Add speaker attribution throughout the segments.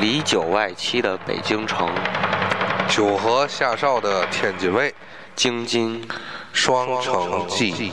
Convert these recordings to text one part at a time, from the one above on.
Speaker 1: 一九外戚的北京城、
Speaker 2: 九河下梢的天津卫，
Speaker 1: 京津、
Speaker 2: 双城记。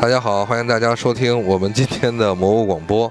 Speaker 2: 大家好，欢迎大家收听我们今天的魔物广播。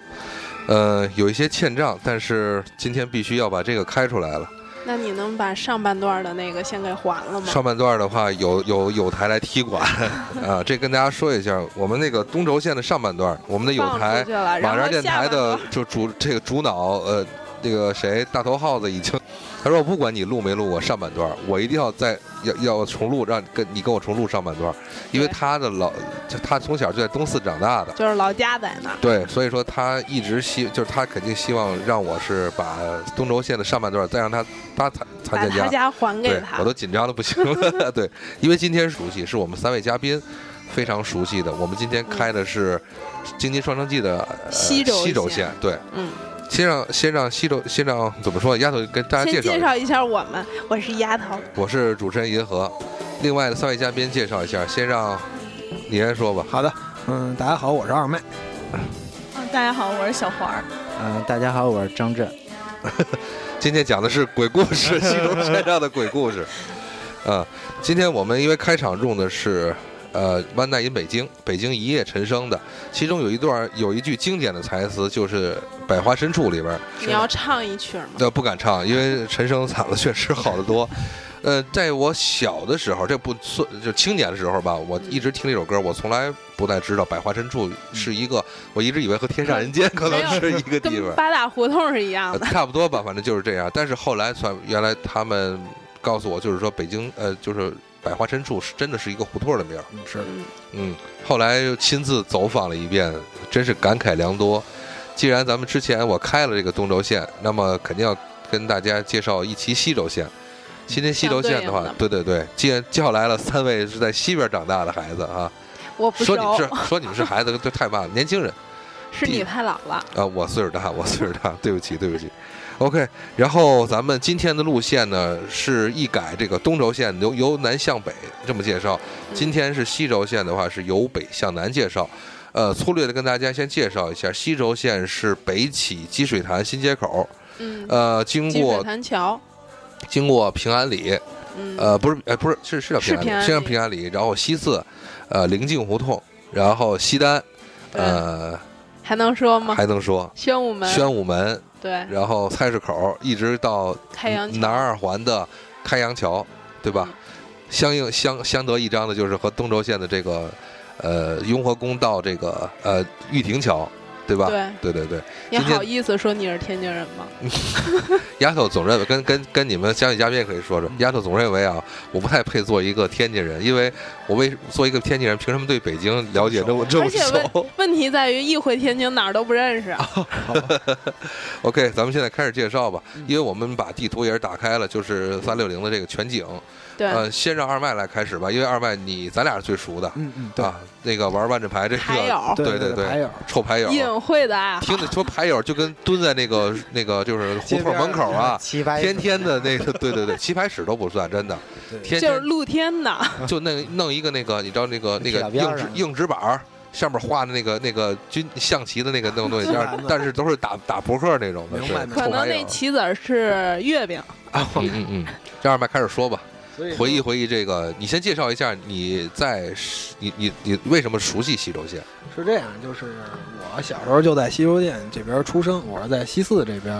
Speaker 2: 呃，有一些欠账，但是今天必须要把这个开出来了。
Speaker 3: 那你能把上半段的那个先给还了吗？
Speaker 2: 上半段的话，有有有台来踢馆 啊，这跟大家说一下，我们那个东轴线的上半段，我们的有
Speaker 3: 放
Speaker 2: 台
Speaker 3: 出去了啊然
Speaker 2: 马
Speaker 3: 后
Speaker 2: 扎电
Speaker 3: 下
Speaker 2: 台
Speaker 3: 半
Speaker 2: 的
Speaker 3: 段
Speaker 2: 就主这个主脑呃，那个谁大头耗子已经，他说我不管你录没录我上半段，我一定要再要要重录，让你跟你跟我重录上半段，因为
Speaker 3: 对
Speaker 2: 他的老就他从小就在东四长大的。
Speaker 3: 就是老家在那儿，
Speaker 2: 对，所以说他一直希，就是他肯定希望让我是把东轴线的上半段再让他他参
Speaker 3: 把
Speaker 2: 参
Speaker 3: 他
Speaker 2: 加
Speaker 3: 家还给
Speaker 2: 对
Speaker 3: 他。
Speaker 2: 我都紧张的不行了。 对，因为今天熟悉是我们三位嘉宾非常熟悉的，我们今天开的是京津双城记的、呃、
Speaker 3: 西轴
Speaker 2: 西轴
Speaker 3: 线
Speaker 2: 线，对，
Speaker 3: 嗯，
Speaker 2: 先让先让西轴先让怎么说？丫头跟大家介
Speaker 3: 先
Speaker 2: 绍一
Speaker 3: 介
Speaker 2: 下，
Speaker 3: 绍一下我们，我是丫头，
Speaker 2: 我是主持人银河，另外的三位嘉宾介绍一下，先让你先说吧。
Speaker 4: 好的，嗯，大家好，我是二妹。
Speaker 5: 嗯，大家好，我是小黄儿。
Speaker 6: 嗯、
Speaker 4: 呃
Speaker 6: 大家好，我是张震。
Speaker 2: 今天讲的是鬼故事，西周山上的鬼故事。啊，今天我们因为开场用的是呃《万代in 北京》，北京一夜陈升的，其中有一段有一句经典的台词，就是“百花深处”里边儿，
Speaker 3: 你要唱一曲儿吗？
Speaker 2: 那不敢唱，因为陈升嗓子确实好得多。 呃，在我小的时候，这不算就青年的时候吧，我一直听这首歌，我从来不太知道“百花深处”是一个，我一直以为和“天上人间”可能是一个地
Speaker 3: 跟
Speaker 2: 方。
Speaker 3: 八大胡同是一样
Speaker 2: 呃
Speaker 3: 的。
Speaker 2: 差不多吧，反正就是这样。但是后来算，原来他们告诉我，就是说北京呃，就是百花深处是真的是一个胡同的名儿。
Speaker 4: 嗯，是
Speaker 3: 嗯，
Speaker 2: 嗯，后来又亲自走访了一遍，真是感慨良多。既然咱们之前我开了这个东轴线，那么肯定要跟大家介绍一期西轴线。今天西轴线的话
Speaker 3: 相，
Speaker 2: 对对对，既然叫来了三位是在西边长大的孩子啊，
Speaker 3: 我不
Speaker 2: 说你们
Speaker 3: 熟，
Speaker 2: 是说你们是孩子，这太慢了，年轻人。
Speaker 3: 是你太老了。
Speaker 2: 啊，我岁数大，我岁数大，对不起，对不起。OK，然后咱们今天的路线呢是一改这个东轴线由由南向北这么介绍，
Speaker 3: 嗯
Speaker 2: 今天是西轴线的话是由北向南介绍。呃，粗略的跟大家先介绍一下，西轴线是北起积水潭新街口，
Speaker 3: 嗯，
Speaker 2: 呃，经
Speaker 3: 积水
Speaker 2: 过
Speaker 3: 潭桥，
Speaker 2: 经过平安里，
Speaker 3: 嗯，
Speaker 2: 呃，不是，呃，不是，是是叫
Speaker 3: 是
Speaker 2: 平安
Speaker 3: 平安
Speaker 2: 里，先叫
Speaker 3: 里
Speaker 2: 平安里，然后西四，呃，临近胡同，然后西单，
Speaker 3: 对
Speaker 2: 呃，
Speaker 3: 还能说吗？
Speaker 2: 还能说
Speaker 3: 宣武门，
Speaker 2: 宣武门，
Speaker 3: 对，
Speaker 2: 然后菜市口一直到
Speaker 3: 开阳桥嗯
Speaker 2: 南二环的开阳桥，对吧？相应相相得益彰的就是和东轴线的这个呃雍和宫到这个呃玉亭桥，对吧？
Speaker 3: 对
Speaker 2: 对对对
Speaker 3: 你
Speaker 2: 啊今天
Speaker 3: 好意思说你是天津人吗？
Speaker 2: 丫头总认为跟跟跟你们相信嘉宾也可以说说，
Speaker 3: 嗯
Speaker 2: 丫头总认为啊，我不太配做一个天津人，因为我为做一个天津人，凭什么对北京了解这么这么
Speaker 3: 而且
Speaker 2: 熟
Speaker 3: 问问题在于，一回天津哪儿都不认识。
Speaker 2: 啊？OK，咱们现在开始介绍吧，因为我们把地图也是打开了，就是三六零的这个全景，
Speaker 3: 对，
Speaker 2: 呃，先让二麦来开始吧，因为二麦你咱俩是最熟的，
Speaker 4: 嗯嗯，对，
Speaker 2: 啊，那个玩万智牌这
Speaker 3: 牌
Speaker 2: 个，
Speaker 3: 友，
Speaker 4: 对
Speaker 2: 对对
Speaker 4: 牌友，
Speaker 2: 臭牌友，
Speaker 3: 隐晦的啊爱好。
Speaker 2: 听着说牌友就跟蹲在那个 那个就是胡同门口啊，
Speaker 6: 棋 牌
Speaker 2: 天天的那个，对对对，棋牌室都不算，真的，
Speaker 4: 对
Speaker 2: 天
Speaker 3: 就是
Speaker 2: 天
Speaker 3: 露 天的，
Speaker 2: 就那弄一个那个，你知道那个那个
Speaker 6: 铁边
Speaker 2: 硬
Speaker 4: 啊
Speaker 6: 儿
Speaker 2: 纸
Speaker 6: 上
Speaker 2: 硬纸板儿。上面画的那个那个军 象棋的那个那种 东西，但是但是都是打打扑克那种的，
Speaker 4: 明
Speaker 2: 是
Speaker 4: 白明白
Speaker 2: 臭
Speaker 3: 可能
Speaker 2: 牌
Speaker 3: 那
Speaker 2: 友。
Speaker 3: 棋子儿是月饼。
Speaker 2: 嗯嗯嗯，让二麦开始说吧。
Speaker 6: 所以
Speaker 2: 回忆回忆这个，你先介绍一下你在你你你为什么熟悉西周县？
Speaker 4: 是这样，就是我小时候就在西周店这边出生，我是在西四这边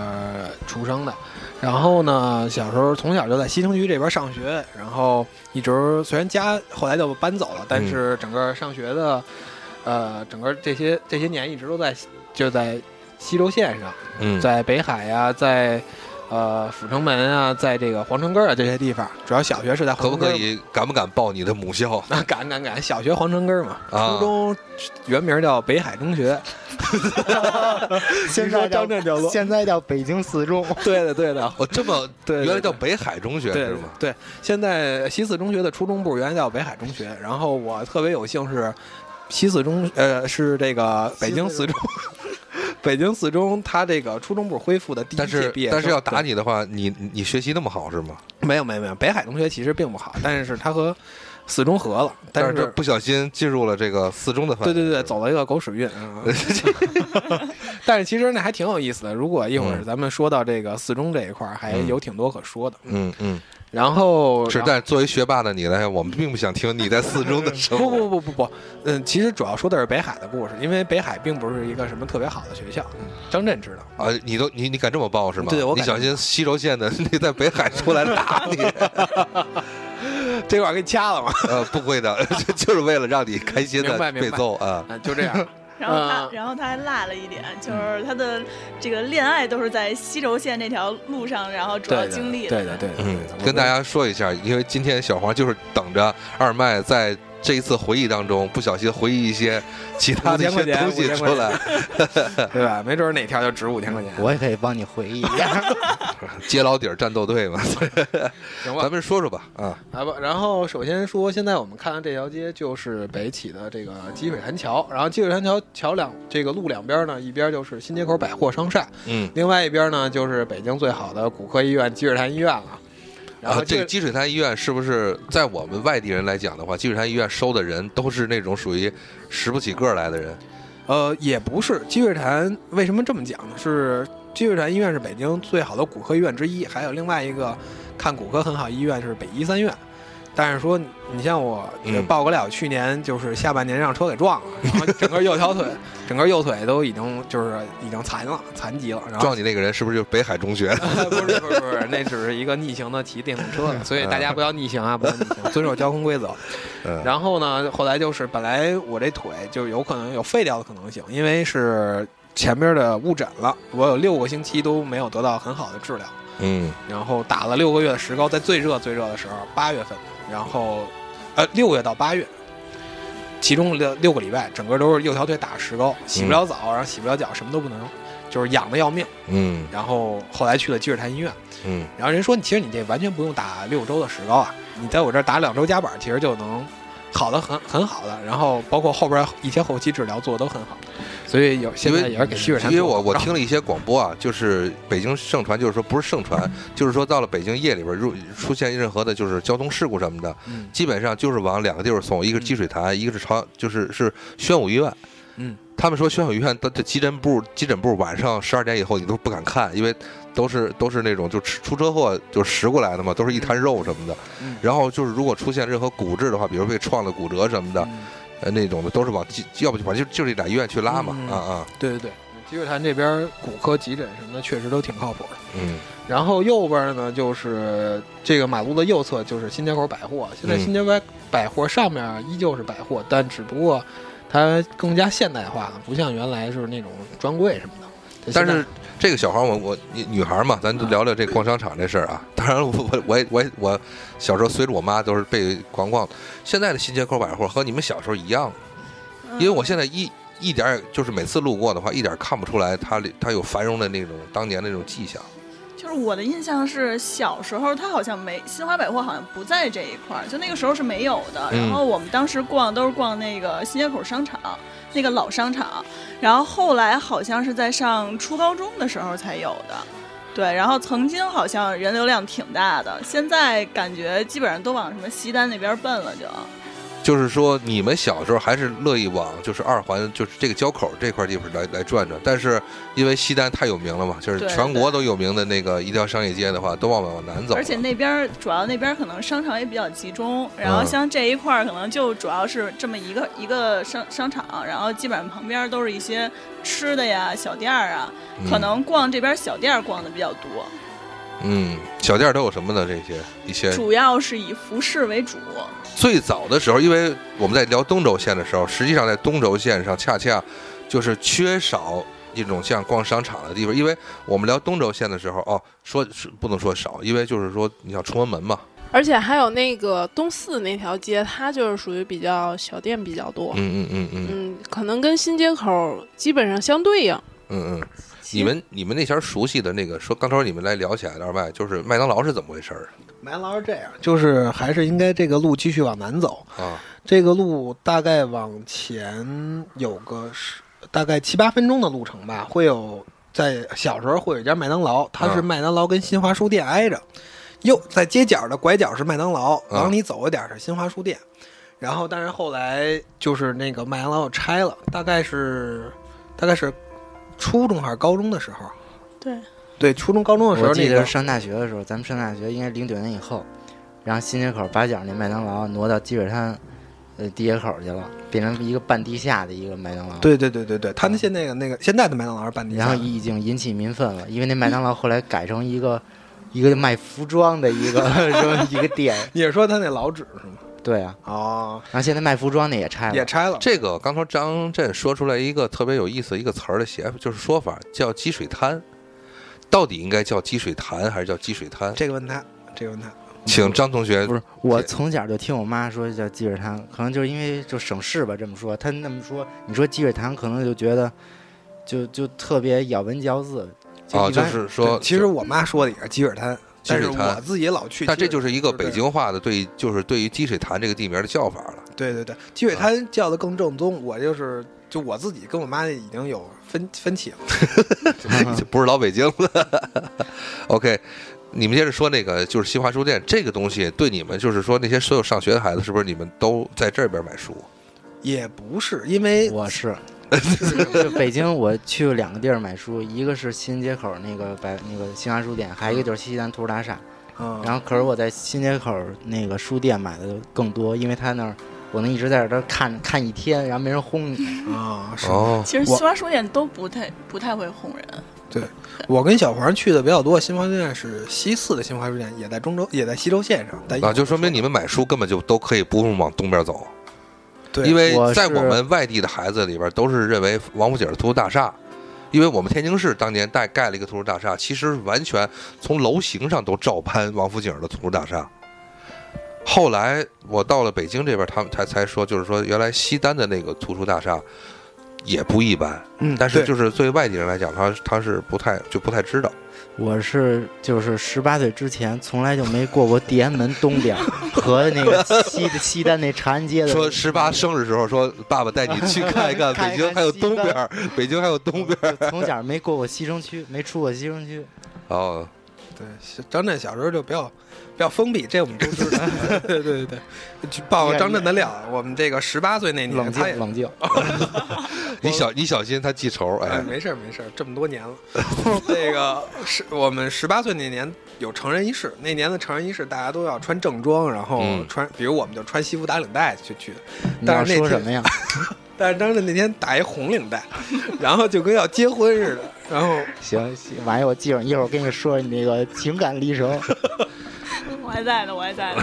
Speaker 4: 出生的。然后呢，小时候从小就在西城区这边上学，然后一直虽然家后来就搬走了，但是整个上学的，呃，整个这些这些年一直都在就在西周县上，
Speaker 2: 嗯
Speaker 4: 在北海呀、在呃阜成门啊，在这个皇城根儿啊这些地方，主要小学是在
Speaker 2: 可
Speaker 4: 皇
Speaker 2: 不
Speaker 4: 城根
Speaker 2: 可
Speaker 4: 儿
Speaker 2: 以敢不敢报你的母校？
Speaker 4: 那敢敢敢，小学皇城根儿嘛，
Speaker 2: 啊
Speaker 4: 初中原名叫北海 中学，
Speaker 6: 现
Speaker 4: 你说
Speaker 6: 在
Speaker 4: 张
Speaker 6: 叫
Speaker 4: 震角落，
Speaker 6: 现在叫北京四中，
Speaker 4: 对的对的，
Speaker 2: 哦，这么
Speaker 4: 对
Speaker 2: 原来叫北海中学
Speaker 4: 对
Speaker 2: 是吗？
Speaker 4: 对，现在西四中学的初中部原来叫北海中学，然后我特别有幸是西四中，呃，是这个北京四中， 北京四中它这个初中部恢复的第一
Speaker 2: 但
Speaker 4: 届
Speaker 2: 是
Speaker 4: 毕业生，
Speaker 2: 但是要打
Speaker 4: 对
Speaker 2: 你的话，你你你学习那么好是吗？
Speaker 4: 没有没有没有，北海中学其实并不好，但是它和四中合了，
Speaker 2: 但
Speaker 4: 是
Speaker 2: 这不小心进入了这个四中的范
Speaker 4: 对
Speaker 2: 围。
Speaker 4: 对对，走了一个狗屎运。啊！但是其实那还挺有意思的。如果一会儿
Speaker 2: 嗯
Speaker 4: 咱们说到这个四中这一块儿，还有挺多可说的。
Speaker 2: 嗯嗯，
Speaker 4: 然后
Speaker 2: 是，
Speaker 4: 然后
Speaker 2: 但作为学霸的你呢，我们并不想听你在四中 的生
Speaker 4: 不
Speaker 2: 活。
Speaker 4: 不不不不，嗯，其实主要说的是北海的故事，因为北海并不是一个什么特别好的学校。张震知道，
Speaker 2: 啊，你都你你敢这么报是吗？
Speaker 4: 对我
Speaker 2: 你
Speaker 4: 敢
Speaker 2: 小心西周县的 那在北海出来打你。
Speaker 4: 这块儿给你掐了嘛？
Speaker 2: 呃，不会的， 就就是为了让你开心
Speaker 4: 明
Speaker 2: 的
Speaker 4: 白明白
Speaker 2: 被揍啊。
Speaker 4: 啊，就这样。
Speaker 5: 然后他
Speaker 4: 呃，
Speaker 5: 然后他还落了一点，就是他的这个恋爱都是在西轴线这条路上，然后主要经历
Speaker 4: 对
Speaker 5: 的
Speaker 4: 的，对的，
Speaker 2: 嗯
Speaker 4: 对的，
Speaker 2: 跟大。家说一下，因为今天小黄就是等着二麦在这一次回忆当中不小心回忆一些其他的一
Speaker 4: 5000块
Speaker 2: 些
Speaker 4: 钱
Speaker 2: 东西
Speaker 4: 5000
Speaker 2: 出
Speaker 4: 块钱
Speaker 2: 来，
Speaker 4: 我对吧？没准儿哪条就值五千块钱，
Speaker 6: 我也可以帮你回忆一 下。
Speaker 2: 揭老底儿战斗队嘛。
Speaker 4: 行吧
Speaker 2: 咱？们说说吧，啊，
Speaker 4: 来吧，然后首先说，现在我们看的这条街就是北起的这个积水潭桥，然后积水潭桥桥两这个路两边呢，一边就是新街口百货商厦，
Speaker 2: 嗯，
Speaker 4: 另外一边呢就是北京最好的骨科医院积水潭医院了。然后
Speaker 2: 啊，这个积水潭医院是不是在我们外地人来讲的话，积水潭医院收的人都是那种属于拾不起个儿来的人？
Speaker 4: 呃也不是积水潭，为什么这么讲呢？是积水潭医院是北京最好的骨科医院之一，还有另外一个看骨科很好医院是北医三院。但是说你像我
Speaker 2: 嗯
Speaker 4: 报个了，去年就是下半年让车给撞了，然后整个右小腿， 整个右腿都已经就是已经残了，残疾了。然后
Speaker 2: 撞你那个人是不是就是北海中学？
Speaker 4: 不是不是不是，那只是一个逆行的骑电动车的，所以大家不要逆行啊，不要逆行，遵守交通规则。
Speaker 2: 嗯
Speaker 4: 然后呢，后来就是本来我这腿就有可能有废掉的可能性，因为是前边的误诊了，我有六个星期都没有得到很好的治疗，
Speaker 2: 嗯，
Speaker 4: 然后打了六个月的石膏，在最热最热的时候，八月份，然后呃六月到八月。其中六六个礼拜，整个都是右条腿打石膏，洗不了澡，然后洗不了脚，什么都不能，就是痒的要命。
Speaker 2: 嗯
Speaker 4: 然后后来去了积水潭医院，
Speaker 2: 嗯
Speaker 4: 然后人说你其实你这完全不用打六周的石膏啊，你在我这儿打两周夹板，其实就能好的很很好的。然后包括后边一些后期治疗做的都很好，所以有现
Speaker 2: 因为
Speaker 4: 在也是给西水
Speaker 2: 因
Speaker 4: 山
Speaker 2: 为
Speaker 4: 做
Speaker 2: 我我
Speaker 4: 广告
Speaker 2: 听了一些广播啊，就是北京盛传，就是说不是盛传，就是说到了北京夜里边入出现任何的就是交通事故什么的，
Speaker 4: 嗯
Speaker 2: 基本上就是往两个地方送，一个是积水潭，一个是朝就是是宣武医院。
Speaker 4: 嗯，
Speaker 2: 他们说宣武医院的这急诊部急诊部晚上十二点以后你都不敢看，因为都是都是那种就出出车祸就拾过来的嘛，都是一滩肉什么的。
Speaker 4: 嗯
Speaker 2: 然后就是如果出现任何骨质的话，比如被撞了骨折什么的，
Speaker 4: 嗯
Speaker 2: 呃那种的都是往急要不就反正就就这俩医院去拉嘛。
Speaker 4: 嗯
Speaker 2: 啊啊，
Speaker 4: 对对对，积水潭这边骨科急诊什么的确实都挺靠谱的。
Speaker 2: 嗯
Speaker 4: 然后右边呢就是这个马路的右侧就是新街口百货，现在
Speaker 2: 嗯
Speaker 4: 新街口百货上面依旧是百货，但只不过它更加现代化了，不像原来是那种专柜什么的。
Speaker 2: 但是这个小孩儿，我我女女孩儿嘛，咱就聊聊这逛商场这事儿啊。 当然我，我我也我也我小时候随着我妈都是被逛逛。现在的新街口百货和你们小时候一样，因为我现在一一点儿也就是每次路过的话，一点儿看不出来它里它有繁荣的那种当年的那种迹象。
Speaker 5: 就是我的印象是，小时候他好像没新华百货好像不在这一块儿，就那个时候是没有的。
Speaker 2: 嗯
Speaker 5: 然后我们当时逛都是逛那个新街口商场，那个老商场。然后后来好像是在上初高中的时候才有的，对。然后曾经好像人流量挺大的，现在感觉基本上都往什么西单那边奔了就。
Speaker 2: 就是说你们小时候还是乐意往就是二环就是这个交口这块地方来来转转，但是因为西单太有名了嘛，就是
Speaker 5: 对
Speaker 2: 全国都有名的那个一条商业街的话，都往往南走了。
Speaker 5: 而且那边儿主要那边儿可能商场也比较集中，然后
Speaker 2: 嗯
Speaker 5: 像这一块儿可能就主要是这么一个一个商商场，然后基本上旁边儿都是一些吃的呀、小店儿啊，可
Speaker 2: 嗯
Speaker 5: 能逛这边儿小店儿逛的比较多，
Speaker 2: 嗯，小店儿都有什么呢？这些一些
Speaker 5: 主要是以服饰为主。
Speaker 2: 最早的时候，因为我们在聊东轴线的时候，实际上在东轴线上恰恰就是缺少一种像逛商场的地方。因为我们聊东轴线的时候，哦，说是不能说少，因为就是说你要崇文门嘛，
Speaker 3: 而且还有那个东四那条街，它就是属于比较小店比较多，
Speaker 2: 嗯嗯嗯嗯
Speaker 3: 嗯，可能跟新街口基本上相对应。
Speaker 2: 嗯嗯。你们你们那前儿熟悉的那个，说刚才你们来聊起来的二麦，就是麦当劳是怎么回事儿
Speaker 4: 麦当劳是这样，就是还是应该这个路继续往南走，
Speaker 2: 啊？
Speaker 4: 这个路大概往前有个十，大概七八分钟的路程吧，会有在小时候会有一家麦当劳，它是
Speaker 2: 嗯
Speaker 4: 麦当劳跟新华书店挨着，右在街角的拐角是麦当劳，
Speaker 2: 嗯
Speaker 4: 往里走一点是新华书店，然后但是后来就是那个麦当劳拆了，大概是大概是初中还是高中的时候，
Speaker 5: 对
Speaker 4: 对，初中高中的时候
Speaker 6: 我
Speaker 4: 那
Speaker 6: 记
Speaker 4: 个
Speaker 6: 得上大学的时候，咱们上大学应该零九年以后，然后新街口八角那麦当劳挪到积水滩，呃地铁口去了，变成一个半地下的一个麦当劳。，
Speaker 4: 对对对对对，他那现在那个那个现在的麦当劳是半地
Speaker 6: 然后
Speaker 4: 下，
Speaker 6: 已经引起民愤了，因为那麦当劳后来改成一个一个卖服装的一个 什么一个店。
Speaker 4: 你是说他那老址是吗？
Speaker 6: 对啊，
Speaker 4: 哦，
Speaker 6: 然后现在卖服装的也拆了，
Speaker 4: 也拆了。
Speaker 2: 这个刚才张震说出来一个特别有意思的一个词儿的写，就是说法叫积水滩，到底应该叫积水潭还是叫积水滩？
Speaker 4: 这个问他，这个问他，
Speaker 2: 请张同学
Speaker 6: 不是，我
Speaker 2: 对
Speaker 6: 从小就听我妈说叫积水潭，可能就是因为就省事吧，这么说。她那么说，你说积水潭，可能就觉得就就特别咬文嚼字。
Speaker 2: 啊，
Speaker 6: 一
Speaker 2: 就
Speaker 6: 般
Speaker 2: 是说，
Speaker 4: 其实我妈说的也是积水滩，
Speaker 2: 积
Speaker 4: 但
Speaker 2: 水
Speaker 4: 是
Speaker 2: 潭
Speaker 4: 我自己老去积水
Speaker 2: 但
Speaker 4: 滩。
Speaker 2: 这就是一个
Speaker 4: 就
Speaker 2: 北
Speaker 4: 这
Speaker 2: 京话的对，就是对于积水潭这个地名的叫法了。
Speaker 4: 对对对，积水滩叫的更正宗。我就是就我自己跟我妈已经有分分歧了。
Speaker 6: 嗯
Speaker 2: 就 不是老北京了。OK，你们接着说那个就是新华书店这个东西，对你们就是说那些所有上学的孩子，是不是你们都在这边买书？
Speaker 4: 也不是因为
Speaker 6: 我是就北京，我去了两个地儿买书，一个是新街口那个百那个新华书店，还有一个就是西单图书大厦。
Speaker 2: 哦
Speaker 4: 嗯，
Speaker 6: 然后可是我在新街口那个书店买的更多，因为他那儿我能一直在这儿看看一天，然后没人轰你。
Speaker 4: 啊是
Speaker 2: 哦，
Speaker 5: 其实
Speaker 4: 我
Speaker 5: 西华书店都不太不太会哄人，
Speaker 4: 我跟小黄去的比较多。新华书店是西四的新华书店，也在中州，也在西州县上。但
Speaker 2: 啊，就说明你们买书根本就都可以不用往东边走，
Speaker 4: 对
Speaker 2: 因为
Speaker 6: 我
Speaker 2: 在我
Speaker 6: 是
Speaker 2: 们外地的孩子里边都是认为王府井图书大厦。因为我们天津市当年带盖了一个图书大厦，其实完全从楼形上都照搬王府井的图书大厦。后来我到了北京这边，他们才才说，就是说原来西单的那个图书大厦也不一般，
Speaker 4: 嗯，
Speaker 2: 但是
Speaker 4: 对
Speaker 2: 就是对外地人来讲，他他是不太就不太知道。
Speaker 6: 我是就是十八岁之前从来就没过过地安门东 边儿和那个西西单那长安街的。
Speaker 2: 说十八生日时候说爸爸带你去看一 看
Speaker 6: 看
Speaker 2: 北
Speaker 6: 一看
Speaker 2: 京还有
Speaker 6: 西
Speaker 2: 东
Speaker 6: 单
Speaker 2: 边儿，北京还有东 边儿。
Speaker 6: 就从小没过过西城区，没出过西城区。
Speaker 2: 哦，
Speaker 4: 对张震小时候就比较比较封闭，这我们都知道。 对对对对，去报张震的料，我们这个十八岁那年
Speaker 6: 冷
Speaker 4: 他也哦
Speaker 6: 静冷静，
Speaker 2: 你小你小心他记仇，
Speaker 4: 哎，
Speaker 2: 哎，
Speaker 4: 没事儿没事儿，这么多年 了。这个是我们十八岁那年有成人仪式，那年的成人仪式大家都要穿正装，然后
Speaker 2: 嗯
Speaker 4: 穿，比如我们就穿西服打领带去去的。
Speaker 6: 你
Speaker 4: 但
Speaker 6: 要
Speaker 4: 是那
Speaker 6: 说什
Speaker 4: 天
Speaker 6: 么呀？
Speaker 4: 但是张震那天打一红领带， 然后就跟要结婚似的。然后
Speaker 6: 行行，完了我记着，一会儿我跟你说你那个情感历程。
Speaker 5: 我还在呢，我还在呢。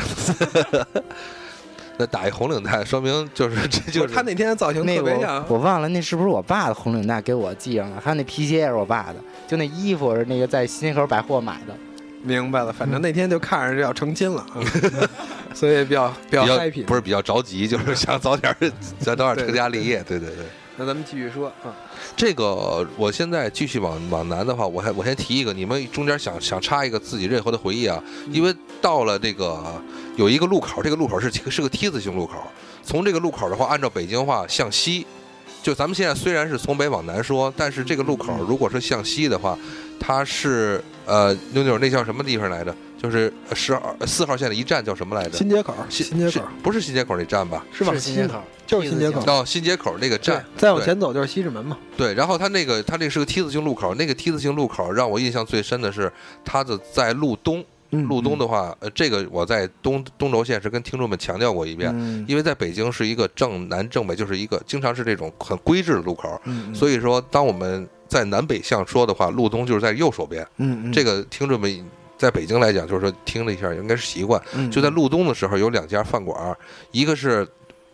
Speaker 2: 那打一红领带，说明就是这就
Speaker 4: 就是是他那天的造型
Speaker 6: 那
Speaker 4: 特别
Speaker 6: 我
Speaker 4: 像，啊
Speaker 6: 我忘了那是不是我爸的红领带给我系上了，还有那皮鞋也是我爸的，就那衣服是那个在新街口百货买的。
Speaker 4: 明白了。反正那天就看着就要成亲 了，嗯所以比较比较
Speaker 2: 比较
Speaker 4: happy。
Speaker 2: 不是比较着急，就是想早点 儿想早点儿成家立业。对对对，
Speaker 4: 那咱们继续说啊，
Speaker 2: 这个我现在继续往往南的话，我还我先提一个，你们中间想想插一个自己任何的回忆啊，
Speaker 4: 嗯
Speaker 2: 因为到了这个有一个路口，这个路口是是个 T 字形路口，从这个路口的话，按照北京话向西，就咱们现在虽然是从北往南说，但是
Speaker 4: 嗯
Speaker 2: 这个路口如果是向西的话，它是呃妞妞那叫什么地方来着？就是十二呃四号线的一站叫什么来着？
Speaker 4: 新街口，
Speaker 2: 新
Speaker 4: 新街
Speaker 2: 是
Speaker 4: 口
Speaker 2: 不是新街口那站吧？
Speaker 4: 是吧？
Speaker 6: 新街口，
Speaker 4: 就是新街口
Speaker 6: T 字
Speaker 2: 哦，新街口那个
Speaker 4: 对
Speaker 2: 站，，
Speaker 4: 再往前走就是西直门嘛。
Speaker 2: 对，然后它那个它这是个 T 字形路口，那个 T 字形路口让我印象最深的是它的在路东，
Speaker 4: 嗯
Speaker 2: 路东的话，呃，这个我在东东轴线是跟听众们强调过一遍，
Speaker 4: 嗯
Speaker 2: 因为在北京是一个正南正北，就是一个经常是这种很规制的路口，
Speaker 4: 嗯，
Speaker 2: 所
Speaker 4: 以
Speaker 2: 以说当我们在南北向说的话，路东就是在右手边，
Speaker 4: 嗯
Speaker 2: 这个听众们。在北京来讲，就是说听了一下，应该是习惯。
Speaker 4: 嗯
Speaker 2: 就在路东的时候，有两家饭馆儿，一个是，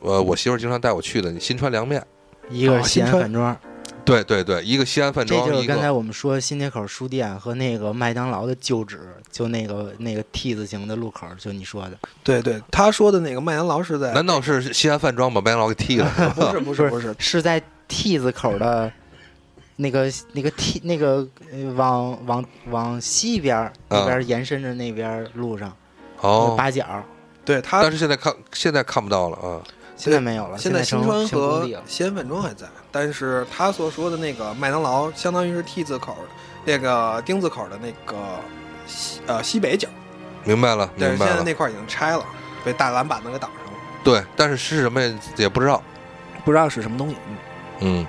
Speaker 2: 呃，我媳妇儿经常带我去的新川凉面，
Speaker 6: 一个
Speaker 4: 哦
Speaker 6: 是西安
Speaker 4: 新川
Speaker 6: 饭庄，
Speaker 2: 对对对，一个西安饭
Speaker 6: 这
Speaker 2: 庄，
Speaker 6: 就是
Speaker 2: 一
Speaker 6: 刚
Speaker 2: 个
Speaker 6: 才我们说新街口书店和那个麦当劳的旧址，就那个那个 T 字形的路口，就你说的，
Speaker 4: 嗯对对，他说的那个麦当劳是在
Speaker 2: 难道是西安饭庄把麦当劳给踢了？
Speaker 4: 不是不是不是，
Speaker 6: 是在 T 字口的那个那个 T 那个呃往往往西边儿那边儿延伸着那边儿路上，那
Speaker 2: 嗯哦，
Speaker 6: 八角
Speaker 4: 对他
Speaker 2: 但是现在看现在看不到了啊。
Speaker 6: 现在没有了，
Speaker 4: 现
Speaker 6: 在
Speaker 4: 在新
Speaker 6: 成
Speaker 4: 川
Speaker 6: 成工
Speaker 4: 和
Speaker 6: 地了。
Speaker 4: 西安饭庄还在，但是他所说的那个麦当劳，相当于是 T 字口那个丁字口的那个西呃西北角，
Speaker 2: 明白了，
Speaker 4: 但
Speaker 2: 明
Speaker 4: 是现
Speaker 2: 白
Speaker 4: 在
Speaker 2: 了。
Speaker 4: 那块儿已经拆了，被大蓝板子给挡上了，
Speaker 2: 对，但是是什么也也不知道。
Speaker 4: 不知道是什么东西。
Speaker 2: 嗯，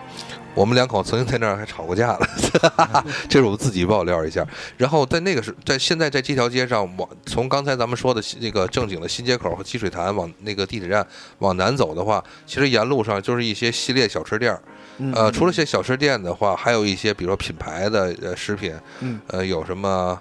Speaker 2: 我们两口曾经在那儿还吵过架了， 这是我自己爆料一下。然后在那个时，在现在在这条街上，往从刚才咱们说的西那个正经的新街口和积水潭往那个地铁站往南走的话，其实沿路上就是一些系列小吃店儿。
Speaker 4: 嗯
Speaker 2: 呃，除了些小吃店的话，还有一些比如说品牌的呃食品，
Speaker 4: 嗯，
Speaker 2: 呃，有什么？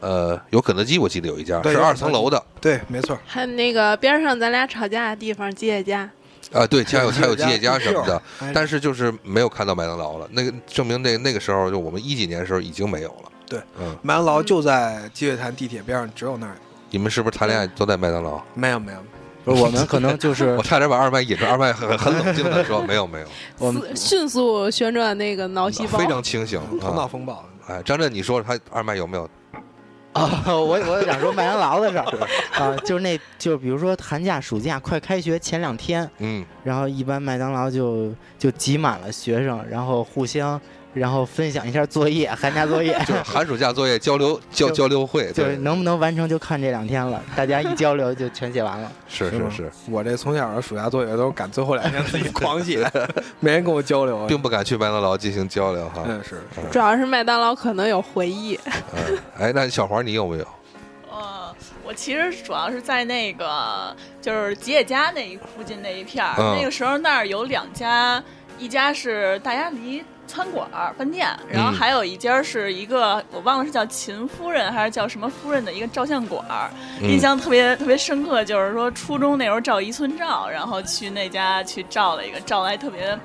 Speaker 2: 呃，有肯德基，我记得有一家
Speaker 4: 对
Speaker 2: 是
Speaker 4: 有
Speaker 2: 二
Speaker 4: 肯德
Speaker 2: 层
Speaker 4: 基
Speaker 2: 楼的，
Speaker 4: 嗯对，没错，
Speaker 3: 还有那个边上咱俩吵架的地方，吉野家。
Speaker 2: 啊，对，家有还有吉野家
Speaker 4: 家
Speaker 2: 什么的，，
Speaker 4: 哎
Speaker 2: 但是就是没有看到麦当劳了。那个证明那那个时候就我们一几年的时候已经没有了。
Speaker 4: 对，
Speaker 2: 嗯，
Speaker 4: 麦当劳就在积水潭地铁边上，只有那儿有
Speaker 2: 你们是不是谈恋爱都在麦当劳？
Speaker 4: 没有没有，
Speaker 6: 不是我们可能就是
Speaker 2: 我差点把二麦引出，二麦很很冷静的说没有没有，
Speaker 6: 我们
Speaker 3: 四迅速旋转那个脑细胞
Speaker 2: 非，常清醒
Speaker 4: 头脑
Speaker 2: 啊。
Speaker 4: 风暴。
Speaker 2: 哎，张震，你说他二麦有没有？
Speaker 6: 啊，我我想说麦当劳的事儿啊，就是那就是比如说寒假暑假快开学前两天，
Speaker 2: 嗯，
Speaker 6: 然后一般麦当劳就就挤满了学生，然后互相然后分享一下作业，寒假作业
Speaker 2: 就是寒暑假作业交流交
Speaker 6: 就
Speaker 2: 交流会，
Speaker 6: 就是
Speaker 2: 对
Speaker 6: 能不能完成就看这两天了，大家一交流就全写完 了。
Speaker 2: 是是是，
Speaker 4: 我这从小的暑假作业都是赶最后两天自己狂写， 没人跟我交流。啊
Speaker 2: 并不敢去麦当劳进行交流哈。
Speaker 4: 嗯，是
Speaker 3: 主要是麦当劳可能有回忆。
Speaker 2: 嗯， 哎，那小黄你有没有？
Speaker 5: 呃，我其实主要是在那个就是吉野家那一附近那一片儿，
Speaker 2: 嗯
Speaker 5: 那个时候那儿有两家，一家是大鸭梨餐馆儿饭店，然后
Speaker 2: 嗯
Speaker 5: 还有一家是一个、我忘了是叫秦夫人还是叫什么夫人的一个照相馆儿，
Speaker 6: 嗯
Speaker 5: 印象特别特别深刻，就是说初中那时候照一寸照，然后去那家去照了一个，照的还特别。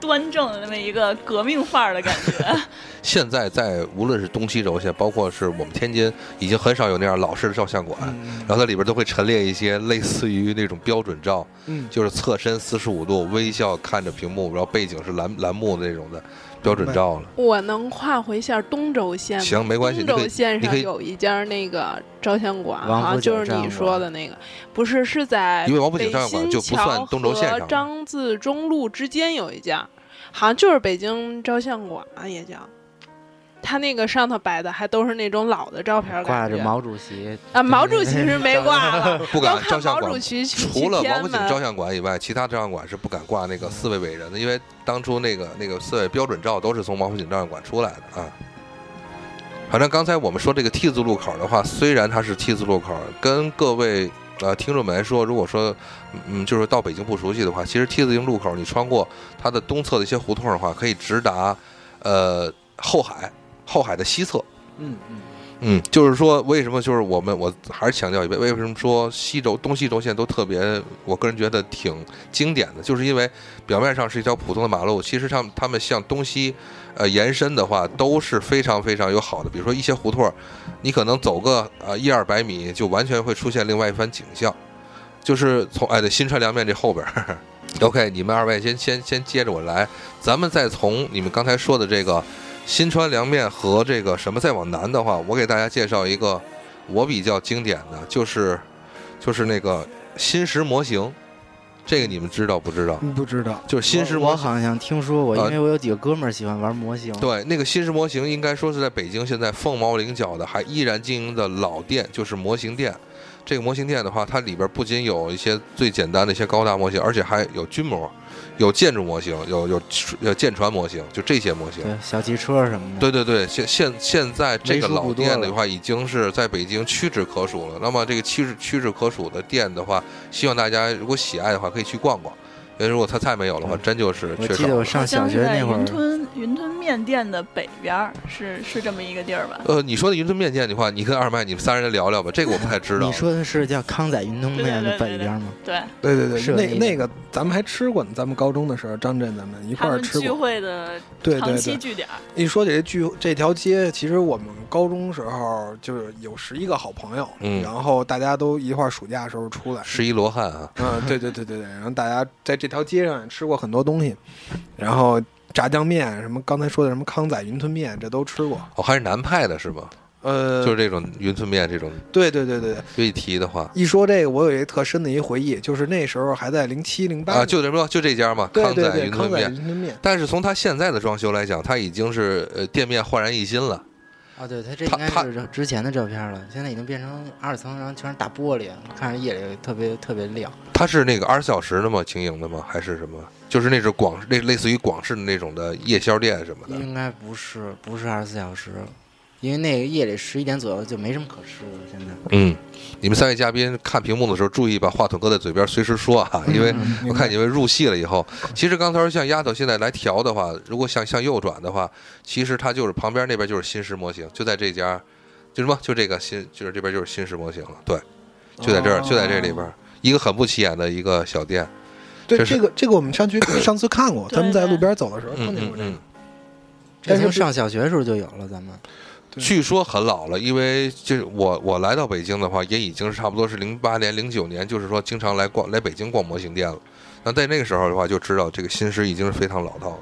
Speaker 5: 端正的那么一个革命范儿的感觉，
Speaker 2: 嗯现在在无论是东西轴线，包括是我们天津，已经很少有那样老式的照相馆。
Speaker 3: 嗯
Speaker 2: 然后它里边都会陈列一些类似于那种标准照，
Speaker 4: 嗯，
Speaker 2: 就是侧身四十五度微笑看着屏幕，然后背景是蓝蓝幕的那种的标准照了。
Speaker 3: 我能跨回一下东轴线吗？
Speaker 2: 行，没关系，你
Speaker 3: 东
Speaker 2: 可
Speaker 3: 轴
Speaker 2: 以
Speaker 3: 线
Speaker 2: 你可
Speaker 3: 上
Speaker 2: 以
Speaker 3: 有一家那个照相馆，
Speaker 6: 王
Speaker 3: 好像
Speaker 6: 府井
Speaker 3: 就是
Speaker 6: 照相
Speaker 3: 你
Speaker 6: 馆
Speaker 3: 说的那个，不是是在
Speaker 2: 因为王府井
Speaker 3: 北
Speaker 2: 照相馆
Speaker 3: 新
Speaker 2: 就不算
Speaker 3: 桥
Speaker 2: 东轴线上
Speaker 3: 和
Speaker 2: 的
Speaker 3: 张自忠路之间有一家，好像就是北京照相馆啊也叫。他那个上头摆的还都是那种老的照片，
Speaker 6: 挂
Speaker 3: 感
Speaker 6: 着
Speaker 3: 觉
Speaker 6: 毛主席
Speaker 3: 啊，毛主席是没挂 了，
Speaker 2: 不
Speaker 3: 要
Speaker 2: 敢照
Speaker 3: 看
Speaker 2: 相
Speaker 3: 毛主
Speaker 2: 馆。
Speaker 3: 席去
Speaker 2: 除了王府井照
Speaker 3: 相，
Speaker 2: 相馆以外，其他照相馆是不敢挂那个四位伟人的，因为当初那个那个四位标准照都是从王府井照相馆出来的啊。反正刚才我们说这个 T 字路口的话，虽然它是 T 字路口，跟各位呃听众们来说，如果说嗯就是到北京不熟悉的话，其实 T 字形路口你穿过它的东侧的一些胡同的话，可以直达呃后海，后海的西侧。
Speaker 4: 嗯嗯，
Speaker 2: 嗯，就是说，为什么就是我们，我还是强调一遍，为什么说西轴、东西轴线都特别，我个人觉得挺经典的，就是因为表面上是一条普通的马路，其实他们他们向东西，呃，延伸的话都是非常非常有好的，比如说一些胡同儿，你可能走个呃一二百米，就完全会出现另外一番景象，就是从哎对新川凉面这后边儿 ，OK，你们二位先先先接着我来，咱们再从你们刚才说的这个。新川凉面和这个什么再往南的话，我给大家介绍一个我比较经典的，就是就是那个新石模型，这个你们知道不知道？
Speaker 4: 不知道，
Speaker 2: 就是新式
Speaker 6: 我
Speaker 2: 模
Speaker 6: 我
Speaker 2: 型，
Speaker 6: 好像听说过，因
Speaker 2: 呃
Speaker 6: 为我有几个哥们儿喜欢玩模型。
Speaker 2: 对，那个新式模型应该说是在北京现在凤毛麟角的，还依然经营的老店，就是模型店。这个模型店的话，它里边不仅有一些最简单的一些高大模型，而且还有军模，有建筑模型，有有有舰船模型，就这些模型。
Speaker 6: 对，小汽车什么的。
Speaker 2: 对对对，现现现在这个
Speaker 6: 为数
Speaker 2: 老
Speaker 6: 不多
Speaker 2: 店的
Speaker 6: 了
Speaker 2: 话，已经是在北京屈指可数了。那么这个屈指屈指可数的店的话，希望大家如果喜爱的话，可以去逛逛。因为如果它再没有的话，
Speaker 6: 嗯
Speaker 2: 真就是
Speaker 6: 我
Speaker 2: 缺
Speaker 6: 记
Speaker 2: 少
Speaker 6: 得我
Speaker 2: 了。
Speaker 5: 好
Speaker 6: 上小
Speaker 5: 像
Speaker 6: 学
Speaker 5: 是在
Speaker 6: 那会
Speaker 5: 云
Speaker 6: 儿，
Speaker 5: 吞云吞面店的北边儿，是是这么一个地儿吧？
Speaker 2: 呃，你说的云吞面店的话，你跟二麦你们三人聊聊吧，这个我不太知道。
Speaker 6: 你说的是叫康仔云吞
Speaker 5: 对
Speaker 6: 面的
Speaker 5: 对对
Speaker 6: 北
Speaker 5: 对
Speaker 6: 边吗？
Speaker 5: 对，
Speaker 4: 对对
Speaker 6: 是
Speaker 4: 对，那
Speaker 6: 那
Speaker 4: 那个咱们还吃过呢，咱们高中的时候，张震咱们一
Speaker 5: 他
Speaker 4: 块儿
Speaker 5: 们
Speaker 4: 吃
Speaker 5: 聚
Speaker 4: 过。
Speaker 5: 会的
Speaker 4: 对
Speaker 5: 长
Speaker 4: 对
Speaker 5: 期
Speaker 4: 对，
Speaker 5: 据点儿。
Speaker 4: 一说起这聚这条街，其实我们高中时候就是有十一个好朋友，
Speaker 2: 嗯
Speaker 4: 然后大家都一块儿暑假的时候出来，
Speaker 2: 十一罗汉啊，
Speaker 4: 嗯，对对对对对，然后大家在这条街上也吃过很多东西，然后炸酱面，什么刚才说的什么康仔云吞面，这都吃过。
Speaker 2: 哦，还是南派的是吧？
Speaker 4: 呃，
Speaker 2: 就是这种云吞面这种，
Speaker 4: 对对对对，对
Speaker 2: 就一提的话
Speaker 4: 一说这个，我有一个特深的一个回忆，就是那时候还在零七零八
Speaker 2: 啊，就这么说，就这家嘛，
Speaker 4: 对
Speaker 2: 康
Speaker 4: 对
Speaker 2: 仔
Speaker 4: 对
Speaker 2: 云
Speaker 4: 康
Speaker 2: 吞
Speaker 4: 仔
Speaker 2: 面。
Speaker 4: 云吞面，
Speaker 2: 但是从它现在的装修来讲，它已经是呃店面焕然一新了。
Speaker 6: 啊，对，它这
Speaker 2: 他
Speaker 6: 应该是之前的照片了，现在已经变成二层，然后全是大玻璃，看着夜里特别特别亮。
Speaker 2: 它是那个二十四小时的吗？经营的吗？还是什么？就是那种广类类似于广式的那种的夜宵店什么的。
Speaker 6: 应该不是，不是二十四小时，因为那个夜里十一点左右就没什么可吃的了。现在
Speaker 2: 嗯，你们三位嘉宾看屏幕的时候，注意把话筒搁在嘴边，随时说啊，因为
Speaker 4: 嗯
Speaker 2: 我看你们入戏了以后，其实刚才像丫头现在来调的话，如果想向右转的话，其实它就是旁边那边就是新式模型，就在这家，就什么就这个新，就是这边就是新式模型了，对，就在这儿，就在这里边，一个很不起眼的一个小店，
Speaker 4: 对
Speaker 2: 这是
Speaker 4: 这个这个我们 上去上次看过，
Speaker 5: 对
Speaker 4: 咱们在路边走的时候看
Speaker 2: 嗯
Speaker 4: 见
Speaker 2: 嗯
Speaker 4: 过这个
Speaker 2: 嗯。，
Speaker 6: 这
Speaker 4: 但是不
Speaker 6: 从上小学的时候就有了，咱们
Speaker 4: 对
Speaker 2: 据说很老了，因为这我我来到北京的话，也已经是差不多是零八年、零九年，就是说经常来逛来北京逛模型店了。那在那个时候的话，就知道这个新师已经是非常老套了。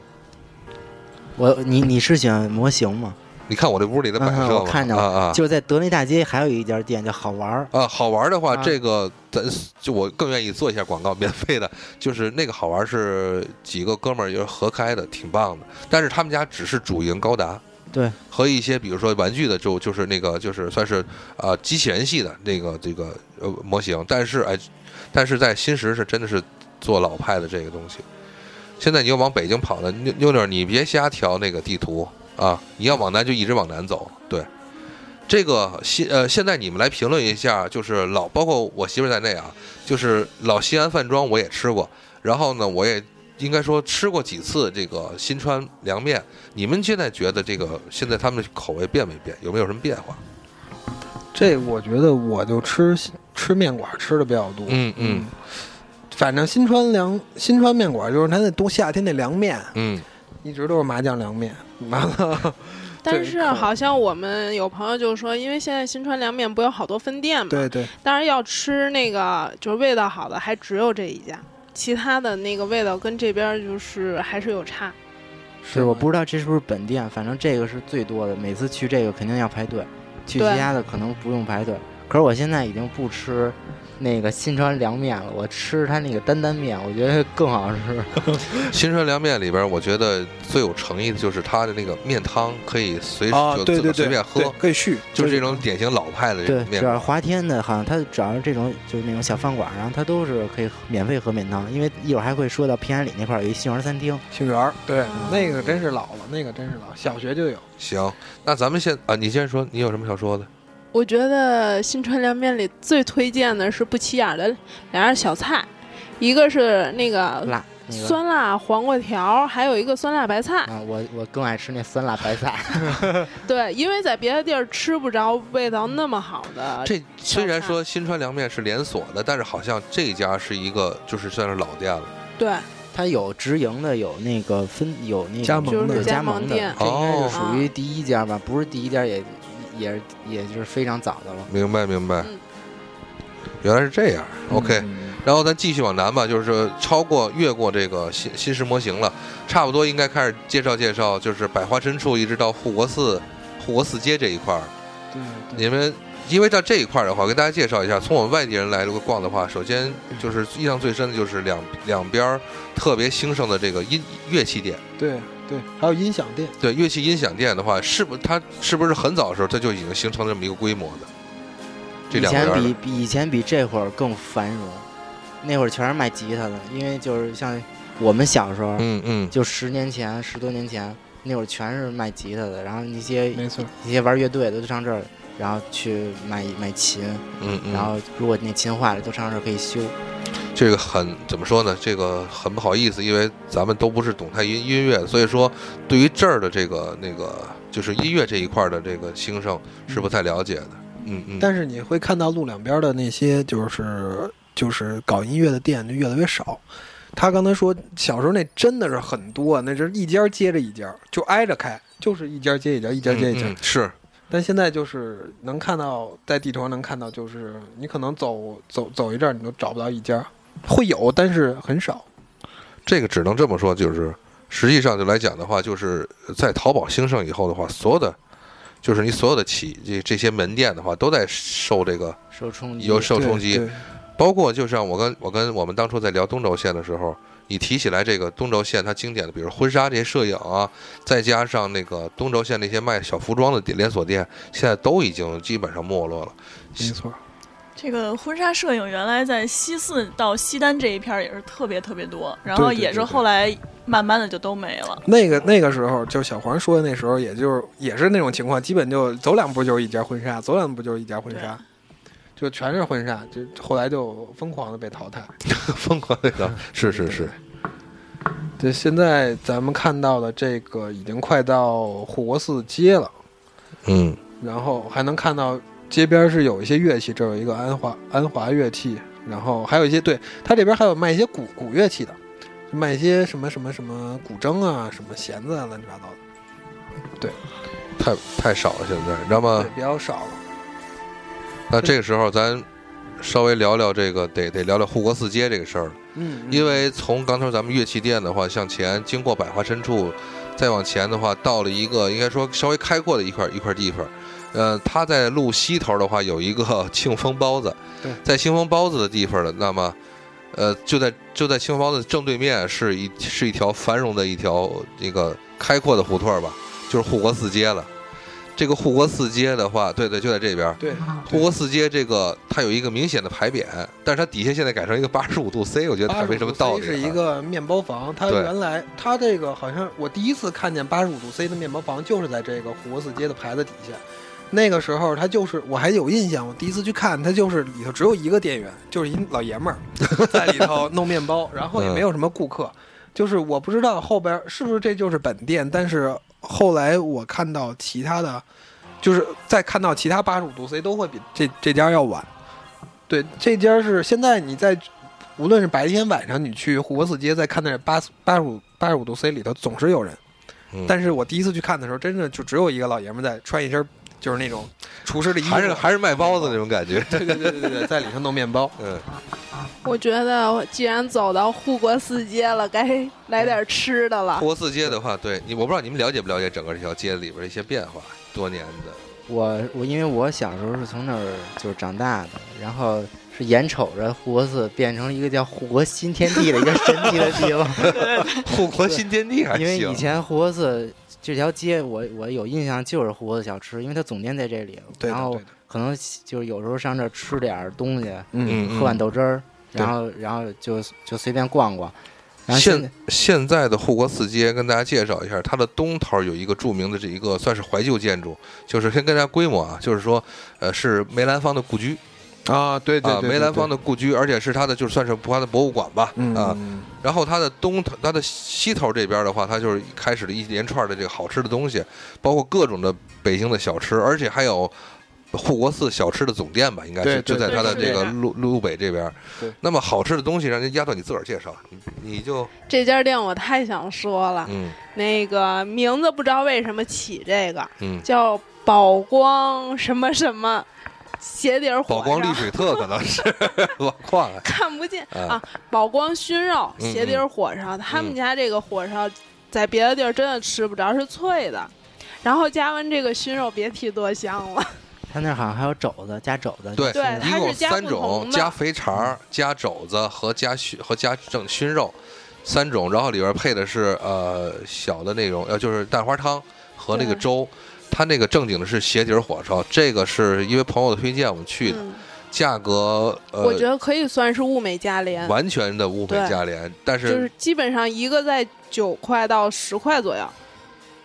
Speaker 6: 我你你是喜欢模型吗？
Speaker 2: 你看我这屋里的摆
Speaker 6: 嗯
Speaker 2: 设
Speaker 6: 我
Speaker 2: 嘛，
Speaker 6: 看见了
Speaker 2: 啊啊
Speaker 6: 就是在德内大街还有一家店叫好玩儿，
Speaker 2: 啊！好玩的话，
Speaker 6: 啊
Speaker 2: 这个咱就我更愿意做一下广告， 免费的，就是那个好玩是几个哥们儿也是合开的，挺棒的。但是他们家只是主营高达，
Speaker 6: 对，
Speaker 2: 和一些比如说玩具的就就是那个就是算是呃机器人系的那个这个呃模型，但是哎，但是在新时是真的是做老派的这个东西。现在你要往北京跑呢，妞妞妞，你别瞎调那个地图啊！你要往南就一直往南走。对，这个西呃，现在你们来评论一下，就是老包括我媳妇儿在内啊，就是老西安饭庄我也吃过，然后呢，我也应该说吃过几次这个新川凉面。你们现在觉得这个现在他们的口味变没变？有没有什么变化？
Speaker 4: 这我觉得我就吃吃面馆吃的比较多，
Speaker 2: 嗯嗯，
Speaker 4: 反正新川凉新川面馆就是它那冬夏天那凉面，
Speaker 2: 嗯，
Speaker 4: 一直都是麻酱凉面，麻辣。
Speaker 3: 但
Speaker 4: 对
Speaker 3: 是
Speaker 4: 可
Speaker 3: 好像我们有朋友就说，因为现在新川凉面不有好多分店嘛，
Speaker 4: 对对，
Speaker 3: 当然要吃那个就是味道好的，还只有这一家，其他的那个味道跟这边儿就是还是有差。
Speaker 6: 是我不知道这是不是本店，反正这个是最多的，每次去这个肯定要排队，去其
Speaker 3: 对
Speaker 6: 他的可能不用排队。可是我现在已经不吃那个新川凉面了，我吃它那个担担面，我觉得更好吃。
Speaker 2: 新川凉面里边，我觉得最有诚意的就是它的那个面汤可以随时
Speaker 4: 啊，
Speaker 2: 就
Speaker 4: 对
Speaker 2: 自
Speaker 4: 对
Speaker 2: 个
Speaker 4: 对，
Speaker 2: 随便
Speaker 4: 对
Speaker 2: 喝，
Speaker 4: 可以续，
Speaker 2: 就是这种典型老派的这
Speaker 6: 对，
Speaker 2: 种面
Speaker 6: 只要是华天的，好像它只要是这种就是那种小饭馆儿，然后它都是可以喝免费喝面汤，因为一会儿还会说到平安里那块儿有一杏园餐厅，
Speaker 4: 杏园儿，对，那个真是老了，那个真是老，小学就有。
Speaker 2: 行，那咱们现啊，你先说，你有什么想说的？
Speaker 3: 我觉得新川凉面里最推荐的是不起眼儿的两样小菜，一个是那个
Speaker 6: 辣那个
Speaker 3: 呃酸辣黄瓜条，还有一个酸辣白菜。
Speaker 6: 啊，我我更爱吃那酸辣白菜，
Speaker 3: 对，因为在别的地儿吃不着味道那么好的。
Speaker 2: 这虽然
Speaker 3: 啊菜
Speaker 2: 说新川凉面是连锁的，但是好像这家是一个就是算是老店了。
Speaker 3: 对，
Speaker 6: 它有直营的，有那个分有那个
Speaker 4: 加盟的
Speaker 6: 有
Speaker 4: 就是
Speaker 3: 加
Speaker 6: 加
Speaker 3: 盟
Speaker 6: 盟的，
Speaker 3: 店
Speaker 6: 这应该
Speaker 2: 哦
Speaker 6: 是属于第一家吧，不是第一家也也是也就是非常早的了。
Speaker 2: 明白明白
Speaker 3: 嗯，
Speaker 2: 原来是这样。OK，
Speaker 4: 嗯
Speaker 2: 然后咱继续往南吧，就是超过越过这个新新式模型了，差不多应该开始介绍介绍，就是百花深处一直到护国寺、护国寺街这一块儿，
Speaker 4: 对，对
Speaker 2: 你们因为到这一块儿的话，我给大家介绍一下，从我们外地人来如果逛的话，首先就是印象最深的就是两两边儿特别兴盛的这个音乐器店，
Speaker 4: 对对，还有音响店，
Speaker 2: 对乐器音响店的话，是不它是不是很早的时候它就已经形成这么一个规模的？这
Speaker 6: 以
Speaker 2: 两边
Speaker 6: 前
Speaker 2: 儿的
Speaker 6: 比比以前比这会儿更繁荣，那会儿全是卖吉他的，因为就是像我们小时候，
Speaker 2: 嗯嗯，
Speaker 6: 就十年前、十多年前那会儿全是卖吉他的，然后一些
Speaker 4: 没错，
Speaker 6: 一些玩乐队的都上这儿，然后去买买琴，
Speaker 2: 嗯嗯，
Speaker 6: 然后如果那琴坏了都上这儿可以修。
Speaker 2: 这个很怎么说呢？这个很不好意思，因为咱们都不是懂太音音乐，所以说对于这儿的这个那个就是音乐这一块儿的这个兴盛是不太了解的。嗯嗯，
Speaker 4: 但是你会看到路两边的那些就是就是搞音乐的店就越来越少。他刚才说小时候那真的是很多啊，那是一家接着一家，就挨着开，就是一家接一家，一家接一家。
Speaker 2: 嗯嗯是
Speaker 4: 但现在就是能看到，在地图上能看到，就是你可能走走走一阵儿，你都找不到一家，会有，但是很少。
Speaker 2: 这个只能这么说，就是实际上就来讲的话，就是在淘宝兴盛以后的话，所有的就是你所有的企这这些门店的话，都在受这个
Speaker 6: 受冲击，
Speaker 2: 有受冲击。
Speaker 4: 嗯对，对
Speaker 2: 包括就像我跟我跟我们当初在聊东轴线的时候，你提起来这个东轴线它经典的，比如婚纱这些摄影啊，再加上那个东轴线那些卖小服装的店连锁店，现在都已经基本上没落了。
Speaker 4: 没错。
Speaker 5: 这个婚纱摄影原来在西四到西单这一片儿也是特别特别多，然后
Speaker 4: 对对
Speaker 5: 也是后来慢慢的就都没了。
Speaker 4: 那个那个时候，就小黄说的那时候，也就是也是那种情况，基本就走两步就是一家婚纱，走两步就是一家婚纱，就全是婚纱，就后来就疯狂的被淘汰。
Speaker 2: 疯狂那个是是是，
Speaker 4: 对，现在咱们看到的这个已经快到护国寺街了，
Speaker 2: 嗯，
Speaker 4: 然后还能看到街边是有一些乐器，这儿有一个安华安华乐器，然后还有一些对，它这边还有卖一些古古乐器的，就卖一些什么什么什么古筝啊，什么弦子啊，乱七八糟的，
Speaker 2: 太太少了现在。那 么
Speaker 4: 对，比较少了。
Speaker 2: 那这个时候咱稍微聊聊这个，得得聊聊护国寺街这个事儿了。
Speaker 4: 嗯，嗯
Speaker 2: 因为从刚才咱们乐器店的话向前，经过百花深处，再往前的话，到了一个应该说稍微开阔的一块一块地方。呃，它在路西头的话有一个庆丰包子
Speaker 4: 对，
Speaker 2: 在庆丰包子的地方呢，那么，呃，就在就在庆丰包子正对面呃是一是一条繁荣的一条那个开阔的胡同儿吧，就是护国寺街了。这个护国寺街的话，对对，就在这边儿。
Speaker 4: 对，
Speaker 2: 护国寺街这个它有一个明显的牌匾，但是它底下现在改成一个八十五度 C，我觉得它没什么道理。啊
Speaker 4: 85度 C 是一个面包房，它
Speaker 2: 对
Speaker 4: 原来它这个好像我第一次看见八十五度 C 的面包房，就是在这个护国寺街的牌子底下。那个时候，它就是我还有印象，我第一次去看，它就是里头只有一个店员，就是一老爷 们儿在里头弄面包，然后也
Speaker 2: 嗯
Speaker 4: 没有什么顾客。就是我不知道后边是不是这就是本店，但是后来我看到其他的，就是再看到其他八十五度 C 都会比这这家要晚。对，这家是现在你在无论是白天晚上你去护国寺街，再看那八八十五八十五度 C 里头总是有人，
Speaker 2: 嗯
Speaker 4: 但是我第一次去看的时候，真的就只有一个老爷们在穿一身就是那种厨师的衣服，
Speaker 2: 还是还是卖包子那种感觉。
Speaker 4: 对对对对对对，在里头弄面包。
Speaker 2: 嗯，
Speaker 3: 我觉得我既然走到护国寺街了，该来点吃的了
Speaker 2: 护。国寺街的话，对你我不知道你们了解不了解整个这条街里边的一些变化，多年的。
Speaker 6: 我我因为我小时候是从那儿就是长大的，然后是眼瞅着护国寺变成了一个叫护国新天地的一个神奇的地方，
Speaker 2: 护国新天地还
Speaker 6: 因为以
Speaker 2: 行，
Speaker 6: 前护国寺这条街我我有印象就是护国寺小吃，因为它总店在这里，
Speaker 4: 对的
Speaker 6: 然后
Speaker 4: 对的
Speaker 6: 可能就是有时候上这儿吃点儿东西，
Speaker 4: 嗯，
Speaker 2: 嗯
Speaker 6: 喝碗。豆汁儿，
Speaker 2: 对
Speaker 6: 然后然后就就随便逛逛，然后现在
Speaker 2: 现现在的护国寺街跟大家介绍一下，它的东头有一个著名的这一个算是怀旧建筑，就是先跟大家规模啊，就是说，呃，是梅兰芳的故居
Speaker 4: 啊，对对
Speaker 2: 啊，
Speaker 4: 对，对
Speaker 2: 梅兰芳
Speaker 4: 对
Speaker 2: 的故居，而且是它的就算是它的博物馆吧，
Speaker 4: 嗯
Speaker 2: 啊，然后它的东头、它的西头这边的话，它就是开始了一连串的这个好吃的东西，包括各种的北京的小吃，而且还有护国寺小吃的总店吧，应该是
Speaker 4: 对对
Speaker 2: 就在它的
Speaker 5: 对
Speaker 2: 这个
Speaker 5: 是的
Speaker 2: 路路北这边
Speaker 4: 对。
Speaker 2: 那么好吃的东西，让人压到你自个儿介绍，你你就
Speaker 3: 这家店我太想说了，
Speaker 2: 嗯
Speaker 3: 那个名字不知道为什么起这个
Speaker 2: 嗯，
Speaker 3: 叫宝光什么什么，鞋底儿火
Speaker 2: 宝光丽
Speaker 3: 烧
Speaker 2: 水特可能是 我忘了
Speaker 3: 看不见
Speaker 2: 啊
Speaker 3: 啊，宝光熏肉
Speaker 2: 嗯
Speaker 3: 鞋底儿火烧，他们家这个火烧在别的地儿真的吃不着，是脆的。然后加完这个熏肉，别提多香了。
Speaker 6: 他那儿好像还有肘子加肘子，
Speaker 2: 对
Speaker 6: 你吃的
Speaker 3: 对
Speaker 2: 一
Speaker 3: 它
Speaker 2: 共
Speaker 3: 是加
Speaker 2: 三
Speaker 3: 不
Speaker 2: 种，
Speaker 3: 同的
Speaker 2: 加肥肠儿、加肘子和加熏和加正熏肉三种，然后里边配的是呃小的那种呃就是蛋花汤和那个
Speaker 3: 对
Speaker 2: 粥。它那个正经的是鞋底儿火烧，这个是因为朋友的推荐我们去的，
Speaker 3: 嗯，
Speaker 2: 价格
Speaker 3: 我觉
Speaker 2: 呃
Speaker 3: 得可以算是物美价廉，
Speaker 2: 完全的物美
Speaker 3: 对
Speaker 2: 价廉，但
Speaker 3: 就是是基本上一个在九块到十块左右，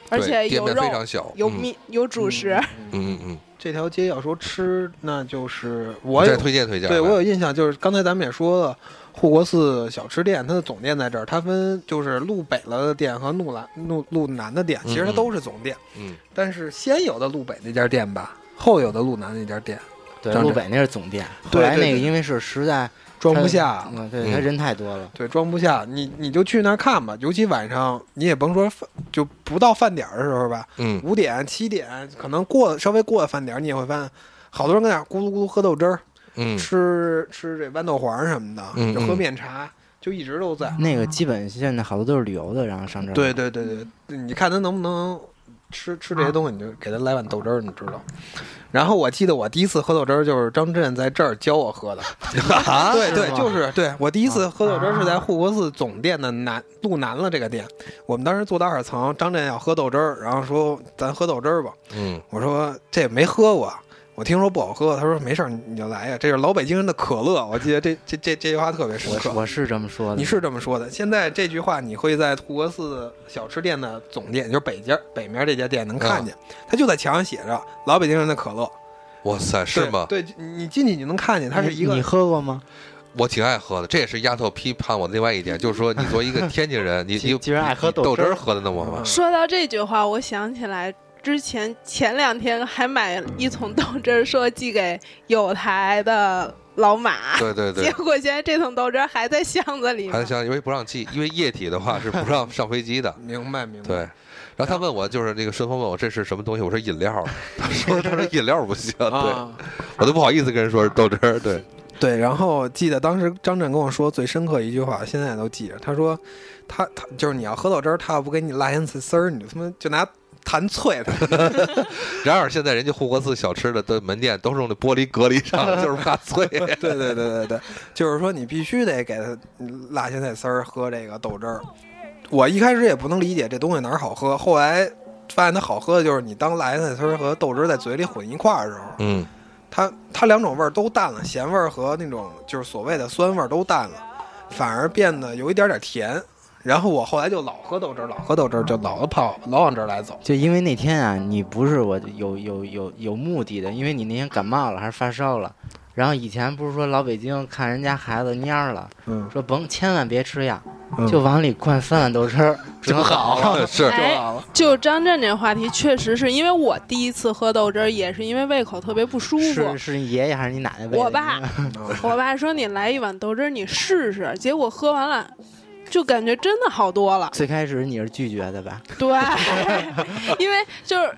Speaker 3: 而
Speaker 2: 对
Speaker 3: 且
Speaker 2: 店
Speaker 3: 有
Speaker 2: 面非常
Speaker 3: 肉、
Speaker 2: 小，
Speaker 3: 有
Speaker 2: 嗯
Speaker 3: 米、有主食，
Speaker 4: 嗯嗯
Speaker 2: 嗯嗯
Speaker 4: 这条街要说吃，那就是我
Speaker 2: 嗯，再
Speaker 4: 有
Speaker 2: 推荐推荐吧，
Speaker 4: 对我有印象，就是刚才咱们也说了，护国寺小吃店它的总店在这儿，它分就是路北了的店和路南路路南的店，其实它
Speaker 2: 嗯嗯
Speaker 4: 都是总店，
Speaker 2: 嗯
Speaker 4: 但是先有的路北那家店吧，后有的路南那家店
Speaker 6: 对，
Speaker 4: 张
Speaker 6: 路
Speaker 4: 震
Speaker 6: 北那是总店，后
Speaker 4: 对
Speaker 6: 来
Speaker 4: 对
Speaker 6: 那个
Speaker 4: 对
Speaker 6: 因为是实在
Speaker 4: 装
Speaker 6: 它
Speaker 4: 不下。
Speaker 6: 嗯，对
Speaker 2: 嗯
Speaker 6: 他人太多了，
Speaker 4: 对，装不下，你你就去那儿看吧。尤其晚上，你也甭说饭，就不到饭点儿的时候吧，
Speaker 2: 嗯，
Speaker 4: 五点、七点，可能过稍微过了饭点儿，你也会发现，好多人跟那儿咕噜咕噜喝豆汁儿，
Speaker 2: 嗯
Speaker 4: 吃吃这豌豆黄什么的，
Speaker 2: 嗯
Speaker 4: 就喝
Speaker 2: 嗯
Speaker 4: 面茶，就一直都在。
Speaker 6: 那个基本现在好多都是旅游的，然后上这儿
Speaker 4: 对对对对，你看他能不能吃吃这些东西，你就给他来碗豆汁儿，你知道。然后我记得我第一次喝豆汁儿就是张震在这儿教我喝的，对对
Speaker 6: 是，吗
Speaker 4: 就是对我第一次喝豆汁儿是在护国寺总店的南路南了这个店，我们当时坐到二层，张震要喝豆汁儿，然后说咱喝豆汁儿吧，
Speaker 2: 嗯
Speaker 4: 我说这也没喝过，我听说不好喝，他说没事儿你就来呀，这是老北京人的可乐，我记得这这这这句话特别深
Speaker 6: 我是
Speaker 4: 刻。
Speaker 6: 我是这么说
Speaker 2: 嗯
Speaker 6: 的，
Speaker 4: 你是这么说的。现在这句话你会在护国寺小吃店的总店，就是北家北面这家店能看见，
Speaker 2: 嗯
Speaker 4: 它就在墙上写着“老北京人的可乐
Speaker 2: 哇塞，”，是
Speaker 4: 对
Speaker 2: 吗？
Speaker 4: 对，你进去你能看见，它是一
Speaker 6: 你
Speaker 4: 个
Speaker 6: 喝过吗？
Speaker 2: 我挺爱喝的，这也是丫头批判我的另外一 点，就是说你作为一个天津人，你
Speaker 6: 其
Speaker 2: 你
Speaker 6: 其实爱喝
Speaker 2: 你
Speaker 6: 豆
Speaker 2: 豆
Speaker 6: 汁儿
Speaker 2: 儿喝的那么
Speaker 4: 嗯
Speaker 2: 吗？
Speaker 3: 说到这句话，我想起来之前前两天还买了一桶豆汁儿，说寄给有台的老马，
Speaker 2: 对对 对
Speaker 3: 结，果现在这桶豆汁儿还在箱子里呢。
Speaker 2: 还得想，因为不让寄，因为液体的 话是不让上飞机的。
Speaker 4: 明白明白。
Speaker 2: 对，然后他问我，就是那个顺丰问我这是什么东西，我说饮 料，他说他说饮料不行，呃对
Speaker 4: 啊，
Speaker 2: 我都不好意思跟人说是豆汁儿，对，
Speaker 4: 对，然后记得当时张震跟我说最深刻一句话，现在都记着。他说，他他就是你要喝到这儿，他要不给你辣盐丝儿，你就他妈就拿弹脆它。
Speaker 2: 然而现在人家护国寺小吃的的门店都是用那玻璃隔离上 的，就是怕脆。
Speaker 4: 对对对对对，就是说你必须得给他辣咸菜丝儿喝这个豆汁儿。我一开始也不能理解这东西哪儿好喝，后来发现它好喝的就是你当辣咸菜丝儿和豆汁儿在嘴里混一块儿的时候，
Speaker 2: 嗯，
Speaker 4: 它它两种味儿都淡了，咸味儿和那种就是所谓的酸味儿都淡了，反而变得有一点点甜。然后我后来就老喝豆汁儿，老喝豆汁儿，就老跑老往这儿来走。
Speaker 6: 就因为那天啊，你不是我有有有有目的的，因为你那天感冒了还是发烧了。然后以前不是说老北京看人家孩子蔫儿了，
Speaker 4: 嗯，
Speaker 6: 说甭千万别吃药，
Speaker 4: 嗯
Speaker 6: 就往里灌三碗豆汁儿，
Speaker 2: 真
Speaker 6: 准好。
Speaker 2: 是
Speaker 3: 哎
Speaker 4: 好了，
Speaker 3: 就张震这话题，确实是因为我第一次喝豆汁儿，也是因为胃口特别不舒服
Speaker 6: 是。是你爷爷还是你奶奶喂的
Speaker 3: 我爸，我爸说你来一碗豆汁儿，你试试。结果喝完了，就感觉真的好多了。
Speaker 6: 最开始你是拒绝的吧？
Speaker 3: 对，因为就是。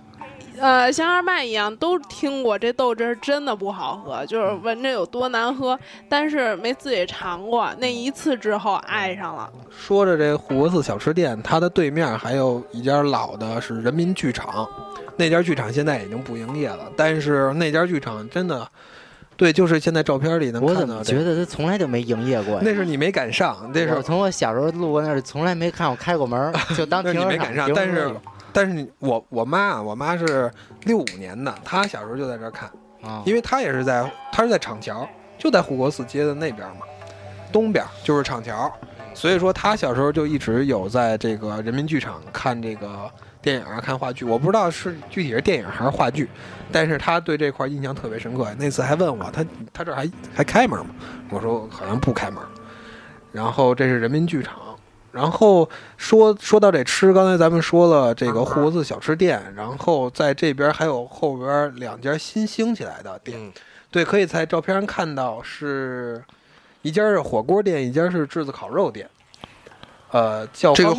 Speaker 3: 呃，像二麦一样，都听过这豆汁儿真的不好喝，就是闻着有多难喝，但是没自己尝过。那一次之后
Speaker 4: 嗯
Speaker 3: 爱上了，
Speaker 4: 说着这护国寺小吃店，它的对面还有一家老的是人民剧场，那家剧场现在已经不营业了，但是那家剧场真的，对，就是现在照片里能
Speaker 6: 我
Speaker 4: 看
Speaker 6: 怎
Speaker 4: 到
Speaker 6: 么
Speaker 4: 这个
Speaker 6: 觉得他从来就没营业过呀？
Speaker 4: 那是你没赶上，那
Speaker 6: 我
Speaker 4: 是
Speaker 6: 从我小时候路过那儿，从来没看我开 过门儿，就当
Speaker 4: 那
Speaker 6: 停
Speaker 4: 是你没
Speaker 6: 车场。
Speaker 4: 赶上，
Speaker 6: 停
Speaker 4: 但
Speaker 6: 车
Speaker 4: 是
Speaker 6: 场
Speaker 4: 但是你我我妈，我妈是六五年的，她小时候就在这儿看，
Speaker 6: 啊
Speaker 4: 因为她也是在她是在厂桥，就在护国寺街的那边嘛，东边就是厂桥，所以说她小时候就一直有在这个人民剧场看这个电影啊，看话剧。我不知道是具体是电影还是话剧，但是她对这块印象特别深刻。那次还问我，她她这儿还还开门吗？我说好像不开门。然后这是人民剧场。然后说说到这吃，刚才咱们说了这个护国寺小吃店，然后在这边还有后边两家新兴起来的店，
Speaker 2: 嗯
Speaker 4: 对，可以在照片上看到是一家是火锅店，一家是炙子烤肉店，呃，叫
Speaker 2: 这个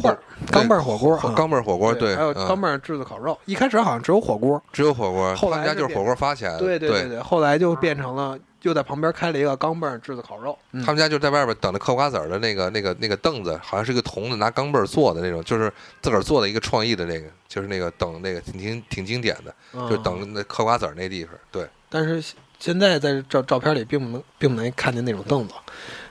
Speaker 4: 钢镚
Speaker 2: 火
Speaker 4: 儿钢镚儿火锅啊，
Speaker 2: 哦钢镚儿火锅，
Speaker 4: 对，还有钢
Speaker 2: 嗯
Speaker 4: 镚儿炙子烤肉，一开始好像只有火锅，
Speaker 2: 只有火锅，
Speaker 4: 后
Speaker 2: 他们家
Speaker 4: 来是
Speaker 2: 就是火锅发起来的，
Speaker 4: 对
Speaker 2: 呃对
Speaker 4: 对对，后来就变成了又在旁边开了一个钢镚儿炙子烤肉，嗯
Speaker 2: 他们家就在外边等着嗑瓜子儿的那个、那个、那个凳子，好像是一个铜的，拿钢镚儿做的那种，就是自个儿做的一个创意的那个，就是那个等那个挺经挺经典的，
Speaker 4: 嗯
Speaker 2: 就等那嗑瓜子儿那地方。对，
Speaker 4: 但是现现在在照照片里并不能并不能看见那种凳子。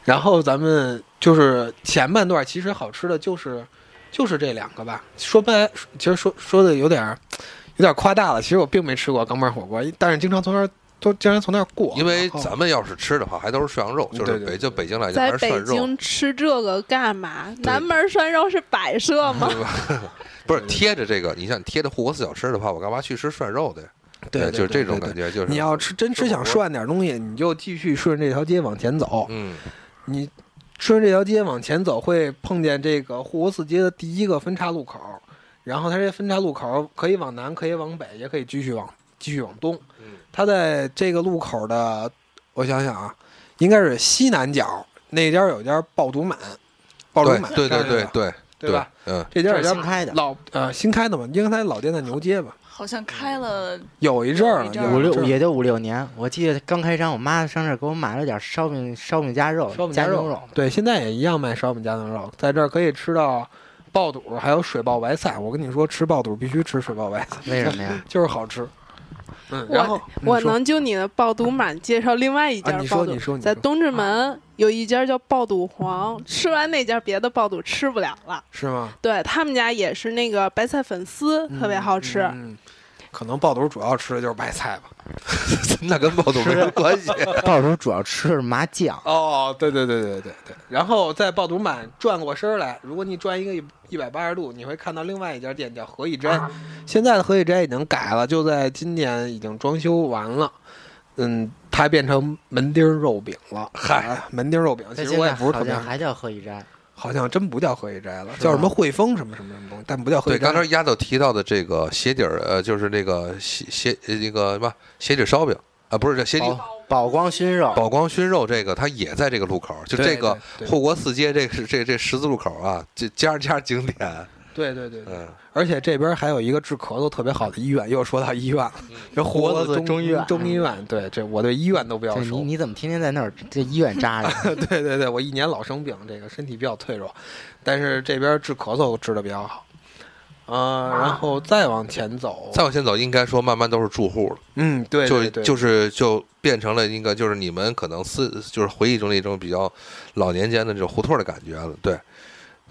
Speaker 4: 然后咱们就是前半段，其实好吃的就是就是这两个吧。说白，其实说说的有点儿有点儿夸大了。其实我并没吃过钢镚火锅，但是经常从那儿都经常从那儿过。
Speaker 2: 因为
Speaker 4: 然后
Speaker 2: 咱们要是吃的话，还都是涮羊肉，就
Speaker 4: 对
Speaker 2: 是
Speaker 4: 对
Speaker 2: 北
Speaker 4: 对
Speaker 2: 就北京来讲还
Speaker 3: 在
Speaker 2: 是
Speaker 3: 北
Speaker 2: 涮肉，
Speaker 3: 京吃这个干嘛？南门涮肉是摆
Speaker 4: 啊
Speaker 3: 设吗？
Speaker 2: 不是
Speaker 4: 嗯
Speaker 2: 贴着这个。你像贴着护国寺小吃的话，我干嘛去吃涮肉的呀？
Speaker 4: 对对
Speaker 2: 就是这种感觉，
Speaker 4: 觉。
Speaker 2: 就是
Speaker 4: 你要吃真吃想涮点东西，你就继续顺着这条街往前走。
Speaker 2: 嗯，
Speaker 4: 你顺着这条街往前走，会碰见这个护国寺街的第一个分岔路口。然后它这分岔路口可以往南，可以往北，也可以继续往继续往东
Speaker 2: 嗯。
Speaker 4: 它在这个路口的，我想想啊，应该是西南角那家有家爆肚满，爆肚
Speaker 2: 对
Speaker 4: 满，
Speaker 2: 对对
Speaker 4: 对
Speaker 2: 对对
Speaker 4: 对吧？？
Speaker 2: 嗯，
Speaker 4: 这家
Speaker 6: 这
Speaker 4: 有
Speaker 6: 是新
Speaker 4: 家
Speaker 6: 开的，
Speaker 4: 老呃新开的嘛，应该老店在牛街吧，
Speaker 5: 好像开了，
Speaker 4: 有一阵儿了
Speaker 5: 有一阵儿
Speaker 4: 有
Speaker 6: 五
Speaker 5: 了
Speaker 4: 一阵
Speaker 6: 六
Speaker 4: 儿
Speaker 6: 也就五六年，我记得刚开张，我妈上这儿给我买了点烧饼、烧饼夹肉、
Speaker 4: 烧饼
Speaker 6: 夹
Speaker 4: 夹
Speaker 6: 牛
Speaker 4: 肉
Speaker 6: 肉，
Speaker 4: 对，现在也一样卖烧饼夹牛肉，在这儿可以吃到爆肚，还有水爆白菜。我跟你说，吃爆肚必须吃水爆白菜，
Speaker 6: 为什么呀？
Speaker 4: 就是好吃。嗯，
Speaker 3: 我
Speaker 4: 然后
Speaker 3: 我
Speaker 4: 你说
Speaker 3: 能就你的爆肚满介绍另外一家
Speaker 4: 啊，你
Speaker 3: 爆
Speaker 4: 说
Speaker 3: 肚
Speaker 4: 你，说你
Speaker 3: 在
Speaker 4: 说啊
Speaker 3: 东直门有一家叫爆肚黄，吃完那家别的爆肚吃不了了。
Speaker 4: 是吗？
Speaker 3: 对他们家也是那个白菜粉丝特别好吃，
Speaker 4: 嗯，嗯可能爆肚主要吃的就是白菜吧。
Speaker 2: 那跟爆肚没
Speaker 4: 啊
Speaker 2: 什么关系。
Speaker 6: 到时候主要吃麻酱，
Speaker 4: 哦，对对对对对对。然后在爆肚满转过身儿来，如果你转一个一一百八十度，你会看到另外一家店叫何以
Speaker 6: 啊
Speaker 4: 斋。现在的何以斋已经改了，就在今年已经装修完了。嗯，它变成门钉儿肉饼了。嗨，门钉儿肉饼，其
Speaker 6: 在
Speaker 4: 实
Speaker 6: 现
Speaker 4: 我也
Speaker 6: 在
Speaker 4: 不是特
Speaker 6: 好
Speaker 4: 别
Speaker 6: 像，还叫何以斋，
Speaker 4: 好像真不叫何以斋了，
Speaker 6: 是
Speaker 4: 叫什么
Speaker 6: 吗
Speaker 4: 汇丰什么什么什么东西，但不叫何以
Speaker 2: 对，
Speaker 4: 斋。
Speaker 2: 刚才丫头提到的这个鞋底儿，呃，就是那个鞋鞋呃那个什么鞋底儿烧饼啊，不是叫鞋
Speaker 4: 哦
Speaker 2: 底
Speaker 6: 宝宝光熏肉，
Speaker 2: 宝光熏肉，这个它也在这个路口儿，就
Speaker 4: 对
Speaker 2: 这个
Speaker 4: 对对
Speaker 2: 护国寺街这个是这这十字路口啊，这家家景点，
Speaker 4: 对对对对，
Speaker 2: 嗯，
Speaker 4: 而且这边还有一个治咳嗽特别好的医院，又说到医院了，这
Speaker 6: 胡
Speaker 4: 胡
Speaker 6: 嗯子
Speaker 4: 子
Speaker 6: 中医院
Speaker 4: 中医院，对，这我对医院都比较
Speaker 6: 对你
Speaker 4: 熟。
Speaker 6: 你怎么天天在那儿这医院 扎着？
Speaker 4: 对对对，我一年老生病，这个身体比较脆弱，但是这边治咳嗽治的比较好。呃，然后再往前走，
Speaker 2: 再往前走，应该说慢慢都是住户了，
Speaker 4: 嗯，对对
Speaker 2: 就
Speaker 4: 对，
Speaker 2: 就是就变成了一个就是你们可能思就是回忆中的一种比较老年间的这种胡同的感觉了，对。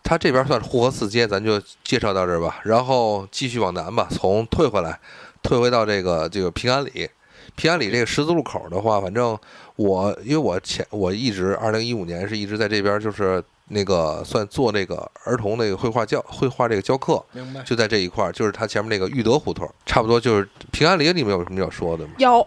Speaker 2: 它这边算是护河四街，咱就介绍到这儿吧，然后继续往南吧，从退回来，退回到这个这个平安里。平安里这个十字路口的话，反正我因为我前我一直二零一五年是一直在这边，就是那个算做那个儿童那个绘画教绘画这个教课，
Speaker 4: 明白。
Speaker 2: 就在这一块儿，就是它前面那个裕德胡同，差不多就是平安里，你们有什么要说的吗？
Speaker 3: 有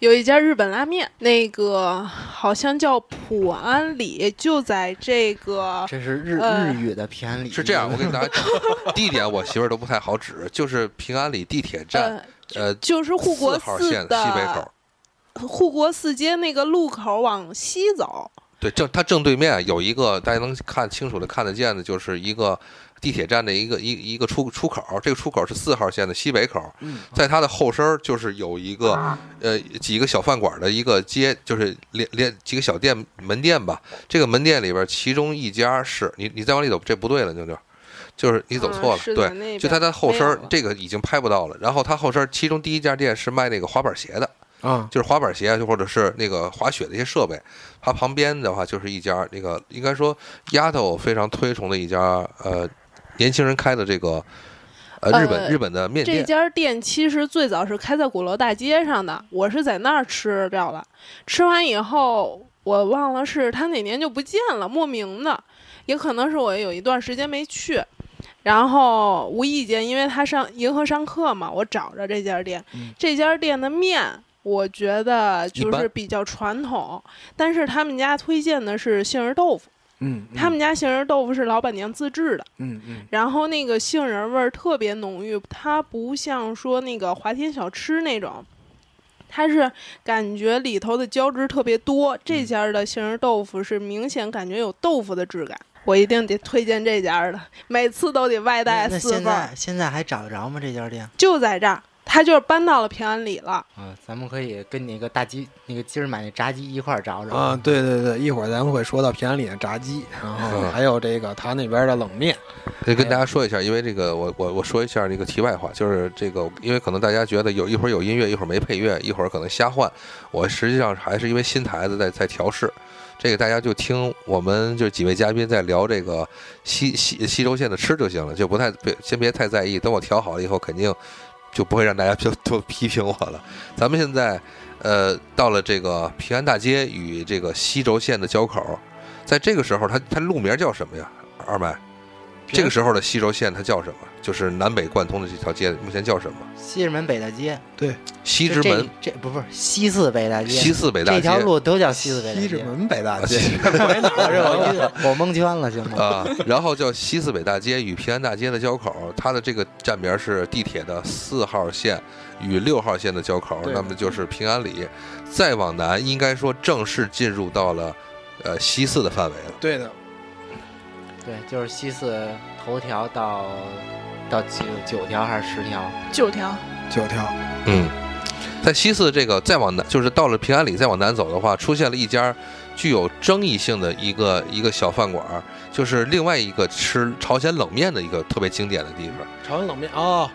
Speaker 3: 有一家日本拉面，那个好像叫普安里，就在这个
Speaker 6: 这是日
Speaker 3: 呃
Speaker 6: 日语的平安 里
Speaker 2: 是这样，我给大家讲， 地点我媳妇儿都不太好指，就是平安里地铁站，
Speaker 3: 呃，
Speaker 2: 呃，
Speaker 3: 就是护国
Speaker 2: 四号
Speaker 3: 寺
Speaker 2: 线西北
Speaker 3: 的
Speaker 2: 口，
Speaker 3: 护国寺街那个路口往西走，
Speaker 2: 对，正它正对面有一个大家能看清楚的看得见的，就是一个地铁站的一个一一个出出口，这个出口是四号线的西北口，
Speaker 4: 嗯
Speaker 2: 在它的后身儿就是有一个呃几个小饭馆的一个街，就是连连几个小店门店吧。这个门店里边，其中一家是你你再往里走，这不对了，就就就是你走错了，
Speaker 3: 嗯
Speaker 2: 对，，就它
Speaker 3: 他
Speaker 2: 的后身儿
Speaker 3: 没有了
Speaker 2: 这个已经拍不到了。然后它后身儿，其中第一家店是卖那个滑板鞋的，
Speaker 4: 啊，
Speaker 2: 就是滑板鞋，就或者是那个滑雪的一些设备。它旁边的话就是一家那个应该说丫头非常推崇的一家呃年轻人开的这个呃日本、
Speaker 3: 呃
Speaker 2: 日本的面
Speaker 3: 这
Speaker 2: 店。
Speaker 3: 家店其实最早是开在鼓楼大街上的，我是在那儿吃掉了。吃完以后，我忘了是他哪年就不见了，莫名的，也可能是我有一段时间没去。然后无意间，因为他上银河上课嘛，我找着这家店。
Speaker 4: 嗯
Speaker 3: 这家店的面，我觉得
Speaker 2: 一
Speaker 3: 就
Speaker 2: 般
Speaker 3: 是比较传统，但是他们家推荐的是杏仁豆腐。
Speaker 4: 嗯，
Speaker 3: 他们家杏仁豆腐是老板娘自制的，
Speaker 4: 嗯嗯
Speaker 3: 然后那个杏仁味儿特别浓郁，它不像说那个华天小吃那种，它是感觉里头的胶质特别多。这家儿的杏仁豆腐是明显感觉有豆腐的质感，我一定得推荐这家儿的，每次都得外
Speaker 6: 那
Speaker 3: 带
Speaker 6: 那
Speaker 3: 四
Speaker 6: 现
Speaker 3: 份儿，
Speaker 6: 在现在还找得着吗？这家店
Speaker 3: 就在这儿。他就是搬到了平安里了。
Speaker 6: 啊，咱们可以跟那个大鸡那个今儿买那炸鸡一块儿找找
Speaker 4: 啊，。对对对，一会儿咱们会说到平安里的炸鸡，然后
Speaker 2: 嗯
Speaker 4: 还有这个他那边的冷面，
Speaker 2: 得跟大家说一下，因为这个我我我说一下这个题外话，就是这个，因为可能大家觉得有一会儿有音乐，一会儿没配乐，一会儿可能瞎换，我实际上还是因为新台子在在调试。这个大家就听我们就几位嘉宾在聊这个西西西周县的吃就行了，就不太别先别太在意。等我调好了以后，肯定就不会让大家 就都批评我了。咱们现在呃到了这个平安大街与这个西周县的交口，在这个时候它它路名叫什么呀？二麦，这个时候的西周县它叫什么？就是南北贯通的这条街，目前叫什么？
Speaker 6: 西直门北大街，
Speaker 2: 西直
Speaker 6: 这
Speaker 2: 门、
Speaker 6: 这不不是西四北大街，
Speaker 2: 西四北大
Speaker 6: 这
Speaker 2: 街
Speaker 6: 条路都叫西四北大街。
Speaker 4: 啊西 直门北大
Speaker 2: 啊
Speaker 4: 街，
Speaker 2: 西
Speaker 4: 拐哪
Speaker 6: 啊
Speaker 4: 儿
Speaker 6: 这我
Speaker 4: 了？
Speaker 6: 晕了我蒙圈了，行 吗？
Speaker 2: 啊，然后叫西四北大街与平安大街的交口，它的这个站名是地铁的四号线与六号线的交口，
Speaker 4: 对的
Speaker 2: 那么就是平安里。再往南，应该说正式进入到了呃西四的范围了。
Speaker 4: 对的，
Speaker 6: 对，就是西四头条到到九九条还是十条？
Speaker 5: 九条，
Speaker 4: 九条，
Speaker 2: 嗯，在西四这个再往南，就是到了平安里再往南走的话，出现了一家具有争议性的一个一个小饭馆儿，就是另外一个吃朝鲜冷面的一个特别经典的地方。
Speaker 4: 朝鲜冷面哦，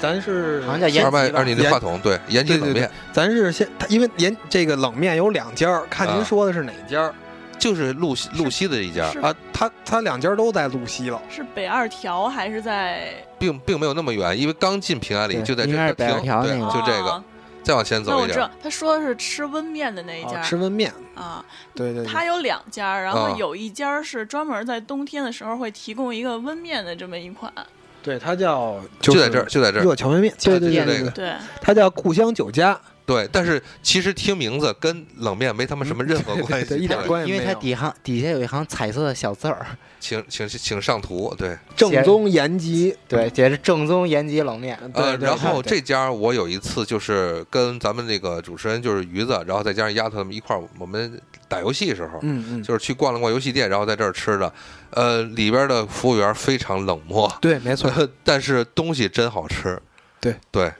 Speaker 4: 咱是
Speaker 6: 好像叫延
Speaker 2: 二麦
Speaker 6: 吉吧
Speaker 2: 二，你的
Speaker 4: 延
Speaker 2: 话筒对，延吉
Speaker 4: 对
Speaker 2: 冷
Speaker 4: 对
Speaker 2: 面
Speaker 4: 对，咱是先，他因为连这个冷面有两家儿，看
Speaker 2: 啊
Speaker 4: 您说的是哪家儿
Speaker 2: 就是路西路西的一家。
Speaker 5: 是
Speaker 4: 啊？他他两家儿都在路西了，
Speaker 5: 是北二条还是在？
Speaker 2: 并并没有那么远，因为刚进平安里
Speaker 6: 对
Speaker 2: 就在
Speaker 6: 应
Speaker 2: 这
Speaker 6: 该是
Speaker 2: 个
Speaker 6: 北二
Speaker 2: 厅，
Speaker 6: 条
Speaker 2: 对，
Speaker 4: 嗯
Speaker 6: 那个
Speaker 2: 就这个
Speaker 5: 哦。。
Speaker 2: 再往前
Speaker 5: 那
Speaker 2: 走
Speaker 5: 我
Speaker 2: 一
Speaker 5: 知
Speaker 2: 点
Speaker 5: 道，，他说的是吃温面的那一
Speaker 4: 啊
Speaker 5: 家
Speaker 4: 吃焖面，
Speaker 5: 啊，
Speaker 4: 对嗯对
Speaker 5: 他
Speaker 4: 对，
Speaker 5: 有两家，然
Speaker 2: 啊
Speaker 5: 后有一家是专门在冬天的时候会提供一个温面的这么一款。
Speaker 4: 对他叫
Speaker 2: 就在这儿，，就在这儿。
Speaker 4: 热荞面面，
Speaker 6: 就
Speaker 4: 对对对
Speaker 6: 是这
Speaker 4: 对
Speaker 2: 个
Speaker 4: 对，
Speaker 5: 对，
Speaker 4: 他叫故乡酒家，
Speaker 2: 对，但是其实听名字跟冷面没他妈什么任何
Speaker 4: 对
Speaker 2: 关
Speaker 4: 对
Speaker 2: 系。
Speaker 4: 一点
Speaker 2: 对
Speaker 4: 关系
Speaker 6: 因为
Speaker 4: 没
Speaker 6: 它
Speaker 4: 有。
Speaker 6: 底行底下有一行彩色的小字儿，
Speaker 2: 请请请上图，对。
Speaker 4: 正宗延吉，
Speaker 6: 对，写着正宗延吉冷面。
Speaker 2: 呃，
Speaker 4: 对，对
Speaker 2: 然后
Speaker 4: 对
Speaker 2: 这家我有一次就是跟咱们那个主持人就是鱼子，然后再加上丫头他们一块儿，我们打游戏的时候，
Speaker 4: 嗯嗯，
Speaker 2: 就是去逛了逛游戏店，然后在这儿吃的。呃，里边的服务员非常冷漠，
Speaker 4: 对，没错，
Speaker 2: 但是东西真好吃。
Speaker 4: 对
Speaker 2: 对，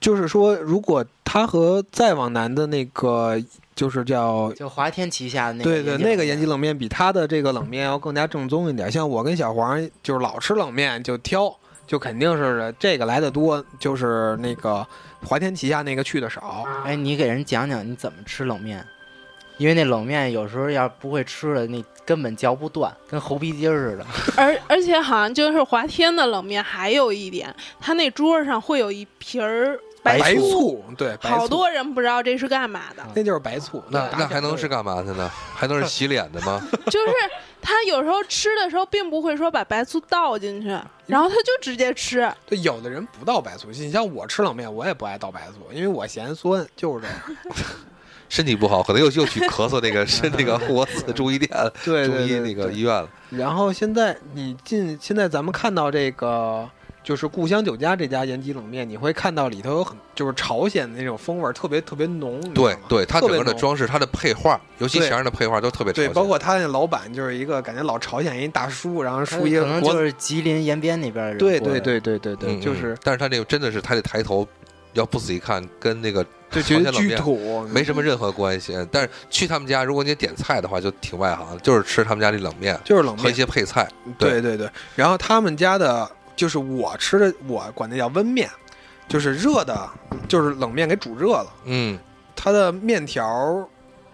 Speaker 4: 就是说，如果他和再往南的那个，就是叫。
Speaker 6: 就华天旗下的那个
Speaker 4: 对对，那个延
Speaker 6: 延
Speaker 4: 吉
Speaker 6: 吉冷面
Speaker 4: 冷面比他的这个冷面要更加正宗一点。像我跟小黄就是老吃冷面就挑，就肯定是这个来的多，就是那个华天旗下那个去的少。
Speaker 6: 哎，你给人讲讲你怎么吃冷面，因为那冷面有时候要不会吃的，那根本嚼不断，跟猴皮筋儿似的。
Speaker 3: 而而且好像就是华天的冷面，还有一点，他那桌上会有一瓶儿
Speaker 4: 白
Speaker 3: 醋，
Speaker 4: 醋，对，白
Speaker 3: 好
Speaker 4: 醋
Speaker 3: 多人不知道这是干嘛的，
Speaker 4: 那就是白醋。
Speaker 2: 那
Speaker 4: 对
Speaker 2: 那还能是干嘛的呢？还 能是洗脸的吗？
Speaker 3: 就是他有时候吃的时候并不会说把白醋倒进去，然后他就直接吃。
Speaker 4: 对，有的人不倒白醋，你像我吃冷面，我也不爱倒白醋，因为我嫌酸，就是这样。
Speaker 2: 身体不好，可能又又去咳嗽那个是那 个护国寺中医店、
Speaker 4: 对
Speaker 2: 中
Speaker 4: 对
Speaker 2: 医
Speaker 4: 对，
Speaker 2: 那个
Speaker 4: 对
Speaker 2: 医院了。
Speaker 4: 然后现在你进，现在咱们看到这个就是故乡酒家这家延吉冷面，你会看到里头有很就是朝鲜的那种风味儿特别特别浓，你知道
Speaker 2: 对
Speaker 4: 吗
Speaker 2: 对，它
Speaker 4: 特
Speaker 2: 整
Speaker 4: 别
Speaker 2: 个的
Speaker 4: 浓
Speaker 2: 装饰，它的配画，尤其
Speaker 4: 对
Speaker 2: 墙上的配画都特别
Speaker 4: 对，
Speaker 2: 朝
Speaker 4: 包
Speaker 2: 鲜
Speaker 4: 括他那老板就是一个感觉老朝鲜一大叔，然后
Speaker 6: 它
Speaker 4: 梳一
Speaker 6: 可
Speaker 4: 个
Speaker 6: 能
Speaker 4: 国
Speaker 6: 就
Speaker 4: 字，
Speaker 6: 是吉林延边那边的人
Speaker 4: 对
Speaker 6: 过
Speaker 4: 对
Speaker 6: 来
Speaker 4: 对对对对，
Speaker 2: 嗯
Speaker 4: 就是
Speaker 2: 嗯但是它这个真的是，它得抬头，要不仔细看，跟那个
Speaker 4: 就
Speaker 2: 朝
Speaker 4: 觉
Speaker 2: 鲜
Speaker 4: 得
Speaker 2: 冷
Speaker 4: 巨
Speaker 2: 面
Speaker 4: 土，
Speaker 2: 没什么任何关系。但是去他们家，如果你点菜的话，就挺外行，就是吃他们家这冷面
Speaker 4: 就是冷
Speaker 2: 和一
Speaker 4: 面，
Speaker 2: 些配菜。对
Speaker 4: 对对对。然后他们家的就是我吃的，我管那叫温面，就是热的，就是冷面给煮热了。
Speaker 2: 嗯，
Speaker 4: 它的面条儿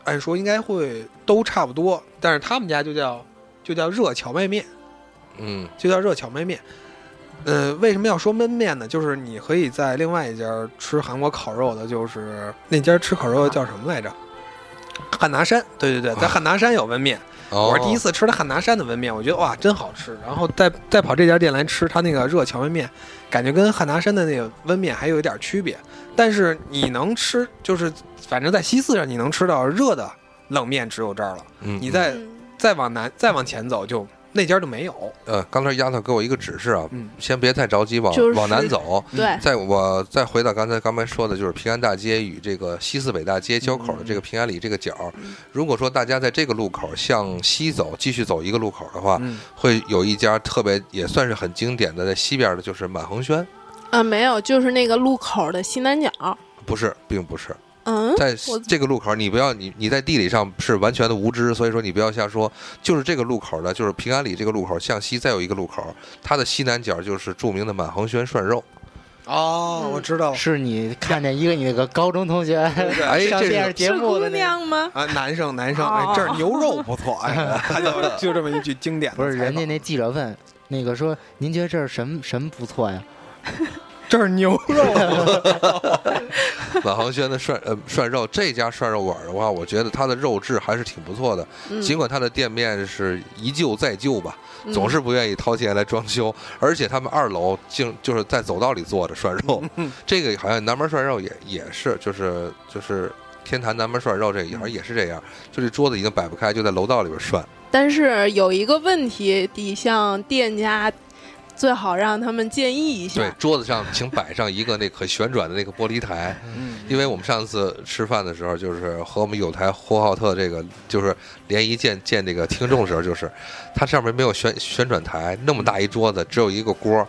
Speaker 4: 按说应该会都差不多，但是他们家就叫就叫热荞麦面，
Speaker 2: 嗯，
Speaker 4: 就叫热荞麦面。呃，为什么要说焖面呢？就是你可以在另外一家吃韩国烤肉的，就是那家吃烤肉的叫什么来着？汉拿山，对对对，在汉拿山有焖面。
Speaker 2: 哦
Speaker 4: 我是第一次吃的汉拿山的焖面，我觉得哇，真好吃。然后再再跑这家店来吃它那个热荞麦面，感觉跟汉拿山的那个焖面还有一点区别。但是你能吃，就是反正在西四上你能吃到热的冷面只有这儿了。
Speaker 2: 嗯
Speaker 4: 你
Speaker 2: 嗯
Speaker 4: 再
Speaker 3: 嗯
Speaker 4: 再往南再往前走就那家就没有。
Speaker 2: 呃，刚才丫头给我一个指示啊，
Speaker 4: 嗯
Speaker 2: 先别太着急往
Speaker 3: 就是
Speaker 2: 往南走。
Speaker 3: 对，
Speaker 2: 再我再回到刚才刚才说的，就是平安大街与这个西四北大街交口的
Speaker 4: 嗯
Speaker 2: 这个平安里这个角儿。如果说大家在这个路口向西走，继续走一个路口的话，
Speaker 4: 嗯，
Speaker 2: 会有一家特别也算是很经典的，在西边的就是满恒轩。
Speaker 3: 啊，没有，就是那个路口的西南角。
Speaker 2: 不是，并不是，
Speaker 3: 嗯，
Speaker 2: 在
Speaker 3: 我
Speaker 2: 这个路口，你不要你你在地理上是完全的无知，所以说你不要瞎说。就是这个路口的，就是平安里这个路口向西再有一个路口，它的西南角就是著名的满恒轩涮 肉。
Speaker 4: 哦，我知道了
Speaker 6: 是你看见一个你那个高中同学
Speaker 2: 哎，
Speaker 6: 上
Speaker 2: 这
Speaker 6: 电
Speaker 2: 是
Speaker 6: 视节目
Speaker 3: 姑
Speaker 6: 的那个，
Speaker 3: 娘吗？
Speaker 4: 啊，男生男生，哎，这儿牛肉不错，哎，他就就这么一句经典的
Speaker 6: 不是
Speaker 4: 采
Speaker 6: 人
Speaker 4: 访
Speaker 6: 家那记者问那个说，您觉得这是什么什么不错呀？
Speaker 4: 这儿牛肉，
Speaker 2: 满恒轩的涮呃涮肉这家涮肉馆的话，我觉得它的肉质还是挺不错的，
Speaker 3: 嗯
Speaker 2: 尽管它的店面是一旧再旧吧，总
Speaker 3: 嗯
Speaker 2: 是不愿意掏钱来装修，而且他们二楼竟就是在走道里坐着涮肉，这个好像南门涮肉也也是，就是就是天坛南门涮肉这个好像也是这样，就这桌子已经摆不开，就在楼道里边涮。
Speaker 3: 嗯但是有一个问题，得向店家最好让他们建议一
Speaker 2: 对
Speaker 3: 下，。
Speaker 2: 桌子上请摆上一个那可旋转的那个玻璃台，
Speaker 4: 嗯
Speaker 2: 因为我们上次吃饭的时候，就是和我们有台呼和浩特这个就是联谊见见这个听众的时候，就是它上面没有旋旋转台，那么大一桌子，只有一个锅儿，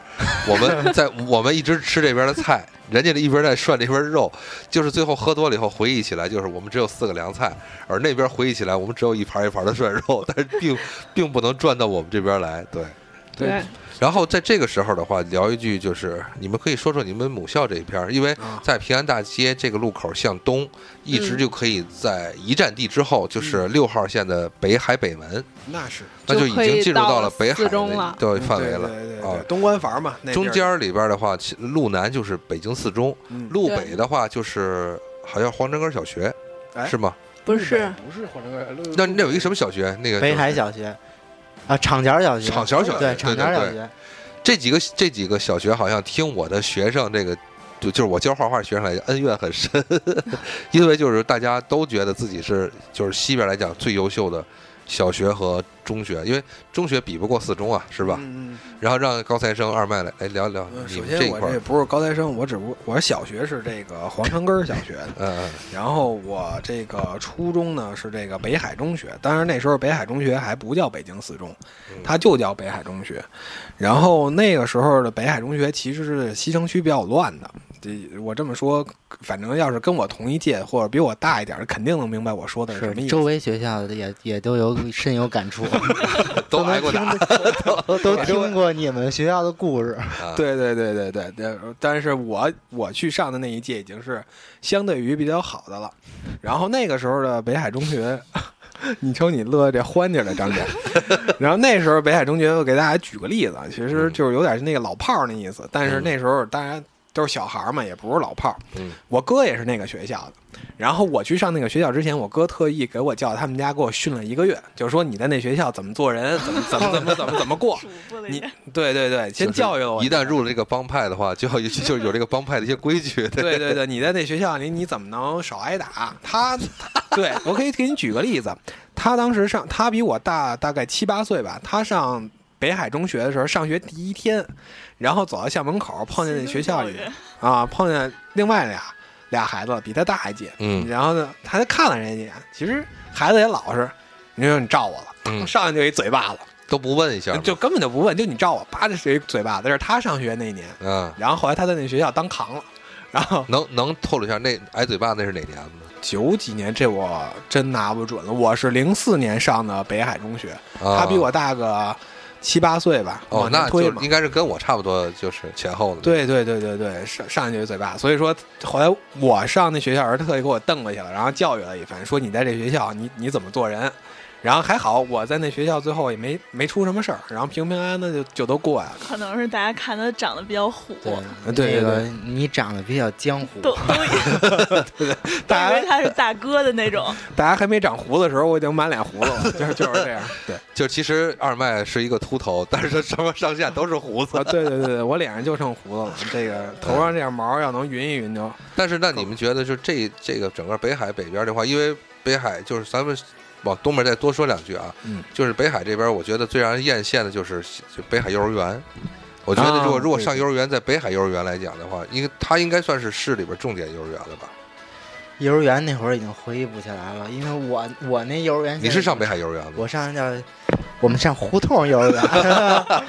Speaker 2: 我们在我们一直吃这边的菜，人家这一边在涮这边肉，就是最后喝多了以后回忆起来，就是我们只有四个凉菜，而那边回忆起来我们只有一盘一盘的涮肉，但是并并不能转到我们这边来，对。
Speaker 4: 对，
Speaker 2: 然后在这个时候的话，聊一句就是，你们可以说说你们母校这一片儿，因为
Speaker 4: 啊
Speaker 2: 在平安大街这个路口向东，一
Speaker 3: 嗯
Speaker 2: 直就可以在一站地之后，就是六号线的北海北门，
Speaker 4: 那是
Speaker 2: 那就已经进入到了北海
Speaker 3: 就可以到四中
Speaker 2: 的
Speaker 3: 了
Speaker 2: 对范围了。
Speaker 4: 嗯对对对
Speaker 2: 啊
Speaker 4: 对，东关阀嘛，那地儿
Speaker 2: 中间儿里边儿的话，其路南就是北京四中，
Speaker 4: 嗯
Speaker 2: 路北的话就是好像黄城根小学
Speaker 4: 哎，
Speaker 2: 是吗？
Speaker 3: 不是，
Speaker 4: 不是火车站路
Speaker 2: 那那有一个什么小学？那个
Speaker 6: 北海小学啊，厂桥小学，
Speaker 2: 哎厂桥小学
Speaker 6: 对，
Speaker 2: 对
Speaker 6: 厂
Speaker 2: 对
Speaker 6: 桥小
Speaker 2: 对
Speaker 6: 学，
Speaker 2: 这几个这几个小学好像听我的学生这个，就就是我教画画学生来讲恩怨很深， 因为就是大家都觉得自己是就是西边来讲最优秀的小学和中学，因为中学比不过四中啊，是吧？
Speaker 4: 嗯嗯
Speaker 2: 然后让高材生二麦来来聊聊
Speaker 4: 嗯，
Speaker 2: 你
Speaker 4: 首
Speaker 2: 们这
Speaker 4: 先
Speaker 2: 一
Speaker 4: 我
Speaker 2: 块
Speaker 4: 这
Speaker 2: 儿，
Speaker 4: 不是高材生，我只不过我小学是这个黄城根儿小学，
Speaker 2: 嗯，
Speaker 4: 然后我这个初中呢是这个北海中学，当然那时候北海中学还不叫北京四中
Speaker 2: 嗯，
Speaker 4: 它就叫北海中学。然后那个时候的北海中学其实是西城区比较乱的。这我这么说，反正要是跟我同一届或者比我大一点儿，肯定能明白我说的是什么
Speaker 6: 是
Speaker 4: 意
Speaker 6: 周
Speaker 4: 思。
Speaker 6: 围学校的也也都有深有感触，
Speaker 2: 都
Speaker 6: 能
Speaker 2: 挨过打，
Speaker 6: 都都听过你们学校的故事。
Speaker 2: 啊，
Speaker 4: 对对对对对对，但是我我去上的那一届已经是相对于比较好的了。然后那个时候的北海中学， 你瞅你乐这欢劲儿了，张姐。然后那时候北海中学，我给大家举个例子，啊其
Speaker 2: 嗯
Speaker 4: 实就是有点那个老炮儿那意思，但是那时候大家都是小孩儿嘛，也不是老炮儿。
Speaker 2: 嗯
Speaker 4: 我哥也是那个学校的，然后我去上那个学校之前，我哥特意给我叫他们家给我训了一个月，就是说你在那学校怎么做人，怎么怎么怎么怎么怎么 过。
Speaker 5: 嘱咐了一
Speaker 4: 你
Speaker 5: 下，
Speaker 4: 对对对，
Speaker 2: 就
Speaker 4: 先
Speaker 2: 是
Speaker 4: 教育了 我
Speaker 2: 一旦入了这个帮派的话，就要就是有这个帮派的一些规矩，
Speaker 4: 对对对，你在那学校里你怎么能少挨打？ 他，对我可以给你举个例子，他当时上，他比我大大概七八岁吧，他上。北海中学的时候，上学第一天，然后走到校门口，碰见那学校里
Speaker 5: 行政教育
Speaker 4: 啊，碰见另外俩俩孩子，比他大一届，
Speaker 2: 嗯
Speaker 4: 然后呢，他就看了人家一眼，其实孩子也老实，你说你照我了，
Speaker 2: 嗯
Speaker 4: 上去就一嘴巴子，
Speaker 2: 都不问一下吗，
Speaker 4: 就根本就不问，就你照我，叭就一嘴巴子。这是他上学那一年，
Speaker 2: 啊，
Speaker 4: 然后后来他在那学校当扛了，然后
Speaker 2: 能能透露一下那挨嘴巴那是哪年吗？
Speaker 4: 九几年这我真拿不准了，我是零四年上的北海中学，
Speaker 2: 啊
Speaker 4: 他比我大个七八岁吧，
Speaker 2: 哦
Speaker 4: 往，前
Speaker 2: 那
Speaker 4: 推
Speaker 2: 就
Speaker 4: 嘛
Speaker 2: 应。该是跟我差不多，就是前后的。
Speaker 4: 对对对对对，上上去就嘴巴，所以说后来我上那学校时，特意给我瞪过去了，然后教育了一番，说你在这学校你你怎么做人，然后还好我在那学校最后也没没出什么事儿，然后平平安安的就就都过来了。
Speaker 5: 可能是大家看他长得比较虎，
Speaker 6: 对
Speaker 4: 对对
Speaker 6: 那个你长得比较江湖，
Speaker 5: 都都以都
Speaker 4: 大
Speaker 5: 以为
Speaker 4: 家
Speaker 5: 他是大哥的那种，
Speaker 4: 大家还没长胡子的时候，我已经满脸胡子了，就是就是这样。对
Speaker 2: 就其实二麦是一个秃头，但是他上面上下都是胡
Speaker 4: 啊，
Speaker 2: 子。
Speaker 4: 对对对对，我脸上就剩胡子了，这个头上这点毛要能匀一匀就。
Speaker 2: 但是那你们觉得，就这这个整个北海北边的话，因为北海就是咱们往东边再多说两句啊，
Speaker 4: 嗯，
Speaker 2: 就是北海这边，我觉得最让人艳羡的就是就北海幼儿园。我觉得如果
Speaker 4: 啊
Speaker 2: 如果上
Speaker 4: 对对
Speaker 2: 幼儿园，在北海幼儿园来讲的话，应该它应该算是市里边重点幼儿园了吧？
Speaker 6: 幼儿园那会儿已经回忆不起来了，因为我我那幼儿园
Speaker 2: 你是上北海幼儿园吗？
Speaker 6: 我上的叫我们上胡同幼儿园，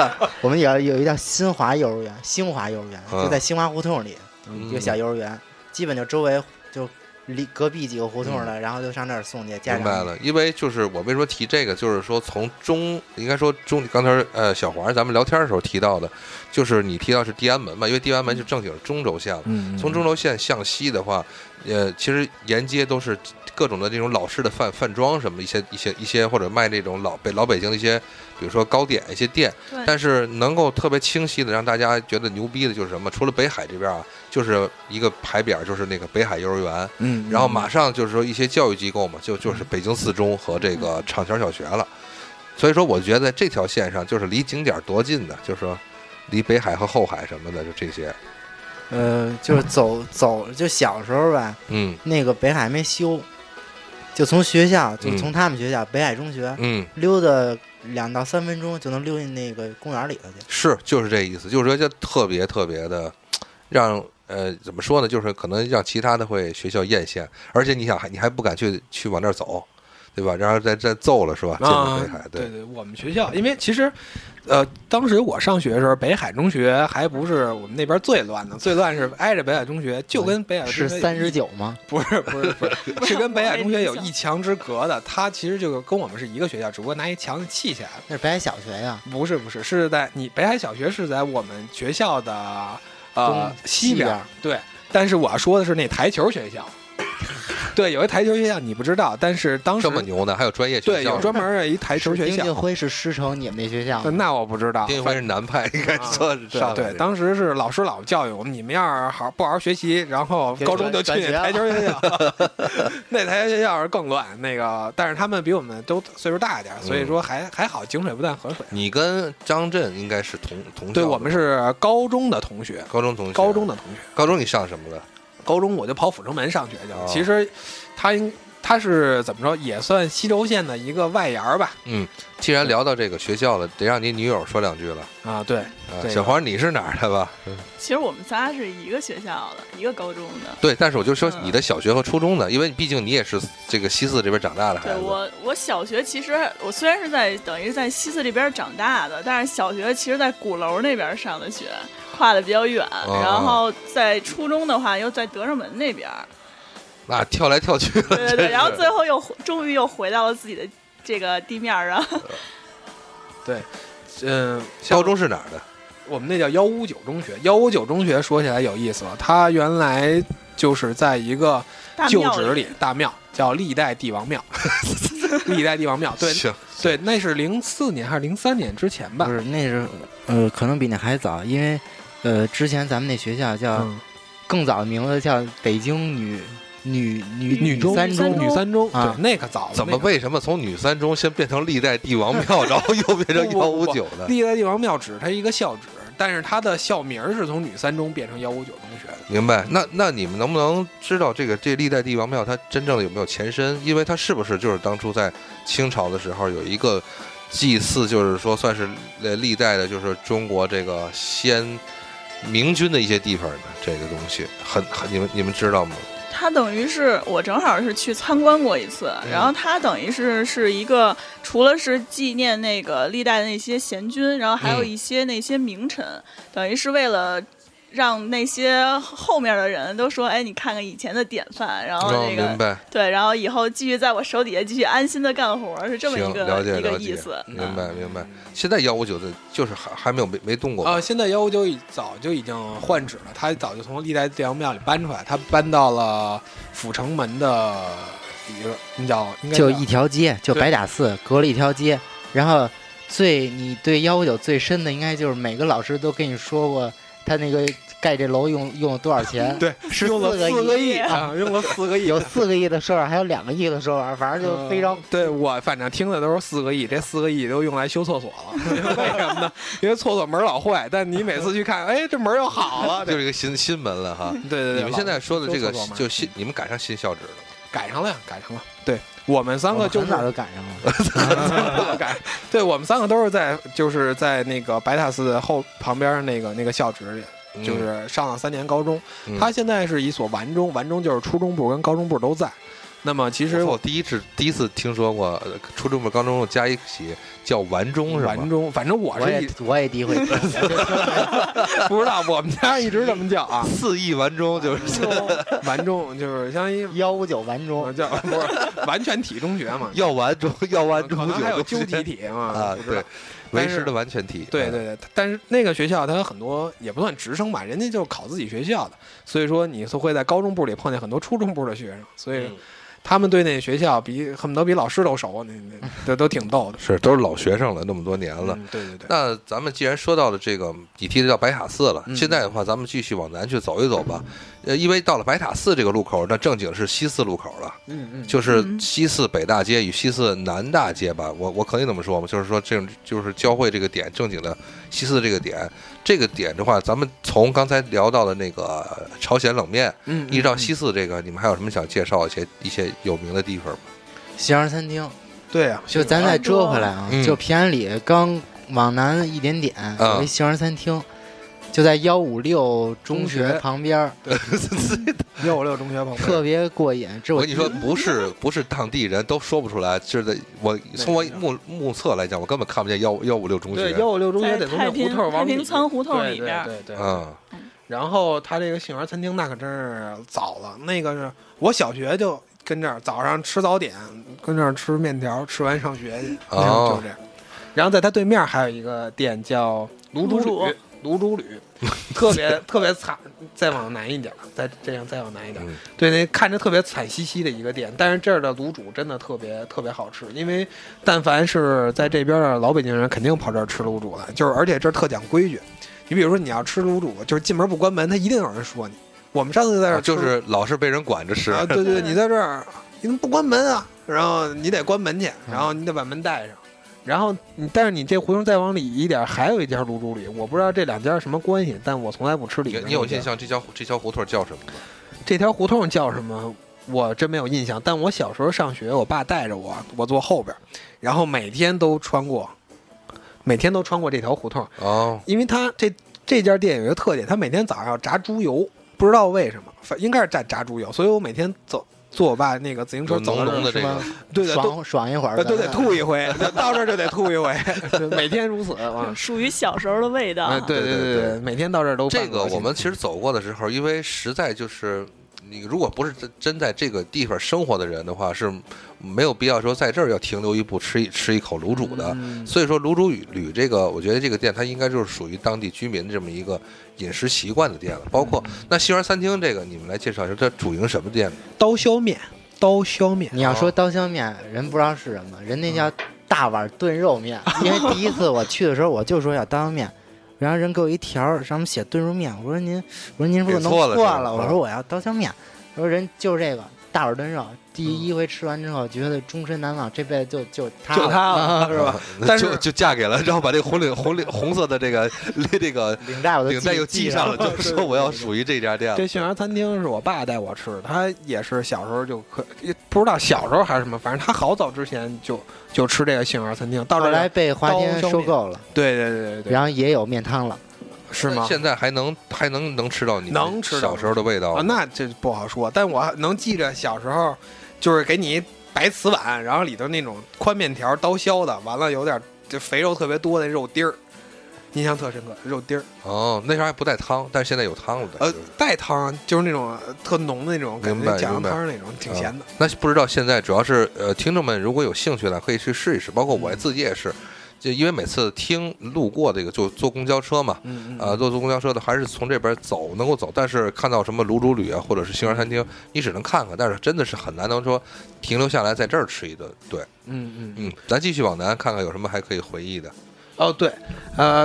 Speaker 6: 我们有有一个叫新华幼儿园，新华幼儿园
Speaker 2: 嗯
Speaker 6: 就在新华胡同里，
Speaker 2: 嗯
Speaker 6: 一个小幼儿园，基本就周围就离隔壁几个胡同的，然后就上那儿送去。
Speaker 2: 嗯
Speaker 6: 家
Speaker 2: 明
Speaker 6: 长
Speaker 2: 白了，因为就是我为什么提这个，就是说从中应该说中，刚才呃小华咱们聊天的时候提到的，就是你提到是地安门嘛，因为地安门是正经是中轴线了。
Speaker 4: 嗯，
Speaker 2: 从中轴线向西的话，呃，其实沿街都是各种的这种老式的饭饭庄什么的一些一些一些，或者卖这种老北老北京的一些，比如说糕点一些店。
Speaker 6: 嗯
Speaker 5: 对
Speaker 2: 但是能够特别清晰的让大家觉得牛逼的就是什么？除了北海这边啊，就是一个牌匾儿，就是那个北海幼儿园。
Speaker 4: 嗯，
Speaker 2: 然后马上就是说一些教育机构嘛，就就是北京四中和这
Speaker 4: 嗯
Speaker 2: 个厂桥小学了。所以说，我觉得这条线上就是离景点儿多近的，就是说离北海和后海什么的，就这些。
Speaker 6: 呃，就是走走，就小时候吧，
Speaker 2: 嗯
Speaker 6: 那个北海没修，就从学校，就
Speaker 2: 嗯
Speaker 6: 从他们学校、北海中学
Speaker 2: 嗯。
Speaker 6: 溜达两到三分钟就能溜进那个公园里头去。
Speaker 2: 是，就是这意思，就是说就特别特别的，让呃怎么说呢，就是可能让其他的会学校艳羡，而且你想还你还不敢去去往那儿走，对吧？然后再再揍了是吧？进
Speaker 4: 啊
Speaker 2: 了北海，
Speaker 4: 对
Speaker 2: 对，
Speaker 4: 对，我们学校，因为其实，呃，当时我上学的时候，北海中学还不是我们那边最乱的，最乱是挨着北海中学，就跟北海中学
Speaker 6: 是三十，九吗？
Speaker 4: 不是不是不是，是跟北海中学有一墙之隔的。它其实就跟我们是一个学校，只不过拿一墙砌起来了。
Speaker 6: 那是北海小学呀。
Speaker 4: 不是不是，是在你北海小学是在我们学校的呃
Speaker 6: 东
Speaker 4: 西边
Speaker 6: 西
Speaker 4: 儿，对。但是我要说的是那台球学校，对，有一台球学校你不知道，但是当时
Speaker 2: 这么牛呢，还有专业
Speaker 4: 对
Speaker 2: 学
Speaker 4: 有
Speaker 2: 校，
Speaker 4: 专门儿的一台球
Speaker 6: 是
Speaker 4: 学
Speaker 6: 丁
Speaker 4: 校
Speaker 6: 俊，晖是师承你们那学校吗，
Speaker 4: 那我不知道，
Speaker 2: 丁辉是南派，应该说是啊上海
Speaker 4: 啊对对，
Speaker 2: 人
Speaker 4: 当时是老师老教育我们，你们要是好不好好学习，然后
Speaker 6: 就
Speaker 4: 高中就去
Speaker 6: 转转学
Speaker 4: 那台球学校， 那台球学校是更乱。那个，但是他们比我们都岁数大一点，所
Speaker 2: 嗯
Speaker 4: 以说还还好，井水不犯河水。
Speaker 2: 你跟张震应该是同同校
Speaker 4: 对
Speaker 2: 的
Speaker 4: 我们是高中的同学，
Speaker 2: 高中同学，啊
Speaker 4: 高中的同学，
Speaker 2: 高中你上什么了？
Speaker 4: 高中我就跑阜成门上学去了。
Speaker 2: 哦
Speaker 4: 其实他应他是怎么着，也算西周县的一个外延儿吧。
Speaker 2: 既然聊到这个学校了，得让你女友说两句了。
Speaker 4: 啊，对，
Speaker 2: 啊
Speaker 4: 这个
Speaker 2: 小黄，你是哪儿的吧？
Speaker 5: 其实我们仨是一个学校的，一个高中的。
Speaker 2: 对，但是我就说
Speaker 5: 嗯
Speaker 2: 你的小学和初中的，因为毕竟你也是这个西四这边长大的孩
Speaker 4: 哎
Speaker 5: 对
Speaker 2: 子。
Speaker 5: 我，我小学其实我虽然是在等于是在西四这边长大的，但是小学其实在鼓楼那边上的学，跨的比较远。
Speaker 2: 哦
Speaker 5: 然后在初中的话，又在德胜门那边儿，
Speaker 2: 那啊跳来跳去了，
Speaker 5: 对 对
Speaker 2: 真
Speaker 5: 对。
Speaker 2: 是
Speaker 5: 然后最后又回终于又回到了自己的这个地面儿上。
Speaker 4: 嗯，
Speaker 2: 高中是哪儿的？
Speaker 4: 我们那叫幺五九中学，幺五九中学说起来有意思了，它原来就是在一个
Speaker 5: 大
Speaker 4: 旧
Speaker 5: 庙
Speaker 4: 址里，大庙叫历代帝王庙， 历代帝王庙，对
Speaker 2: 行，
Speaker 4: 对，那是零四年还是零三年之前吧
Speaker 6: 不？是，那是呃，可能比那还早，因为呃，之前咱们那学校叫、
Speaker 4: 嗯，
Speaker 6: 更早的名字叫北京女女女
Speaker 4: 女中
Speaker 6: 三
Speaker 5: 三
Speaker 6: 中
Speaker 5: 中
Speaker 4: 女三中，
Speaker 6: 啊
Speaker 4: 对，那可早了。
Speaker 2: 怎么
Speaker 4: 那个
Speaker 2: 为什么从女三中先变成历代帝王 庙，然后又变成
Speaker 4: 不
Speaker 2: 幺
Speaker 4: 不
Speaker 2: 五
Speaker 4: 不
Speaker 2: 九的？
Speaker 4: 历代帝王庙址，它是一个校址，但是它的校名儿是从女三中变成幺五九中学的。
Speaker 2: 明白？那那你们能不能知道这个这历代帝王庙它真正的有没有前身？因为它是不是就是当初在清朝的时候有一个祭祀，就是说算是呃历代的，就是中国这个先明君的一些地方的这个东西，很很你们你们知道吗？
Speaker 5: 它等于是我正好是去参观过一次，
Speaker 2: 嗯
Speaker 5: 然后它等于是是一个除了是纪念那个历代的那些贤君，然后还有
Speaker 2: 嗯
Speaker 5: 一些那些名臣，等于是为了。让那些后面的人都说：“哎，你看看以前的典范，然后
Speaker 2: 哦，
Speaker 5: 这个、
Speaker 2: 明白，
Speaker 5: 对，然后以后继续在我手底下继续安心的干活，是这么一
Speaker 2: 行，
Speaker 5: 个
Speaker 2: 了解
Speaker 5: 一个
Speaker 2: 了
Speaker 5: 意
Speaker 2: 解
Speaker 5: 思。，嗯
Speaker 2: 明白明白。现在幺五九的就是还还没有没没动过吧
Speaker 4: 啊、现在幺五九已早就已经换址了，它早就从历代帝王庙里搬出来，它搬到了阜成门的一个，那叫应该
Speaker 6: 就
Speaker 4: 叫
Speaker 6: 一条街，就
Speaker 4: 对，
Speaker 6: 白打寺隔了一条街，然后最你对幺五九最深的应该就是每个老师都跟你说过他那个盖这楼用用了多少钱
Speaker 4: 对，用了
Speaker 6: 14
Speaker 4: 四
Speaker 6: 个
Speaker 4: 个
Speaker 6: 亿
Speaker 4: 亿啊，用了四个亿。
Speaker 6: 有四个亿的说法，还有两个亿的说法，反正就非常
Speaker 4: 呃对我反正听的都是四个亿，这四个亿都用来修厕所 了，因为为什么呢？因为厕所门老坏，但你每次去看，哎，这门又好了。
Speaker 2: 就
Speaker 4: 对
Speaker 2: 是一个新新闻了哈。
Speaker 4: 对对对，
Speaker 2: 你们现在说的这个
Speaker 4: 老是修厕所门
Speaker 2: 就新，你们赶上新校址了吗？
Speaker 4: 改上了呀，改上了。对我们三
Speaker 6: 我
Speaker 4: 个
Speaker 6: 们
Speaker 4: 就是
Speaker 6: 很早就赶上了。
Speaker 4: 改， 对我们三个都是在就是在那个白塔寺后旁边那个那个校址里，就
Speaker 2: 嗯
Speaker 4: 是上了三年高中
Speaker 2: 嗯。
Speaker 4: 他现在是一所完中，完中就是初中部跟高中部都在。那么其
Speaker 2: 其
Speaker 4: 实
Speaker 2: 实我第一次第一次听说过，呃初中不高中加一起叫完中是吧？，
Speaker 4: 玩中，反正我
Speaker 6: 我
Speaker 4: 是
Speaker 6: 也
Speaker 4: 一
Speaker 6: 我也第 一回听，
Speaker 4: 不知道，我们家一直这么叫 啊
Speaker 2: 四亿完中就是，
Speaker 4: 玩中就是相当于
Speaker 6: 幺五九完中，
Speaker 4: 叫不是 完全体中学嘛
Speaker 2: 要完中要完中
Speaker 4: 可能还有
Speaker 2: 九
Speaker 4: 纠
Speaker 2: 中
Speaker 4: 集体嘛
Speaker 2: 啊，
Speaker 4: 不知道
Speaker 2: 对，为
Speaker 4: 但是
Speaker 2: 师的完全体，
Speaker 4: 对
Speaker 2: 嗯
Speaker 4: 对对，但是那个学校它有很多也不算直升吧，人家就是考自己学校的，所以说你是会在高中部里碰见很多初中部的学生，所以
Speaker 2: 嗯
Speaker 4: 他们对那学校比恨不得比老师都熟，那那都都挺逗 的。
Speaker 2: 是都是老学生了，那么多年了。
Speaker 4: 嗯，对对对，
Speaker 2: 那咱们既然说到了这个，你提到白塔寺了，
Speaker 4: 嗯
Speaker 2: 现在的话，咱们继续往南去走一走吧。呃，因为到了白塔寺这个路口，那正经是西四路口了，
Speaker 4: 嗯嗯，
Speaker 2: 就是
Speaker 5: 嗯
Speaker 2: 西四北大街与西四南大街吧。我我可以这么说嘛，就是说这种就是交汇这个点，正经的西四这个点，这个点的话，咱们从刚才聊到的那个朝鲜冷面，
Speaker 4: 嗯嗯
Speaker 2: 一直到西四这个，你们还有什么想介绍一些一些有名的地方 吗？
Speaker 6: 西洋餐厅。
Speaker 4: 对啊，
Speaker 6: 就咱再折回来啊
Speaker 2: 嗯，
Speaker 6: 就平安里刚往南一点点
Speaker 2: 嗯
Speaker 6: 有一西洋餐厅，就在幺五六中
Speaker 4: 中
Speaker 6: 学
Speaker 4: 学
Speaker 6: 旁边儿，
Speaker 4: 幺五六中学朋友，
Speaker 6: 特别过瘾。这
Speaker 2: 我
Speaker 6: 我
Speaker 2: 跟你说，不是不是当地人都说不出来，就是在我从我目目测来讲，我根本看不见幺幺五六中
Speaker 4: 对
Speaker 2: 学。
Speaker 4: 幺五六中学
Speaker 5: 在
Speaker 4: 得从
Speaker 5: 太
Speaker 4: 那胡
Speaker 5: 平
Speaker 4: 同
Speaker 5: 太
Speaker 4: 往里
Speaker 5: 平仓胡同
Speaker 4: 对
Speaker 5: 里边儿，
Speaker 4: 对对对，
Speaker 2: 嗯，
Speaker 4: 然后他这个杏园餐厅那可真是早了，那个是我小学就跟这儿早上吃早点，跟这儿吃面条，吃完上学去，
Speaker 2: 哦
Speaker 4: 那会儿就这样。然后在他对面还有一个店叫卤煮旅，卤煮旅， 特别特别惨。再往南一点，再这样再往南一点，
Speaker 2: 嗯
Speaker 4: 对，那看着特别惨兮兮的一个店，但是这儿的卤煮真的特别特别好吃，因为但凡是在这边的老北京人，肯定跑这儿吃卤煮的，就是而且这儿特讲规矩。你比如说你要吃卤煮，就是进门不关门，他一定有人说你。我们上次在这儿
Speaker 2: 啊
Speaker 4: 吃、
Speaker 2: 就是老是被人管着吃。
Speaker 4: 啊，对对，对你在这儿你怎么不关门啊？然后你得关门去，
Speaker 2: 嗯
Speaker 4: 然后你得把门带上。然后你，但是你这胡同再往里一点，还有一家卤煮里，我不知道这两家是什么关系，但我从来不吃里
Speaker 2: 你
Speaker 4: 边。
Speaker 2: 你有印象这条这条胡同叫什么吗？
Speaker 4: 这条胡同叫什么？我真没有印象，但我小时候上学，我爸带着我，我坐后边儿，然后每天都穿过，每天都穿过这条胡同，
Speaker 2: 哦，
Speaker 4: 因为他这这家店有一个特点，他每天早上要炸猪油，不知道为什么，反应该是炸炸猪油，所以我每天走坐我爸那个自行车
Speaker 2: 有
Speaker 4: 走
Speaker 2: 浓
Speaker 4: 着
Speaker 2: 浓的这个，
Speaker 4: 对对都
Speaker 6: 爽爽一会儿，
Speaker 4: 呃都得吐 一回，就到这儿就得吐一回，
Speaker 2: 啊
Speaker 4: 每天如此啊，
Speaker 5: 属于小时候的味道
Speaker 4: 啊。对
Speaker 2: 哎对对
Speaker 4: 对
Speaker 2: 对，
Speaker 4: 每天到这儿都
Speaker 2: 这
Speaker 4: 半
Speaker 2: 个
Speaker 4: 恶心
Speaker 2: 我们其实走过的时候，因为实在就是你如果不是真真在这个地方生活的人的话，是没有必要说在这儿要停留一步吃一吃一口卤煮的。
Speaker 4: 嗯
Speaker 2: 所以说卤煮旅这个，我觉得这个店它应该就是属于当地居民这么一个饮食习惯的店了。包
Speaker 4: 嗯
Speaker 2: 括那西园餐厅这个，你们来介绍一下，它主营什么店呢？
Speaker 4: 刀削面，刀削面，
Speaker 6: 你要
Speaker 2: 哦
Speaker 6: 说刀削面，人不知道是什么，人那
Speaker 2: 嗯
Speaker 6: 叫大碗炖肉面。因为第一次我去的时候，我就说要刀削面，然后人给我一条儿上面写炖肉面，我说您，我说您是不是
Speaker 2: 给
Speaker 6: 弄
Speaker 2: 错了是吧
Speaker 6: 了？我说我要刀削面，我说人就这个大碗炖肉。
Speaker 2: 嗯
Speaker 6: 第一回吃完之后，觉得终身难忘，这辈子就就它
Speaker 4: 就它
Speaker 6: 了，
Speaker 2: 啊
Speaker 4: 了
Speaker 6: 是吧？
Speaker 4: 但是
Speaker 2: 就就嫁给了，然后把这个红领红领红色的这个 这个
Speaker 6: 领带我都
Speaker 2: 领带又系上了，
Speaker 4: 上了
Speaker 2: 就是说我要属于这家店了
Speaker 4: 这。杏园餐厅是我爸带我吃的，他也是小时候就可也不知道小时候还是什么，反正他好早之前就就吃这个杏园餐厅，到这
Speaker 6: 后
Speaker 4: 儿
Speaker 6: 来被华天
Speaker 4: 刀削
Speaker 6: 收
Speaker 4: 面
Speaker 6: 购了，
Speaker 4: 对对对对对，
Speaker 6: 然后也有面汤了。
Speaker 4: 是吗？
Speaker 2: 现在还能还能能吃到你
Speaker 4: 能吃到
Speaker 2: 小时候的味道
Speaker 4: 啊，
Speaker 2: 吗
Speaker 4: 那这不好说，但我能记着小时候就是给你一白瓷碗，然后里头那种宽面条刀削的，完了有点就肥肉特别多那肉丁儿。印象特深刻，肉丁儿，
Speaker 2: 哦，那时候还不带汤，但是现在有汤了的。
Speaker 4: 呃
Speaker 2: 就是，
Speaker 4: 带汤就是那种呃特浓的那种，感
Speaker 2: 明
Speaker 4: 觉
Speaker 2: 白
Speaker 4: 酱
Speaker 2: 明
Speaker 4: 羊
Speaker 2: 白啊
Speaker 4: 汤那种，挺咸的。
Speaker 2: 那不知道现在主要是呃，听众们如果有兴趣呢，可以去试一试，包括我自己也是，就因为每次听路过这个坐坐公交车嘛，
Speaker 4: 嗯嗯
Speaker 2: 呃，坐坐公交车的还是从这边走能够走，但是看到什么卤煮旅啊，或者是星园餐厅，你只能看看，但是真的是很难能说停留下来在这儿吃一顿。对，
Speaker 4: 嗯嗯
Speaker 2: 嗯，咱继续往南看看有什么还可以回忆的。
Speaker 4: 哦，对，呃，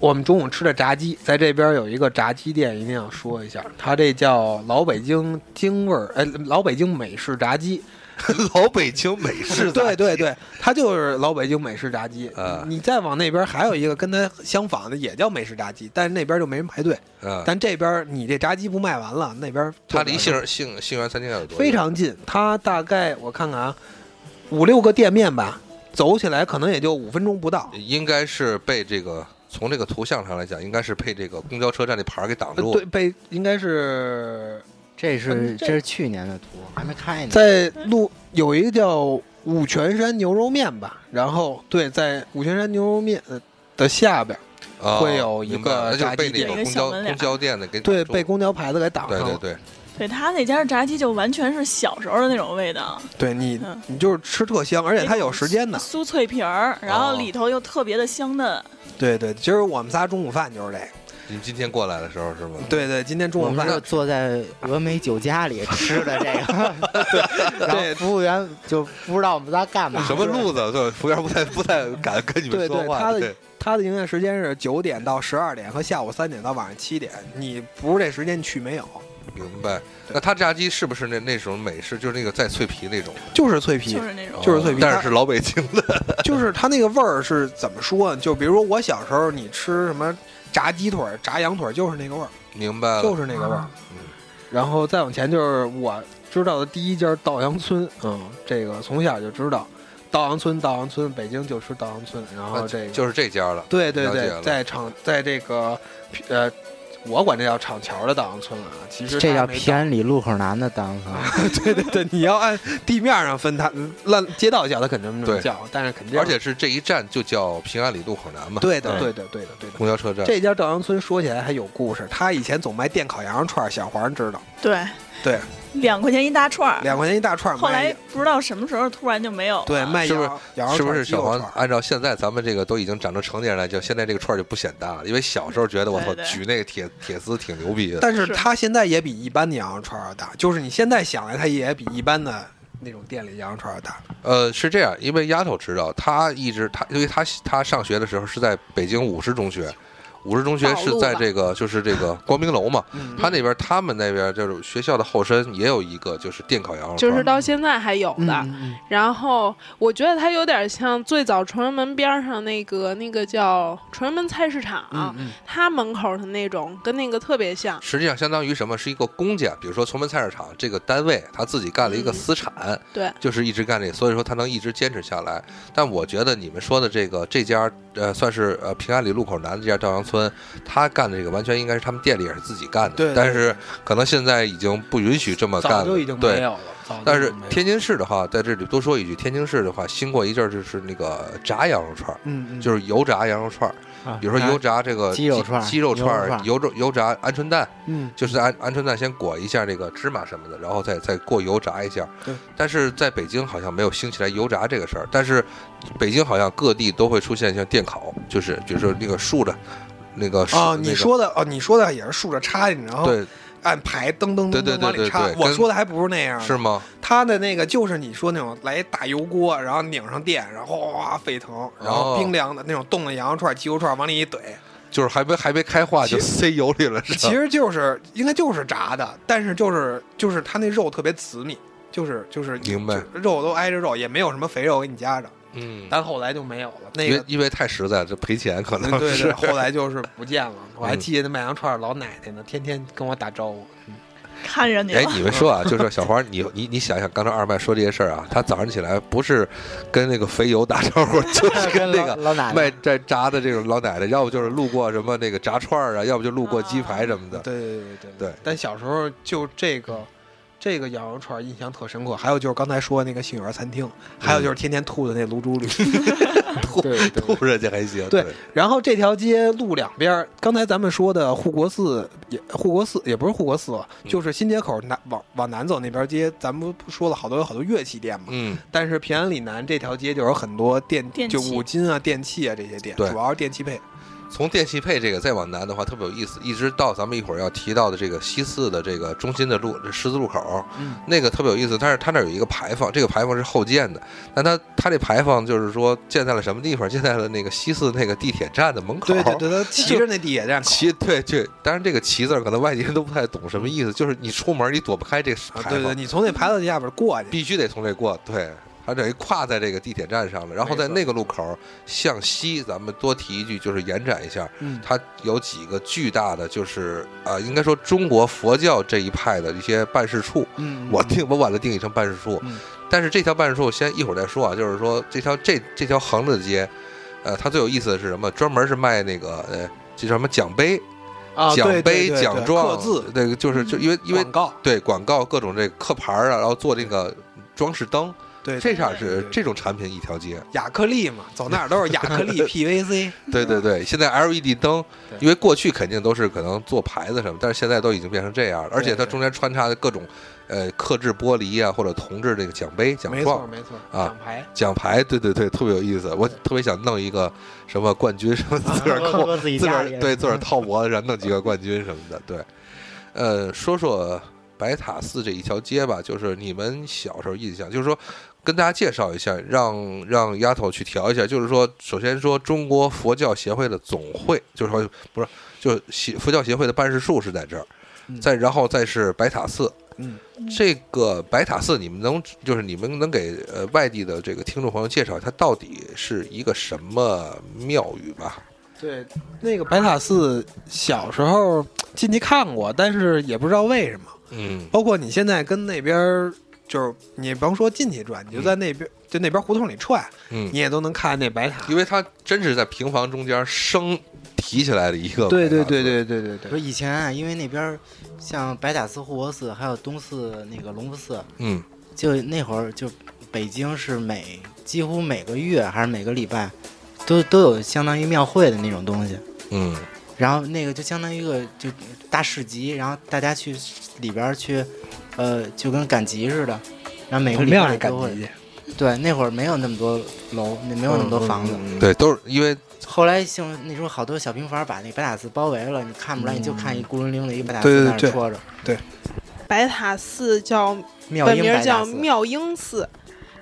Speaker 4: 我们中午吃的炸鸡，在这边有一个炸鸡店，一定要说一下，它这叫老北京京味儿，哎，老北京美式炸鸡。
Speaker 2: 老北京美食，
Speaker 4: 对对对，它就是老北京美式炸鸡。
Speaker 2: 啊
Speaker 4: 你再往那边还有一个跟它相仿的，也叫美式炸鸡，但是那边就没人排队。
Speaker 2: 嗯，
Speaker 4: 但这边你这炸鸡不卖完了，那边
Speaker 2: 它离
Speaker 4: 杏
Speaker 2: 杏儿杏杏园餐厅还有多远
Speaker 4: 非常近，它大概我看看啊，五六个店面吧，走起来可能也就五分钟不到。
Speaker 2: 应该是被这个从这个图像上来讲，应该是被这个公交车站那牌儿给挡
Speaker 4: 呃
Speaker 2: 住了。
Speaker 4: 对，被应该是
Speaker 6: 这是
Speaker 5: 嗯
Speaker 6: 这
Speaker 5: 这
Speaker 6: 是去年的图，还没开呢。
Speaker 4: 在路有一个叫五泉山牛肉面吧，然后对，在五泉山牛肉面呃的下边，
Speaker 2: 啊
Speaker 4: 会有一
Speaker 2: 明白
Speaker 4: 个
Speaker 2: 了那就是
Speaker 4: 炸
Speaker 2: 被
Speaker 4: 鸡
Speaker 2: 那
Speaker 5: 店
Speaker 2: 个公
Speaker 5: 一个
Speaker 2: 交
Speaker 5: 小门脸
Speaker 2: 公交店的给挡
Speaker 4: 对，
Speaker 2: 住
Speaker 4: 被
Speaker 2: 了
Speaker 4: 公嗯交牌子给挡上
Speaker 2: 对
Speaker 4: 了。
Speaker 2: 对对，
Speaker 5: 对他那家的炸鸡就完全是小时候的那种味道，
Speaker 4: 对你
Speaker 5: 嗯哎
Speaker 4: 你就是吃特香，而且它有时间的。哦
Speaker 5: 酥脆皮儿，然后里头又特别的香嫩。
Speaker 4: 对对，今儿我们仨中午饭就是这个。
Speaker 2: 你今天过来的时候是吗？
Speaker 4: 对对，今天中
Speaker 6: 我
Speaker 4: 午
Speaker 6: 们
Speaker 4: 饭
Speaker 6: 就坐在峨眉酒家里吃的这个，对，然后服务员就不知道我们仨干 嘛，
Speaker 2: 什么路子？对，服务员不太不太敢跟你们
Speaker 4: 对
Speaker 2: 说
Speaker 4: 对
Speaker 2: 话。
Speaker 4: 他的它的营业时间是九点到十二点和下午三点到晚上七点，你不是这时间你去没有，
Speaker 2: 明白。那他炸鸡是不是那那种美式，就是那个带脆皮那种？哦
Speaker 4: 就是脆皮，
Speaker 5: 就是那种
Speaker 4: 就是脆皮
Speaker 2: 但是是老北京的。
Speaker 4: 就是它那个味儿是怎么说？就比如说我小时候你吃什么炸鸡腿、炸羊腿，就是那个味儿，
Speaker 2: 明白
Speaker 4: 就
Speaker 2: 了。
Speaker 4: 是那个味儿
Speaker 2: 嗯。
Speaker 4: 然后再往前就是我知道的第一家稻香村，嗯，这个从小就知道稻香村，稻香村，北京就吃稻香村，然后这个
Speaker 2: 啊就是这家了。
Speaker 4: 对对
Speaker 2: 了解了
Speaker 4: 对，在厂在这个呃，我管这叫厂桥的稻香村了啊，其实
Speaker 6: 这
Speaker 4: 它
Speaker 6: 叫
Speaker 4: 没
Speaker 6: 平安里路口南的当 时。
Speaker 4: 对对对，你要按地面上分它，烂街道叫它肯定这
Speaker 2: 对
Speaker 4: 么叫，但是肯定
Speaker 2: 而且嗯是这一站就叫平安里路口南嘛，
Speaker 4: 对的
Speaker 6: 对
Speaker 4: 对的对的对的。
Speaker 2: 公交车站。
Speaker 4: 这家稻香村说起来还有故事，他以前总卖电烤羊肉串儿，小黄知道，
Speaker 5: 对
Speaker 4: 对，
Speaker 5: 两块钱一大串儿。
Speaker 4: 两块钱一大串儿
Speaker 5: 后来
Speaker 4: 卖，
Speaker 5: 不知道什么时候突然就没有了。
Speaker 4: 对卖
Speaker 2: 是不是
Speaker 4: 羊羊肉
Speaker 2: 是不
Speaker 4: 串
Speaker 2: 是
Speaker 4: 儿、鸡
Speaker 2: 小
Speaker 4: 肉
Speaker 2: 黄
Speaker 4: 串？儿，
Speaker 2: 按照现在咱们这个都已经长成成年人来讲，现在这个串儿就不显大了，因为小时候觉得我操
Speaker 5: 对对
Speaker 2: 举那个铁铁丝挺牛逼的。
Speaker 4: 但是
Speaker 5: 是
Speaker 4: 他现在也比一般的羊肉串儿要大，就是你现在想来，他也比一般的那种店里羊肉串儿要大。
Speaker 2: 呃，是这样，因为丫头知道，她一直她，因为她她上学的时候是在北京五师中学，五师中学是在这个就是这 个光明楼嘛，
Speaker 4: 嗯，
Speaker 2: 她那边他们那边就是学校的后身也有一个就是电烤羊肉串
Speaker 3: 就
Speaker 2: 儿，
Speaker 3: 是到现在还有的。
Speaker 4: 嗯
Speaker 3: 然后我觉得它有点像最早崇文门边儿上那个那个叫崇文门菜市场，
Speaker 4: 嗯嗯，
Speaker 3: 它门口的那种，跟那个特别像。
Speaker 2: 实际上相当于什么？是一个公家，比如说崇文菜市场这个单位，他自己干了一个
Speaker 3: 嗯
Speaker 2: 私产，
Speaker 3: 对，
Speaker 2: 就是一直干这，所以说他能一直坚持下来。但我觉得你们说的这个这家，呃，算是呃平安里路口南的这家稻香村，他干的这个完全应该是他们店里也是自己干的，
Speaker 4: 对对
Speaker 2: 但是可能现在已经不允许这么干
Speaker 4: 早
Speaker 2: 了，
Speaker 4: 就已经没
Speaker 2: 对。
Speaker 4: 有了。早就
Speaker 2: 但是
Speaker 4: 已经没有
Speaker 2: 天津市的话，在这里多说一句，天津市的话，兴过一阵儿就是那个炸羊肉串儿，
Speaker 4: 嗯嗯，
Speaker 2: 就是油炸羊肉串儿，
Speaker 6: 啊
Speaker 2: 比如说油炸这个
Speaker 6: 鸡肉串儿
Speaker 2: 哎鸡肉串
Speaker 6: 牛肉串
Speaker 2: 儿、
Speaker 6: 儿
Speaker 2: 油炸油炸鹌鹑蛋。
Speaker 4: 嗯
Speaker 2: 就是鹌鹌鹑蛋先裹一下这个芝麻什么的，然后再再过油炸一下。
Speaker 4: 对。
Speaker 2: 但是在北京好像没有兴起来油炸这个事儿，但是北京好像各地都会出现像电烤，就是比如说那个竖着，那个竖
Speaker 4: 啊，
Speaker 2: 那
Speaker 4: 你
Speaker 2: 个
Speaker 4: 说的哦，你说的也是竖着插进去，然后
Speaker 2: 对
Speaker 4: 按排噔噔
Speaker 2: 对
Speaker 4: 噔
Speaker 2: 对
Speaker 4: 噔
Speaker 2: 对
Speaker 4: 往里
Speaker 2: 对
Speaker 4: 插
Speaker 2: 对。
Speaker 4: 我
Speaker 2: 跟
Speaker 4: 说的还不是那样呢，
Speaker 2: 是吗？
Speaker 4: 它的那个就是你说那种来一大油锅，然后拧上电，然后哗哗哗沸腾，然
Speaker 2: 哦
Speaker 4: 后冰凉的那种冻的羊肉串、鸡肉串往里一怼，
Speaker 2: 啊就是还没还没开化就
Speaker 4: 其实
Speaker 2: 塞油里了，是吧
Speaker 4: 其实就是应该就是炸的，但是就是就是它那肉特别死密，就是就是
Speaker 2: 明白，
Speaker 4: 就肉都挨着肉，也没有什么肥肉给你夹着，
Speaker 2: 嗯，
Speaker 4: 但后来就没有了。那
Speaker 2: 因为
Speaker 4: 个
Speaker 2: 因为太实在了，这赔钱可能
Speaker 4: 对对
Speaker 2: 是嗯
Speaker 4: 对，后来就是不见了。我还记得那卖羊串老奶奶呢，天天跟我打招呼。
Speaker 5: 看着你了
Speaker 2: 哎，你们说啊，就是小花，你你你想想，刚才二麦说这些事儿啊，他早上起来不是跟那个肥油打招呼，就是跟那个
Speaker 6: 老老奶奶
Speaker 2: 卖在炸的这种老奶奶，要不就是路过什么那个炸串儿啊，要不就路过鸡排什么的。
Speaker 4: 对对对对
Speaker 2: 对
Speaker 4: 但小时候就这个这个羊肉串印象特深刻，还有就是刚才说的那个杏园餐厅，还有就是天天吐的那 卤猪驴。
Speaker 2: 吐
Speaker 6: 对对
Speaker 2: 吐人家还行。
Speaker 4: 对然后这条街路两边儿，刚才咱们说的护国寺也护国寺也不是护国寺了，
Speaker 2: 嗯
Speaker 4: 就是新街口南往往南走那边街，咱们不说了好多有好多乐器店嘛。
Speaker 2: 嗯，
Speaker 4: 但是平安里南这条街就有很多电
Speaker 5: 电器
Speaker 4: 就五金啊、电器啊这些店，
Speaker 2: 对
Speaker 4: 主要是电器配。
Speaker 2: 从电器配这个再往南的话，特别有意思，一直到咱们一会儿要提到的这个西四的这个中心的路十字路口，
Speaker 4: 嗯
Speaker 2: 那个特别有意思。但是它那儿有一个牌坊，这个牌坊是后建的，但它它这牌坊就是说建在了什么地方？建在了那个西四那个地铁站的门口。
Speaker 4: 对对对，他骑着那地铁站口。
Speaker 2: 旗对对，当然这个“旗”字儿可能外地人都不太懂什么意思，就是你出门你躲不开这个牌
Speaker 4: 啊
Speaker 2: 坊，
Speaker 4: 对对，你从那牌子下边过去，
Speaker 2: 必须得从这过。对，它等于跨在这个地铁站上了，然后在那个路口儿向西，咱们多提一句，就是延展一下，
Speaker 4: 嗯
Speaker 2: 它有几个巨大的，就是呃，应该说中国佛教这一派的一些办事处，
Speaker 4: 嗯
Speaker 2: 我定我把它定义成办事处，
Speaker 4: 嗯
Speaker 2: 但是这条办事处先一会儿再说啊，就是说这条这这条横着的街，呃，它最有意思的是什么？专门是卖那个呃，这叫什么奖杯，
Speaker 4: 啊，
Speaker 2: 奖
Speaker 4: 对
Speaker 2: 杯、
Speaker 4: 对对
Speaker 2: 奖
Speaker 4: 对
Speaker 2: 状，
Speaker 4: 刻字，嗯
Speaker 2: 这个就是就因为因为
Speaker 4: 广告，
Speaker 2: 对广告各种这个刻牌儿啊，然后做这个装饰灯，
Speaker 4: 对
Speaker 2: 这下是
Speaker 4: 对
Speaker 2: 这种产品一条街。
Speaker 4: 亚克力嘛，走哪儿都是亚克 力 PVC，
Speaker 2: 对对对，现在 LED 灯
Speaker 4: 对，
Speaker 2: 因为过去肯定都是可能做牌子什么，但是现在都已经变成这样了，而且它
Speaker 4: 对
Speaker 2: 中间穿插的各种呃刻制玻璃啊或者铜制这个奖杯、奖
Speaker 4: 没错
Speaker 2: 状、
Speaker 4: 没错，
Speaker 2: 啊
Speaker 4: 奖牌，
Speaker 2: 奖牌，对对对，特别有意思。我特别想弄一个什么冠军什么
Speaker 6: 嗯
Speaker 2: 的，自个儿扣
Speaker 6: 啊自己
Speaker 2: 自个
Speaker 6: 家
Speaker 2: 儿
Speaker 6: 里
Speaker 2: 对自个儿套脖子上弄几个冠军什么的，对。呃，说说白塔寺这一条街吧，就是你们小时候印象，就是说跟大家介绍一下，让让丫头去调一下，就是说，首先说中国佛教协会的总会，就是说不是，就是协佛教协会的办事处是在这儿，
Speaker 4: 嗯
Speaker 2: 再然后再是白塔寺。
Speaker 4: 嗯，
Speaker 2: 这个白塔寺，你们能就是你们能给呃外地的这个听众朋友介绍，它到底是一个什么庙宇吧？
Speaker 4: 对，那个白塔寺小时候进去看过，但是也不知道为什么。
Speaker 2: 嗯
Speaker 4: 包括你现在跟那边儿，就是你甭说进去转，你就在那边，就那边胡同里踹，
Speaker 2: 嗯，
Speaker 4: 你也都能看见那白塔。
Speaker 2: 因为它真是在平房中间生提起来的一个。
Speaker 4: 对对对。对对对
Speaker 6: 不
Speaker 4: 对，
Speaker 6: 是以前啊，因为那边儿像白塔寺、护国寺，还有东寺那个隆福寺，
Speaker 2: 嗯
Speaker 6: 就那会儿就北京是每几乎每个月还是每个礼拜，都都有相当于庙会的那种东西。
Speaker 2: 嗯
Speaker 6: 然后那个就相当于一个就大市集，然后大家去里边儿去，呃，就跟赶集似的。然后每个礼
Speaker 4: 庙
Speaker 6: 拜
Speaker 4: 里赶
Speaker 6: 都会
Speaker 4: 集去，
Speaker 6: 对，那会儿没有那么多楼，那没有那么多房子。
Speaker 4: 嗯，
Speaker 2: 对，都是因为
Speaker 6: 后来像那时候好多小平房把那白塔寺包围了，你看不出来，你就看一孤零零的一个白塔
Speaker 4: 对
Speaker 6: 寺
Speaker 4: 对
Speaker 6: 在那
Speaker 4: 对
Speaker 6: 儿戳着。
Speaker 3: 白塔寺叫
Speaker 6: 妙
Speaker 3: 本
Speaker 6: 音
Speaker 3: 名
Speaker 6: 白
Speaker 3: 叫
Speaker 6: 塔寺，
Speaker 3: 妙音寺，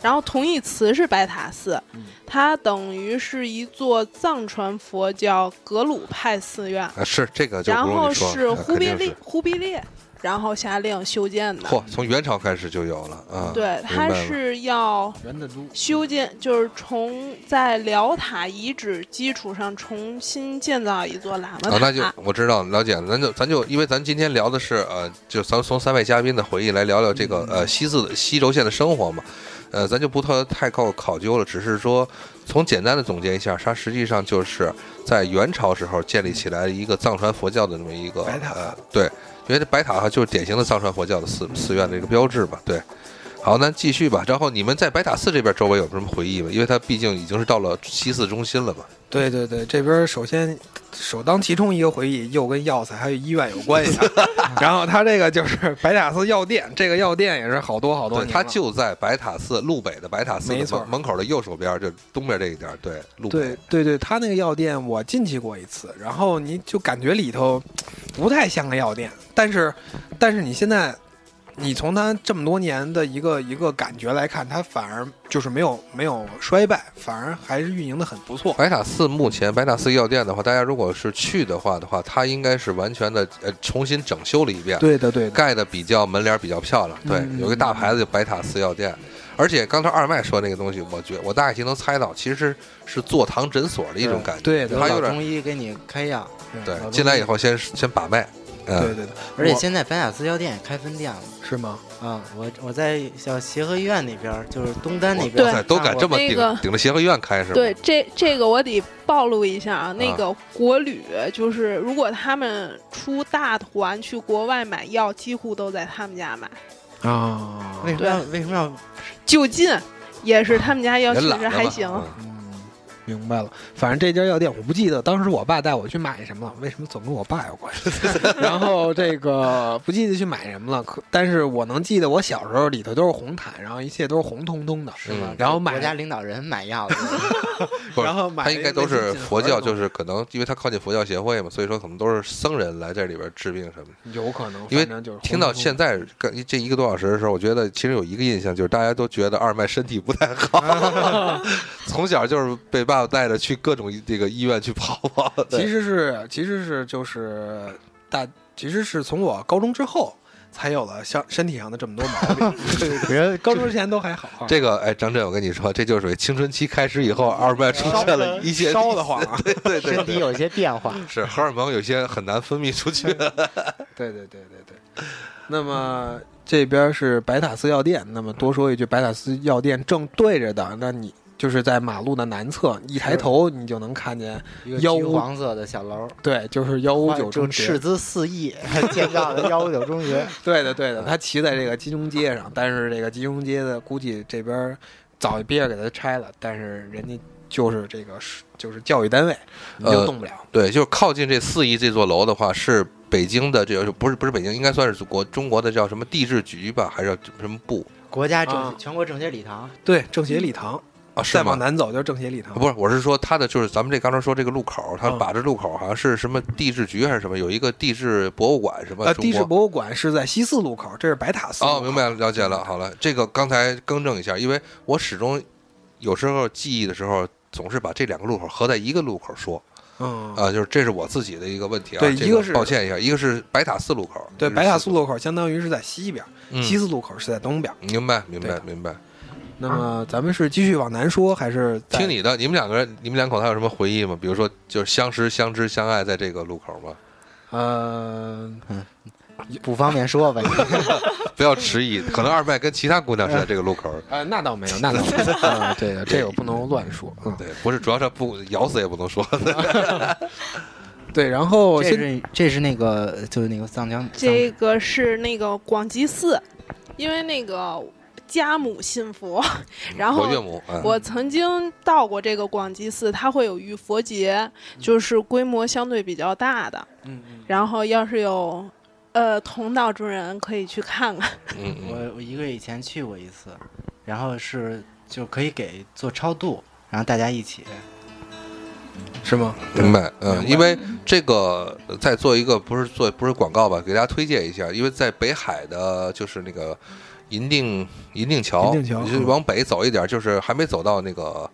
Speaker 3: 然后同义词是白塔寺，
Speaker 6: 嗯
Speaker 3: 它等于是一座藏传佛教格鲁派寺院，
Speaker 2: 啊是这个就
Speaker 3: 然
Speaker 2: 不用
Speaker 3: 后
Speaker 2: 你说了，
Speaker 3: 是
Speaker 2: 啊
Speaker 3: 忽必
Speaker 2: 肯定
Speaker 3: 烈
Speaker 2: 是。
Speaker 3: 忽必烈，然后下令修建的。
Speaker 2: 嚯，从元朝开始就有了啊。
Speaker 3: 对，
Speaker 2: 明白
Speaker 3: 它
Speaker 2: 了
Speaker 3: 是要
Speaker 4: 人的都
Speaker 3: 修建，就是从在辽塔遗址基础上重新建造一座喇嘛塔。
Speaker 2: 啊，那就我知道了解了，咱就咱就因为咱今天聊的是呃，就咱从三位嘉宾的回忆来聊聊这个呃西四的西轴线的生活嘛，呃，咱就不特太靠考究了，只是说从简单的总结一下，它实际上就是在元朝时候建立起来一个藏传佛教的这么一个
Speaker 4: 白塔
Speaker 2: 呃，对，因为这白塔哈就是典型的藏传佛教的寺寺院的一个标志吧，对。好，那继续吧。然后你们在白塔寺这边周围有什么回忆吗？因为它毕竟已经是到了西四中心了嘛。
Speaker 4: 对对对，这边首先首当其冲一个回忆，又跟药材还有医院有关系。 然后它这个就是白塔寺药店，这个药店也是好多好多
Speaker 2: 对，
Speaker 4: 年
Speaker 2: 它
Speaker 4: 了
Speaker 2: 就在白塔寺路北的白塔寺的
Speaker 4: 没错
Speaker 2: 门门口的右手边，就东边这一点儿，对，路
Speaker 4: 对
Speaker 2: 北。
Speaker 4: 对对，他那个药店我进去过一次，然后你就感觉里头不太像个药店，但是但是你现在你从他这么多年的一个一个感觉来看，他反而就是没有没有衰败，反而还是运营的很不错。
Speaker 2: 白塔寺目前白塔寺药店的话，大家如果是去的话的话，它应该是完全的呃重新整修了一遍，
Speaker 4: 对的对的，
Speaker 2: 盖的比较门脸儿比较漂亮，对，
Speaker 4: 嗯
Speaker 2: 有一个大牌子就白塔寺药店。而且刚才二麦说那个东西，我觉我大概就能猜到，其实是坐堂诊所的一种
Speaker 6: 对
Speaker 2: 感觉。
Speaker 4: 对
Speaker 2: 对
Speaker 4: 的
Speaker 2: 它有
Speaker 6: 老
Speaker 2: 点
Speaker 6: 中医给你开药，
Speaker 2: 对
Speaker 6: 老中
Speaker 2: 进来
Speaker 6: 医
Speaker 2: 以后先先把脉，嗯、
Speaker 4: 对对对，
Speaker 6: 而且
Speaker 4: 我
Speaker 6: 现在白塔寺药店也开分店了
Speaker 4: 是吗？
Speaker 6: 啊！我我在小协和医院那边儿，就是东单那边
Speaker 2: 哇
Speaker 6: 儿
Speaker 2: 塞，
Speaker 6: 看过，
Speaker 2: 都敢这么
Speaker 3: 那
Speaker 2: 顶、
Speaker 3: 个
Speaker 2: 顶着协和医院开是吗？
Speaker 3: 对，这这个我得暴露一下啊，那个国旅就是如果他们出大团去国外买药，几乎都在他们家买，
Speaker 4: 啊
Speaker 6: 为什么要为什么要
Speaker 3: 就近也是他们家药，
Speaker 2: 也
Speaker 3: 确
Speaker 2: 懒
Speaker 3: 实
Speaker 2: 了
Speaker 3: 还
Speaker 2: 吧
Speaker 3: 行。
Speaker 2: 嗯
Speaker 4: 嗯，明白了。反正这家药店我不记得当时我爸带我去买什么了，为什么总跟我爸有 关系？然后这个不记得去买什么了，可但是我能记得我小时候里头都是红毯，然后一切都是红彤彤的，
Speaker 6: 是吗
Speaker 2: 嗯？
Speaker 4: 然后买
Speaker 6: 国家领导人买 药的，
Speaker 2: 不是
Speaker 4: 然后买
Speaker 2: 他
Speaker 4: 了一
Speaker 2: 应
Speaker 4: 个
Speaker 2: 该都是
Speaker 4: 那些
Speaker 2: 佛教，
Speaker 4: 金盒
Speaker 2: 就
Speaker 4: 儿
Speaker 2: 是可能因为他靠近佛教协会嘛，所以说可能都是僧人来这里边治病什么的。
Speaker 4: 有可能，
Speaker 2: 因为
Speaker 4: 反正就是
Speaker 2: 听到现
Speaker 4: 在
Speaker 2: 在跟这一个多小时的时候，我觉得其实有一个印象，就是大家都觉得二麦身体不太好， 从小就是被爸爸带着去各种这个医院去跑跑。
Speaker 4: 其实是其实是就是大其实是从我高中之后才有了像身体上的这么多毛病，
Speaker 6: 人
Speaker 4: 高中之前都还好啊。
Speaker 2: 这个哎，张震，我跟你说，这就属于青春期开始以后，二麦出现了一些
Speaker 4: 烧得慌啊！
Speaker 2: 对对对，
Speaker 6: 身体有一些变化。
Speaker 2: 是荷尔蒙有些很难分泌出 去。
Speaker 4: 对对对对对。那么这边是白塔寺药店，那么多说一句，白塔寺药店正对着的，那你就是在马路的南侧，一抬头你就能看见，
Speaker 6: 一个
Speaker 4: 幺
Speaker 6: 橘
Speaker 4: 五
Speaker 6: 黄色的小楼，
Speaker 4: 对，就是幺五九
Speaker 6: 就
Speaker 4: 中学
Speaker 6: 斥。资四亿 建造的幺五九中 学，
Speaker 4: 对的，对的，他骑在这个金融街上，但是这个金融街的估计这边儿早就毕业给他拆了，但是人家就是这个是就是教育单位，你就
Speaker 2: 呃
Speaker 4: 动不了。
Speaker 2: 对，就是靠近这四亿这座楼的话，是北京的这个不是不是北京，应该算是国中国的叫什么地质局吧，还是叫什么部
Speaker 6: 国家政、
Speaker 4: 啊
Speaker 6: 全国政协礼堂，
Speaker 4: 对，政协礼堂，
Speaker 2: 啊？是
Speaker 4: 呃再
Speaker 2: 吗
Speaker 4: 往？南走就是政协礼堂。
Speaker 2: 啊不是，我是说它的就是咱们这刚才说这个路口，它
Speaker 4: 嗯
Speaker 2: 把这路口好像是什么地质局还是什么，有一个地质博物馆什么
Speaker 4: 呃，
Speaker 2: 中
Speaker 4: 地
Speaker 2: 国
Speaker 4: 质博物馆是在西四路口，这是白塔寺。
Speaker 2: 哦，明白了，了解了。好了，这个刚才更正一下，因为我始终有时候记忆的时候，总是把这两个路口合在一个路口说
Speaker 4: 嗯，
Speaker 2: 啊、就是这是我自己的一个问题啊。
Speaker 4: 对
Speaker 2: 这
Speaker 4: 一个是
Speaker 2: 抱歉一下，一个是白塔寺路口，
Speaker 4: 对，
Speaker 2: 一个是
Speaker 4: 白塔寺
Speaker 2: 路
Speaker 4: 路口相当于是在西边，
Speaker 2: 嗯
Speaker 4: 西四路口是在东边。
Speaker 2: 明白，明
Speaker 4: 对
Speaker 2: 白，
Speaker 4: 的
Speaker 2: 明白。
Speaker 4: 那么咱们是继续往南说，还是在
Speaker 2: 听？你的，你们两个人，你们两口子还有什么回忆吗？比如说，就是相识、相知、相爱，在这个路口吗？
Speaker 4: 呃，
Speaker 6: 不方便说吧。
Speaker 2: 不要迟疑，可能二麦跟其他姑娘是在这个路口。
Speaker 4: 呃，那倒没有，那倒没有。啊，对的，这个不能乱说。嗯，
Speaker 2: 对，不是，主要是不咬死也不能说。
Speaker 4: 对，然后
Speaker 6: 这
Speaker 4: 先
Speaker 6: 是这是那个就是那个藏江
Speaker 3: 这个是那个广济寺，因为那个家母信佛， 然后
Speaker 2: 我岳母，嗯、
Speaker 3: 我曾经到过这个广济寺，它会有浴佛节，就是规模相对比较大的。
Speaker 4: 嗯
Speaker 3: 然后要是有呃同道中人可以去看 看。
Speaker 2: 嗯嗯
Speaker 6: 我我一个月以前去过一次，然后是就可以给做超度，然后大家一起。
Speaker 4: 是吗？
Speaker 2: 明白，嗯，
Speaker 4: 明白
Speaker 2: 因为这个呃再做一个不是做不是广告吧，给大家推荐一下，因为在北海的，就是那个银锭银锭桥，
Speaker 4: 银锭桥
Speaker 2: 你就
Speaker 4: 嗯
Speaker 2: 往北走一点，就是还没走到那个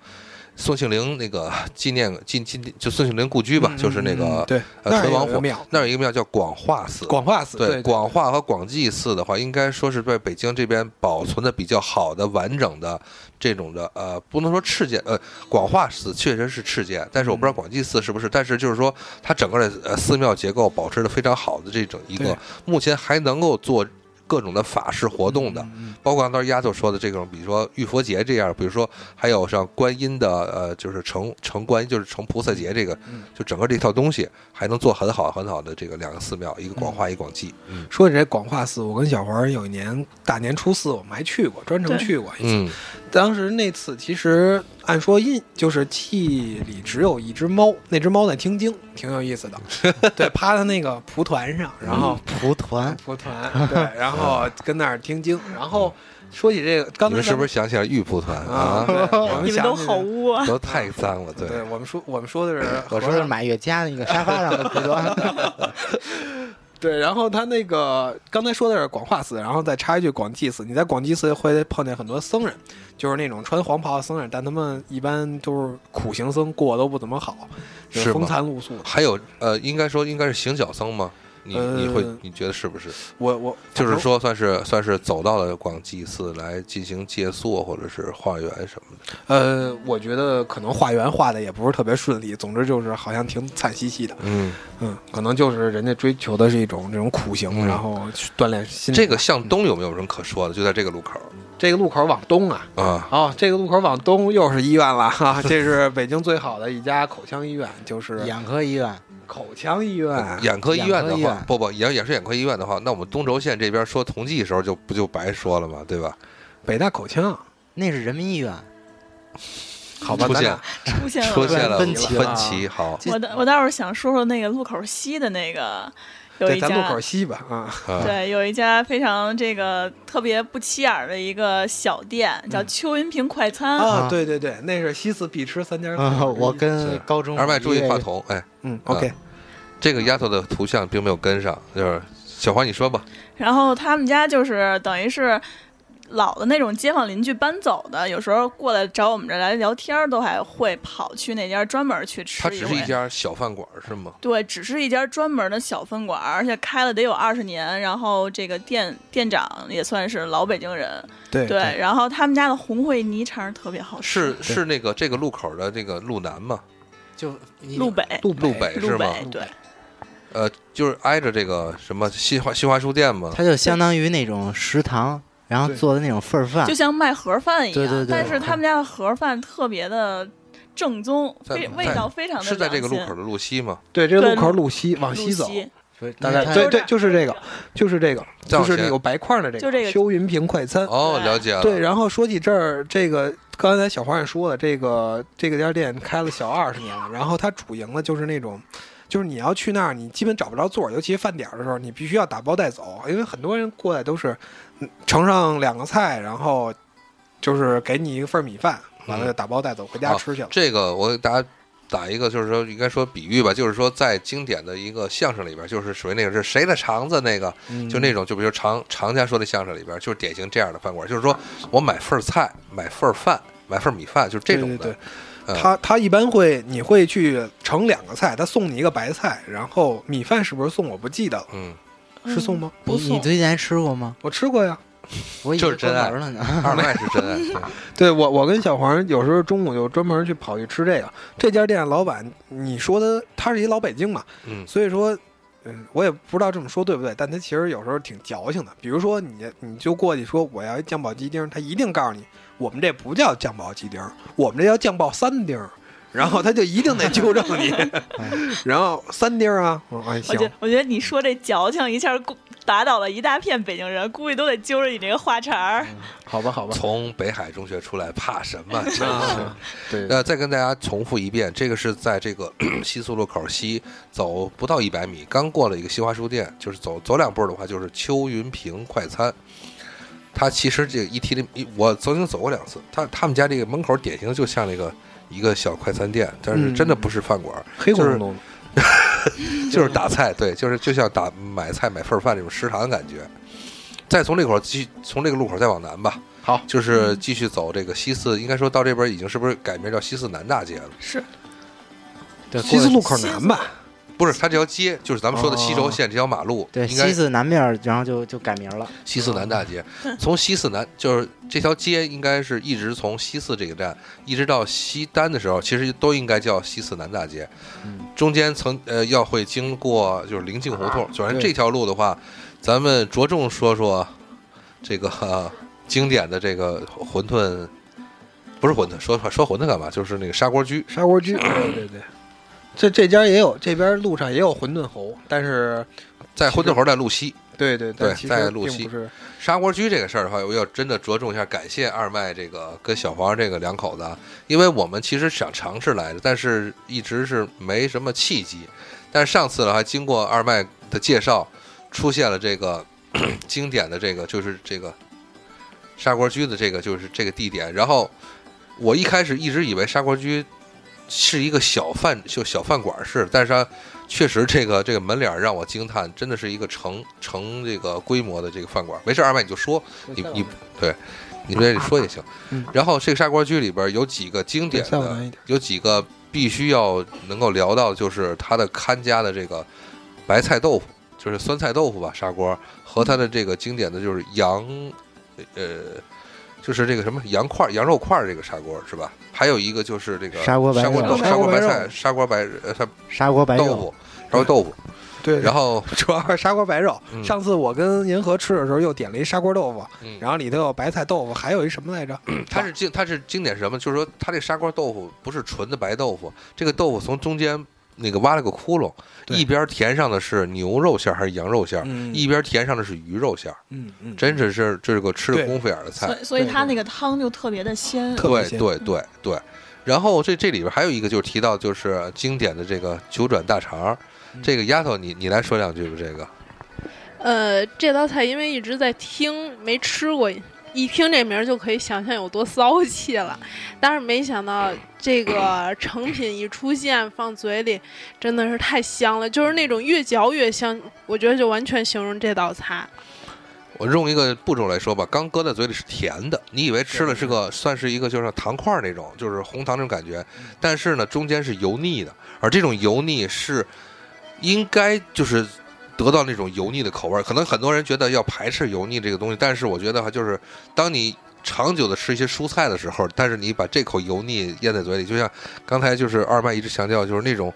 Speaker 2: 宋庆龄那个纪念纪纪念就宋庆龄故居吧，就是那
Speaker 4: 嗯嗯
Speaker 2: 个
Speaker 4: 嗯对，
Speaker 2: 呃
Speaker 4: 那儿
Speaker 2: 纯王
Speaker 4: 有一
Speaker 2: 府
Speaker 4: 个庙，
Speaker 2: 那儿有一个庙叫广化寺，
Speaker 4: 广化寺
Speaker 2: 对
Speaker 4: 对
Speaker 2: 广化和广济寺的话，应该说是在北京这边保存的比较好的、完整的这种的，呃，不能说敕建，呃，广化寺确实是敕建，但是我不知道广济寺是不是，但是就是说它整个的呃寺庙结构保持的非常好的这种一个
Speaker 4: 对，
Speaker 2: 目前还能够做各种的法事活动
Speaker 4: 嗯
Speaker 2: 的，包括刚才丫头说的这种，比如说浴佛节这样，比如说还有像观音的，呃，就是成成观音，就是成菩萨节这个，就整个这套东西还能做很好很好的这个两个寺庙，一个广化，一个广济。
Speaker 4: 嗯说起这广化寺，我跟小黄有一年大年初四，我们还去过，专程
Speaker 5: 对
Speaker 4: 去过一次。
Speaker 2: 嗯
Speaker 4: 当时那次其实按说印就是记里只有一只猫，那只猫在听经，挺有意 思的。对，趴在那个蒲团上，然
Speaker 2: 嗯
Speaker 4: 后
Speaker 6: 哦蒲团，
Speaker 4: 蒲团， 对，然后跟那儿听经。然后说起这个，刚
Speaker 2: 你
Speaker 4: 才
Speaker 2: 们是不
Speaker 4: 咱
Speaker 2: 是想起来玉蒲团啊？
Speaker 4: 啊？对 我
Speaker 5: 你们
Speaker 4: 想
Speaker 5: 都
Speaker 4: 起
Speaker 5: 好污啊！
Speaker 2: 都太脏了，
Speaker 4: 对，
Speaker 2: 对。
Speaker 4: 我们说我们说的是
Speaker 6: 我
Speaker 4: 和
Speaker 6: 说
Speaker 4: 尚，
Speaker 6: 的是马月家那个沙发上的蒲 团，
Speaker 4: 对，然后他那个刚才说的是广化寺，然后再插一句广济寺。你在广济寺会碰见很多僧人，就是那种穿黄袍的僧人，但他们一般都是苦行僧，过得都不怎么好，就是
Speaker 2: 吗
Speaker 4: 风餐露宿的。
Speaker 2: 还有呃，应该说应该是行脚僧吗？你你会
Speaker 4: 呃
Speaker 2: 你觉得是不是？
Speaker 4: 我我
Speaker 2: 就是说，算是算是走到了广济寺来进行借宿或者是化缘什么的。
Speaker 4: 呃，我觉得可能化缘化的也不是特别顺利，总之就是好像挺惨兮兮的。
Speaker 2: 嗯，
Speaker 4: 嗯，可能就是人家追求的是一种这种苦行，
Speaker 2: 嗯
Speaker 4: 然后去锻炼心理。
Speaker 2: 这个向东有没有什么可说的？就在这个路口
Speaker 4: 这个路口往东啊，
Speaker 2: 啊，
Speaker 4: 哦，这个路口往东又是医院了哈、这是北京最好的一家口腔医院，就是
Speaker 6: 眼科医院，
Speaker 4: 口腔医院。
Speaker 2: 呃眼科医院的
Speaker 6: 哎眼科医
Speaker 2: 话
Speaker 6: 院，
Speaker 2: 不不，眼眼是眼科医院的话，那我们东轴线这边说同济的时候就不就白说了嘛，对吧？
Speaker 4: 北大口腔，
Speaker 6: 那是人民医院。
Speaker 4: 好吧，
Speaker 2: 出
Speaker 4: 咱
Speaker 2: 现
Speaker 4: 俩
Speaker 5: 出现了
Speaker 2: 出现了
Speaker 6: 分歧了
Speaker 2: 分歧， 好
Speaker 6: 这
Speaker 5: 我倒我倒是想说说那个路口西的那个，有
Speaker 4: 对
Speaker 5: 一家
Speaker 4: 咱路口西吧啊，
Speaker 2: 啊，
Speaker 5: 对，有一家非常这个特别不起眼儿的一个小店，叫
Speaker 4: 嗯
Speaker 5: 邱云平快餐。
Speaker 4: 啊，
Speaker 6: 啊
Speaker 4: 对对对，那是西四必吃三家口
Speaker 6: 啊， 我
Speaker 2: 是
Speaker 6: 跟啊高中
Speaker 2: 嗯二麦注意
Speaker 6: 一位
Speaker 2: 话筒，哎，
Speaker 4: 嗯，OK，
Speaker 2: 这个丫头的图像并没有跟上，就是小黄，你说吧，
Speaker 5: 然后他们家就是等于是老的那种街坊邻居搬走的，有时候过来找我们这儿来聊天儿，都还会跑去那家专门去吃
Speaker 2: 它只
Speaker 5: 回
Speaker 2: 是一家小饭馆儿是吗？
Speaker 5: 对，只是一家专门的小分馆儿，而且开了得有二十年。然后这个店店长也算是老北京人，
Speaker 4: 对
Speaker 5: 对。然后他们家的红烩泥肠儿特别好吃，
Speaker 2: 是是那个这个路口的这个路南吗？
Speaker 6: 就
Speaker 5: 路北，
Speaker 4: 路
Speaker 2: 路北是
Speaker 5: 路
Speaker 2: 吗？
Speaker 5: 北，对，
Speaker 2: 呃，就是挨着这个什么新华新华书店吗？
Speaker 6: 它就相当于那种食堂，然后
Speaker 4: 对
Speaker 6: 做的那种份儿饭
Speaker 5: 就，像卖盒饭一样。
Speaker 6: 啊对对对
Speaker 5: 但是他们家的盒饭特别的正宗，
Speaker 2: 在
Speaker 5: 非
Speaker 2: 在
Speaker 5: 味道非常的
Speaker 2: 是在这个路口
Speaker 5: 路
Speaker 2: 的路西吗？
Speaker 4: 对，这个
Speaker 5: 对
Speaker 4: 路口路西往西
Speaker 5: 西
Speaker 4: 走，
Speaker 6: 所以
Speaker 4: 大概
Speaker 6: 它
Speaker 4: 对对，就是这个，就是这个，
Speaker 2: 再
Speaker 4: 就
Speaker 2: 往
Speaker 4: 是
Speaker 2: 前
Speaker 4: 那个白块儿的这个，
Speaker 5: 就这个
Speaker 4: 修云平快餐。
Speaker 2: 哦，
Speaker 5: 对
Speaker 2: 了解了。
Speaker 4: 对，然后说起这儿，这个刚才小花也说了，这个这个家店开了小二十年了，然后它主营的就是那种。就是你要去那儿，你基本找不着座儿，尤其饭点儿的时候，你必须要打包带走，因为很多人过来都是嗯盛上两个菜，然后就是给你一份儿米饭，完了就打包带走回家
Speaker 2: 啊
Speaker 4: 吃去了。
Speaker 2: 这个我给大家打一个，就是说应该说比喻吧，就是说在经典的一个相声里边，就是属于那个是谁的肠子那个，
Speaker 4: 嗯
Speaker 2: 就那种就比如常常家说的相声里边，就是典型这样的饭馆，就是说我买份儿菜，买份儿饭，买份儿米饭，就是这种的。
Speaker 4: 对对
Speaker 2: 嗯
Speaker 4: 他他一般会，你会去盛两个菜，他送你一个白菜，然后米饭是不是送我不记得了，
Speaker 2: 嗯，
Speaker 4: 是送吗？
Speaker 6: 你
Speaker 3: 不
Speaker 6: 你
Speaker 3: 送。
Speaker 6: 最近还吃过吗？
Speaker 4: 我吃过呀。
Speaker 6: 我已
Speaker 2: 就
Speaker 6: 经
Speaker 2: 是真爱
Speaker 6: 关门了 呢。
Speaker 2: 二麦是真 爱。对
Speaker 4: 对我，我跟小黄有时候中午就专门去跑去吃这个。这家店老板，你说的他是一老北京嘛，
Speaker 2: 嗯
Speaker 4: 所以说，嗯，我也不知道这么说对不对，但他其实有时候挺矫情的。比如说你，你就过去说我要一酱爆鸡丁，他一定告诉你，我们这不叫酱爆鸡丁，我们这叫酱爆三丁儿。然后他就一定得纠正 你，然后三丁儿啊，我说哎
Speaker 5: 我
Speaker 4: 行
Speaker 5: 觉，得我觉得你说这矫情一下儿，打倒了一大片北京人，估计都得揪着你这个话茬儿。
Speaker 4: 好吧好吧，
Speaker 2: 从北海中学出来，怕什 么？真是。
Speaker 4: 啊，对，
Speaker 2: 呃，再跟大家重复一遍，这个是在这个 西宿路口西走不到一百米，刚过了一个西华书店，就是走走两步的话就是邱云平快餐。它其实这一提这一，我曾经走过两次，他他们家这个门口典型就像那个一个小快餐店，但是真的不是饭馆，
Speaker 4: 黑咕
Speaker 2: 就是
Speaker 4: 隆咚的，
Speaker 2: 就是打菜，对，就是就像打买菜买份儿饭这种食堂的感觉。再从这口继续从这个路口再往南吧，
Speaker 4: 好
Speaker 2: 就是继续走这个西四，应该说到这边已经是不是改名叫西四南大街了？
Speaker 5: 是，
Speaker 6: 对
Speaker 4: 西四
Speaker 6: 过
Speaker 4: 路口南吧，
Speaker 2: 不是，它这条街就是咱们说的西轴线这条马路，
Speaker 6: 哦对
Speaker 2: 应该
Speaker 6: 西四南嗯面儿，然后就就改名了。
Speaker 2: 西四南大街。 从西四南就是这条街，应该是一直从西四这个站一直到西单的时候，其实都应该叫西四南大街。
Speaker 6: 嗯
Speaker 2: 中间曾呃要会经过就是临近胡
Speaker 6: 啊
Speaker 2: 同，反正
Speaker 4: 对
Speaker 2: 这条路的话，咱们着重说说这个、 呃经典的这个馄饨，不是馄饨，说说馄饨干嘛？就是那个砂锅居。
Speaker 4: 砂锅居，对对对，这这家也有，这边路上也有馄饨侯，但是
Speaker 2: 在馄饨侯在路西，
Speaker 4: 对对
Speaker 2: 对
Speaker 4: 但其实
Speaker 2: 在路西
Speaker 4: 并不是
Speaker 2: 砂锅居这个事儿的话，我要真的着重一下感谢二麦这个跟小黄这个两口子，啊，因为我们其实想尝试来着，但是一直是没什么契机。但是上次的话，经过二麦的介绍，出现了这个 经典的这个就是这个砂锅居的这个就是这个地点。然后我一开始一直以为砂锅居是一个小饭就小饭馆儿式，但是它确实这个这个门脸儿让我惊叹，真的是一个成成这个规模的这个饭馆儿。没事，二麦你就说，你你对，你在这里说也行
Speaker 4: 嗯。
Speaker 2: 然后这个砂锅居里边儿有几个经典
Speaker 4: 再往
Speaker 6: 啊
Speaker 2: 的
Speaker 4: 南一点，
Speaker 2: 有几个必须要能够聊到，就是它的看家的这个白菜豆腐，就是酸菜豆腐吧，砂锅和它的这个经典的就是羊，呃，就是这个什么羊块儿、羊肉块儿这个砂锅是吧？还有一个就是这个
Speaker 6: 砂锅白
Speaker 2: 砂锅
Speaker 6: 肉
Speaker 2: 豆
Speaker 4: 砂
Speaker 2: 砂
Speaker 4: 锅
Speaker 2: 锅白
Speaker 4: 白
Speaker 2: 菜、
Speaker 4: 肉
Speaker 2: 砂锅白呃砂
Speaker 6: 砂锅白
Speaker 2: 豆
Speaker 6: 肉，
Speaker 2: 腐、烧豆腐，
Speaker 4: 对，
Speaker 2: 然后
Speaker 4: 主要是砂锅白肉。
Speaker 2: 嗯
Speaker 4: 上次我跟银河吃的时候，又点了一砂锅豆腐，
Speaker 2: 嗯
Speaker 4: 然后里头有白菜豆腐，还有一什么来着？
Speaker 2: 它是经它是经典是什么？就是说它这砂锅豆腐不是纯的白豆腐，这个豆腐从中间那个挖了个窟窿，
Speaker 4: 对
Speaker 2: 一边填上的是牛肉馅儿还是羊肉馅儿，
Speaker 4: 嗯
Speaker 2: 一边填上的是鱼肉馅儿，
Speaker 4: 嗯嗯，
Speaker 2: 真是是这个吃的
Speaker 4: 对
Speaker 2: 功夫眼儿的菜
Speaker 5: 所。以所以
Speaker 4: 对
Speaker 5: 它
Speaker 4: 对
Speaker 5: 那个汤就特别的鲜。
Speaker 4: 特别
Speaker 2: 对
Speaker 4: 鲜
Speaker 2: 对对对。然后这这里边还有一个就是提到就是经典的这个九转大肠儿，
Speaker 4: 嗯
Speaker 2: 这个丫头你你来说两句吧，这个
Speaker 3: 呃，这道菜因为一直在听，没吃过，一听这名儿就可以想象有多骚气
Speaker 4: 嗯
Speaker 3: 了。但是没想到这个成品一出现，放嘴里真的是太香了，就是那种越嚼越香，我觉得就完全形容这道菜。
Speaker 2: 我用一个步骤来说吧，刚搁在嘴里是甜的，你以为吃了是个算是一个就是糖块儿那种，就是红糖那种感觉，但是呢中间是油腻的，而这种油腻是应该就是得到那种油腻的口味儿。可能很多人觉得要排斥油腻这个东西，但是我觉得哈，就是当你长久的吃一些蔬菜的时候，但是你把这口油腻咽在嘴里，就像刚才就是二麦一直强调，就是那种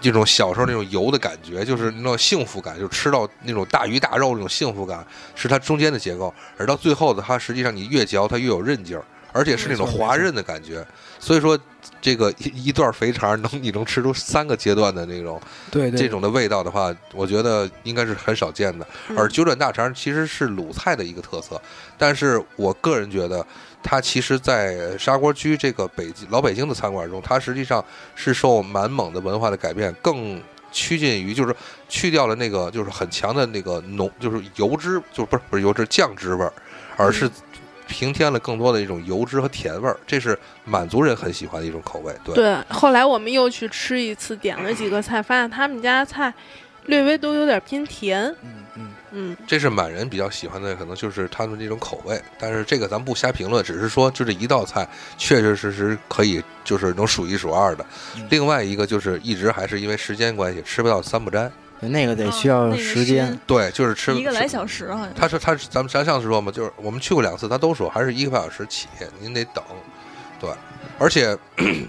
Speaker 2: 这种小时候那种油的感觉，就是那种幸福感，就吃到那种大鱼大肉那种幸福感，是它中间的结构，而到最后的它，实际上你越嚼它越有韧劲儿，而且是那种
Speaker 4: 没错
Speaker 2: 滑韧的感觉。所以说，这个一一段肥肠能你能吃出三个阶段的那种
Speaker 4: 对对，
Speaker 2: 这种的味道的话，我觉得应该是很少见的。
Speaker 3: 嗯
Speaker 2: 而九转大肠其实是鲁菜的一个特色，但是我个人觉得，它其实，在砂锅居这个北京老北京的餐馆中，它实际上是受满蒙的文化的改变更。趋近于就是去掉了那个就是很强的那个浓就是油脂就是不是不是油脂酱汁味儿，而是平添了更多的一种油脂和甜味儿，这是满族人很喜欢的一种口味。对，
Speaker 3: 对，后来我们又去吃一次，点了几个菜，发现他们家菜略微都有点偏甜。
Speaker 4: 嗯嗯，
Speaker 3: 嗯，
Speaker 2: 这是满人比较喜欢的，可能就是他们这种口味。但是这个咱不瞎评论，只是说就这一道菜，确确实实可以就是能数一数二的。
Speaker 4: 嗯
Speaker 2: 另外一个就是一直还是因为时间关系吃不到三不沾，
Speaker 6: 那个得
Speaker 5: 嗯
Speaker 6: 需要
Speaker 5: 那个
Speaker 6: 时间
Speaker 5: 是。
Speaker 2: 对，就是吃
Speaker 5: 一个来
Speaker 2: 是
Speaker 5: 小时好像。
Speaker 2: 他说他是咱们咱上次说嘛，就是我们去过两次，他都说还是一个半小时起，您得等。对，而且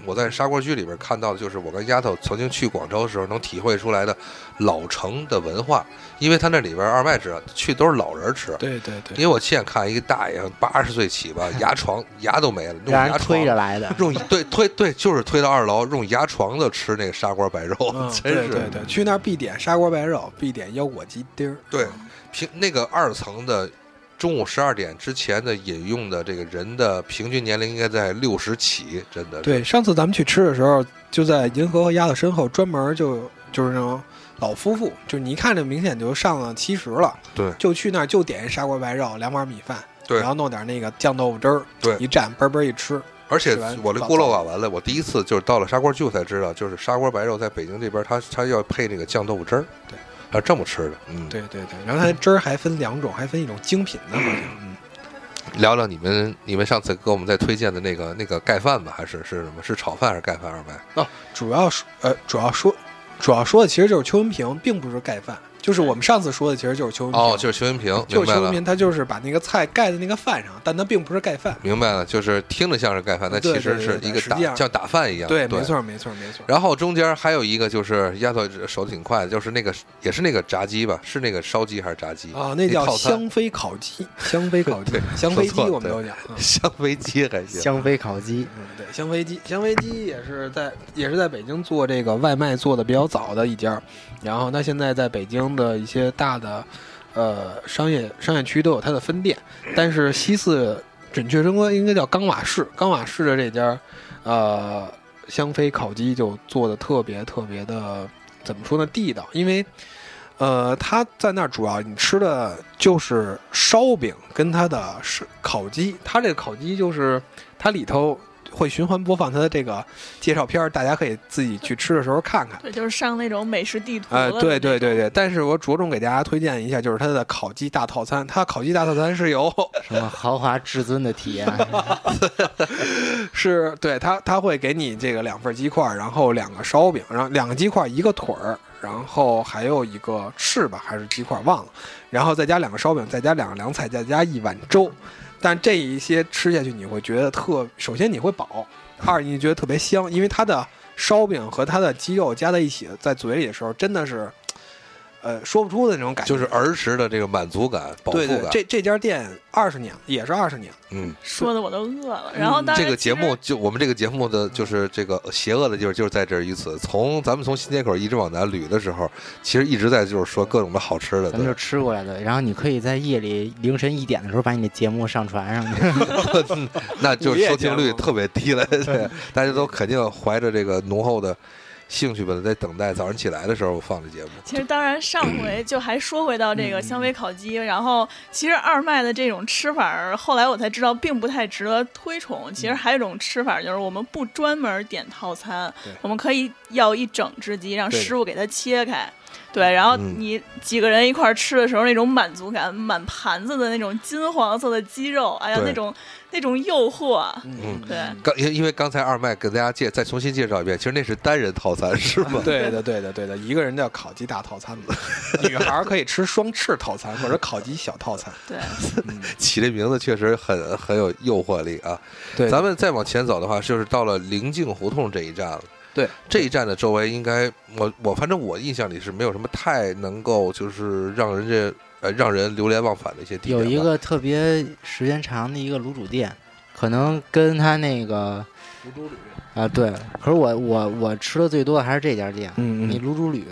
Speaker 2: 我在砂锅居里边看到的就是我跟丫头曾经去广州的时候能体会出来的老城的文化，因为他那里边二麦知道去都是老人吃，
Speaker 4: 对对对
Speaker 2: 因，为我亲眼看一个大爷八十岁起 吧，牙床牙都没了，用
Speaker 6: 让
Speaker 2: 牙
Speaker 6: 人推
Speaker 2: 床，
Speaker 6: 着来的
Speaker 2: 用对推对就是推到二楼，用牙床子吃那个砂锅白肉，
Speaker 4: 嗯，
Speaker 2: 真
Speaker 4: 对
Speaker 2: 是
Speaker 4: 对对，去那儿必点砂锅白肉，必点腰果鸡丁儿。
Speaker 2: 对平那个二层的中午十二点之前的饮用的这个人的平均年龄应该在六十起，真的是
Speaker 4: 对，上次咱们去吃的时候，就在银河和丫头身后，专门就就是那种老夫妇，就是你一看这明显就上了七十了，
Speaker 2: 对
Speaker 4: 就去那儿就点一砂锅白肉，两碗米饭，
Speaker 2: 对
Speaker 4: 然后弄点那个酱豆腐汁儿，
Speaker 2: 对
Speaker 4: 一蘸嘣嘣一吃，
Speaker 2: 而且
Speaker 4: 吃完
Speaker 2: 我这
Speaker 4: 早
Speaker 2: 孤陋
Speaker 4: 早
Speaker 2: 寡闻了，我第一次就是到了砂锅居我才知道，就是砂锅白肉在北京这边它它要配那个酱豆腐汁儿，
Speaker 4: 对，
Speaker 2: 啊这么吃的，嗯，
Speaker 4: 对对对，然后它那汁儿还分两种，还分一种精品的，好像，嗯，
Speaker 2: 聊聊你们你们上次给我们在推荐的那个那个盖饭吧，还是是什么？是炒饭还是盖饭二麦？
Speaker 4: 主要说呃主要说主要说的其实就是邱文平，并不是盖饭，就是我们上次说的其实就是邱文平，
Speaker 2: 哦，就是邱云平，
Speaker 4: 就
Speaker 2: 明
Speaker 4: 是
Speaker 2: 白
Speaker 4: 邱文
Speaker 2: 了，
Speaker 4: 平，他就是把那个菜盖在那个饭上，但他并不是盖饭，
Speaker 2: 明白了，就是听着像是盖饭，但
Speaker 4: 对
Speaker 2: 其实
Speaker 4: 对
Speaker 2: 是
Speaker 4: 对对
Speaker 2: 一个
Speaker 4: 实际
Speaker 2: 打
Speaker 4: 上
Speaker 2: 像打饭一样，
Speaker 4: 对，
Speaker 2: 对，
Speaker 4: 没。错没错没错，
Speaker 2: 然后中间还有一个就是丫头手挺快的，就是那个也是那个炸鸡吧，是那个烧鸡还是炸鸡
Speaker 4: 啊，那叫
Speaker 2: 套餐
Speaker 4: 香妃烤鸡，香妃烤 鸡
Speaker 2: 对，
Speaker 4: 香
Speaker 2: 说
Speaker 4: 妃鸡
Speaker 2: 错了
Speaker 4: 我们都讲。嗯
Speaker 2: 香妃鸡还行，
Speaker 6: 香妃烤鸡，
Speaker 4: 嗯，对，香妃鸡，香妃鸡也是在也是在北京做这个外卖做的比较早的一家儿，然后它现在在北京的一些大的呃商业商业区都有它的分店，但是西四准确称为应该叫冈瓦市，冈瓦市的这家儿呃香妃烤鸡就做的特别特别的怎么说呢地道，因为。呃，它在那儿主要你吃的就是烧饼跟它的是烤鸡，它这个烤鸡就是它里头会循环播放它的这个介绍片儿，大家可以自己去吃的时候看看。
Speaker 5: 对，就是上那种美食地图
Speaker 4: 呃
Speaker 5: 了，的
Speaker 4: 对
Speaker 5: 那
Speaker 4: 对对
Speaker 5: 种，
Speaker 4: 对，但是我着重给大家推荐一下，就是它的烤鸡大套餐。它烤鸡大套餐是由
Speaker 6: 什么豪华至尊 的体验，
Speaker 4: 是对它它会给你这个两份鸡块，然后两个烧饼，然后两个鸡块一个腿儿，然后还有一个翅膀还是鸡块忘了，然后再加两个烧饼，再加两个凉菜，再加一碗粥。但这一些吃下去，你会觉得特，首先你会饱，二你觉得特别香，因为它的烧饼和它的鸡肉加在一起，在嘴里的时候真的是，呃，说不出的那种感觉。
Speaker 2: 就是儿时的这个满足感、饱腹
Speaker 4: 对对，
Speaker 2: 感。
Speaker 4: 这这家店二十年也是二十年，
Speaker 2: 嗯，
Speaker 5: 说的我都饿了。然后当然
Speaker 2: 这个
Speaker 5: 其
Speaker 2: 节
Speaker 5: 实
Speaker 2: 目就我们这个节目的就是这个邪恶的地方就是在这儿一次，从咱们从新街口一直往南捋的时候，其实一直在就是说各种的好吃的。
Speaker 6: 咱们就
Speaker 2: 对，
Speaker 6: 吃过来的。然后你可以在夜里凌晨一点的时候把你的节目上传上去。
Speaker 2: 那就
Speaker 4: 午
Speaker 2: 是
Speaker 4: 夜
Speaker 2: 收听率
Speaker 4: 节目
Speaker 2: 特别低 了。对， 大家都肯定怀着这个浓厚的兴趣吧，在等待早上起来的时候放的节目。
Speaker 5: 其实，当然上 回就还说回到这
Speaker 2: 嗯
Speaker 5: 个香妃烤鸡，然后其实二麦的这种吃法儿，后来我才知道并不太值得推
Speaker 2: 嗯
Speaker 5: 崇。其实还有一种吃法儿，就是我们不专门点套餐
Speaker 4: 对，
Speaker 5: 我们可以要一整只鸡，让
Speaker 4: 对的
Speaker 5: 师傅给它切开。对，然后
Speaker 2: 嗯
Speaker 5: 你几个人一块儿吃的时候，那种满足感，满盘子的那种金黄色的鸡肉，哎呀，
Speaker 2: 对
Speaker 5: 那种那种诱惑，啊
Speaker 2: 嗯
Speaker 5: 对
Speaker 2: 刚因因为刚才二麦给大家介再重新介绍一遍，其实那是单人套餐是吗？
Speaker 4: 对的，对的，对的，一个人叫烤鸡大套餐嘛，女孩儿可以吃双翅套餐或者烤鸡小套餐。嗯
Speaker 5: 对，
Speaker 2: 起这名字确实很很有诱惑力啊。
Speaker 4: 对
Speaker 2: 咱们再往前走的话，就是到了临近胡同这一站了。
Speaker 4: 对，
Speaker 2: 这一站的周围应该，我我反正我印象里是没有什么太能够就是让人家呃让人流连忘返的一些地点
Speaker 6: 有
Speaker 2: 吧。
Speaker 6: 一个特别时间长的一个卤煮店，可能跟他那个
Speaker 4: 卤煮旅，
Speaker 6: 啊对，可是我我我吃的最多的还是这家店。
Speaker 4: 嗯
Speaker 6: 你
Speaker 4: 嗯
Speaker 6: 卤煮旅，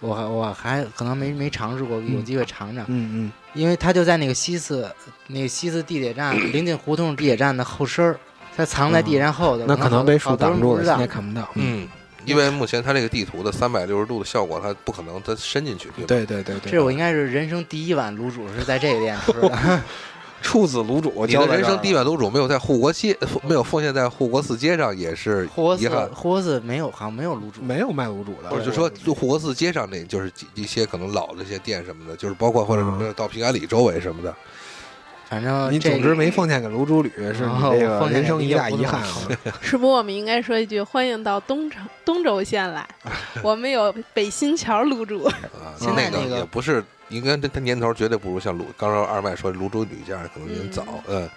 Speaker 6: 我还我还可能没没尝试过，有
Speaker 4: 嗯
Speaker 6: 机会尝尝。
Speaker 4: 嗯
Speaker 6: 因为它就在那个西四那个西四地 铁站临近胡同地铁站的后身儿，它藏在地铁站后头，
Speaker 4: 嗯，那可能被
Speaker 6: 好
Speaker 4: 树
Speaker 6: 多人
Speaker 4: 挡住
Speaker 6: 不
Speaker 4: 了，
Speaker 6: 知
Speaker 4: 现
Speaker 6: 道
Speaker 4: 在看不到。，
Speaker 2: 嗯，因为目前它这个地图的三百六十度的效果，它不可能它伸进去。对吧，
Speaker 4: 嗯对对对对，
Speaker 6: 这我应该是人生第一碗卤煮是在这个店吃 的。
Speaker 4: 处子卤煮，我
Speaker 2: 你的人生地板卤煮没有在护国街， 没有奉献在护国寺街上，也是
Speaker 6: 护国
Speaker 2: 遗
Speaker 6: 寺啊
Speaker 2: 憾。
Speaker 6: 护国寺没有，好像没有卤煮。
Speaker 4: 没有卖卤煮的，
Speaker 2: 或者就说，就护国寺街上那，就是几一些可能老的一些店什么的，就是包括或者什
Speaker 6: 嗯
Speaker 2: 么到平安里周围什么的。
Speaker 6: 反正
Speaker 4: 你
Speaker 6: 这
Speaker 4: 总之没奉献给卤煮旅，是你
Speaker 6: 哦
Speaker 4: 这
Speaker 6: 我
Speaker 4: 个
Speaker 6: 奉
Speaker 4: 人
Speaker 6: 献给
Speaker 4: 生一
Speaker 6: 业
Speaker 4: 大
Speaker 6: 务
Speaker 4: 遗
Speaker 6: 总
Speaker 4: 憾啊。
Speaker 3: 是不，我们应该说一句：欢迎到东城东轴线来，我们有北新桥卤煮。
Speaker 2: 啊，
Speaker 6: 现在
Speaker 2: 那
Speaker 6: 那个
Speaker 2: 也不是，应该这他年头绝对不如像卢，刚才二麦说泸州女这样可能有点早，嗯。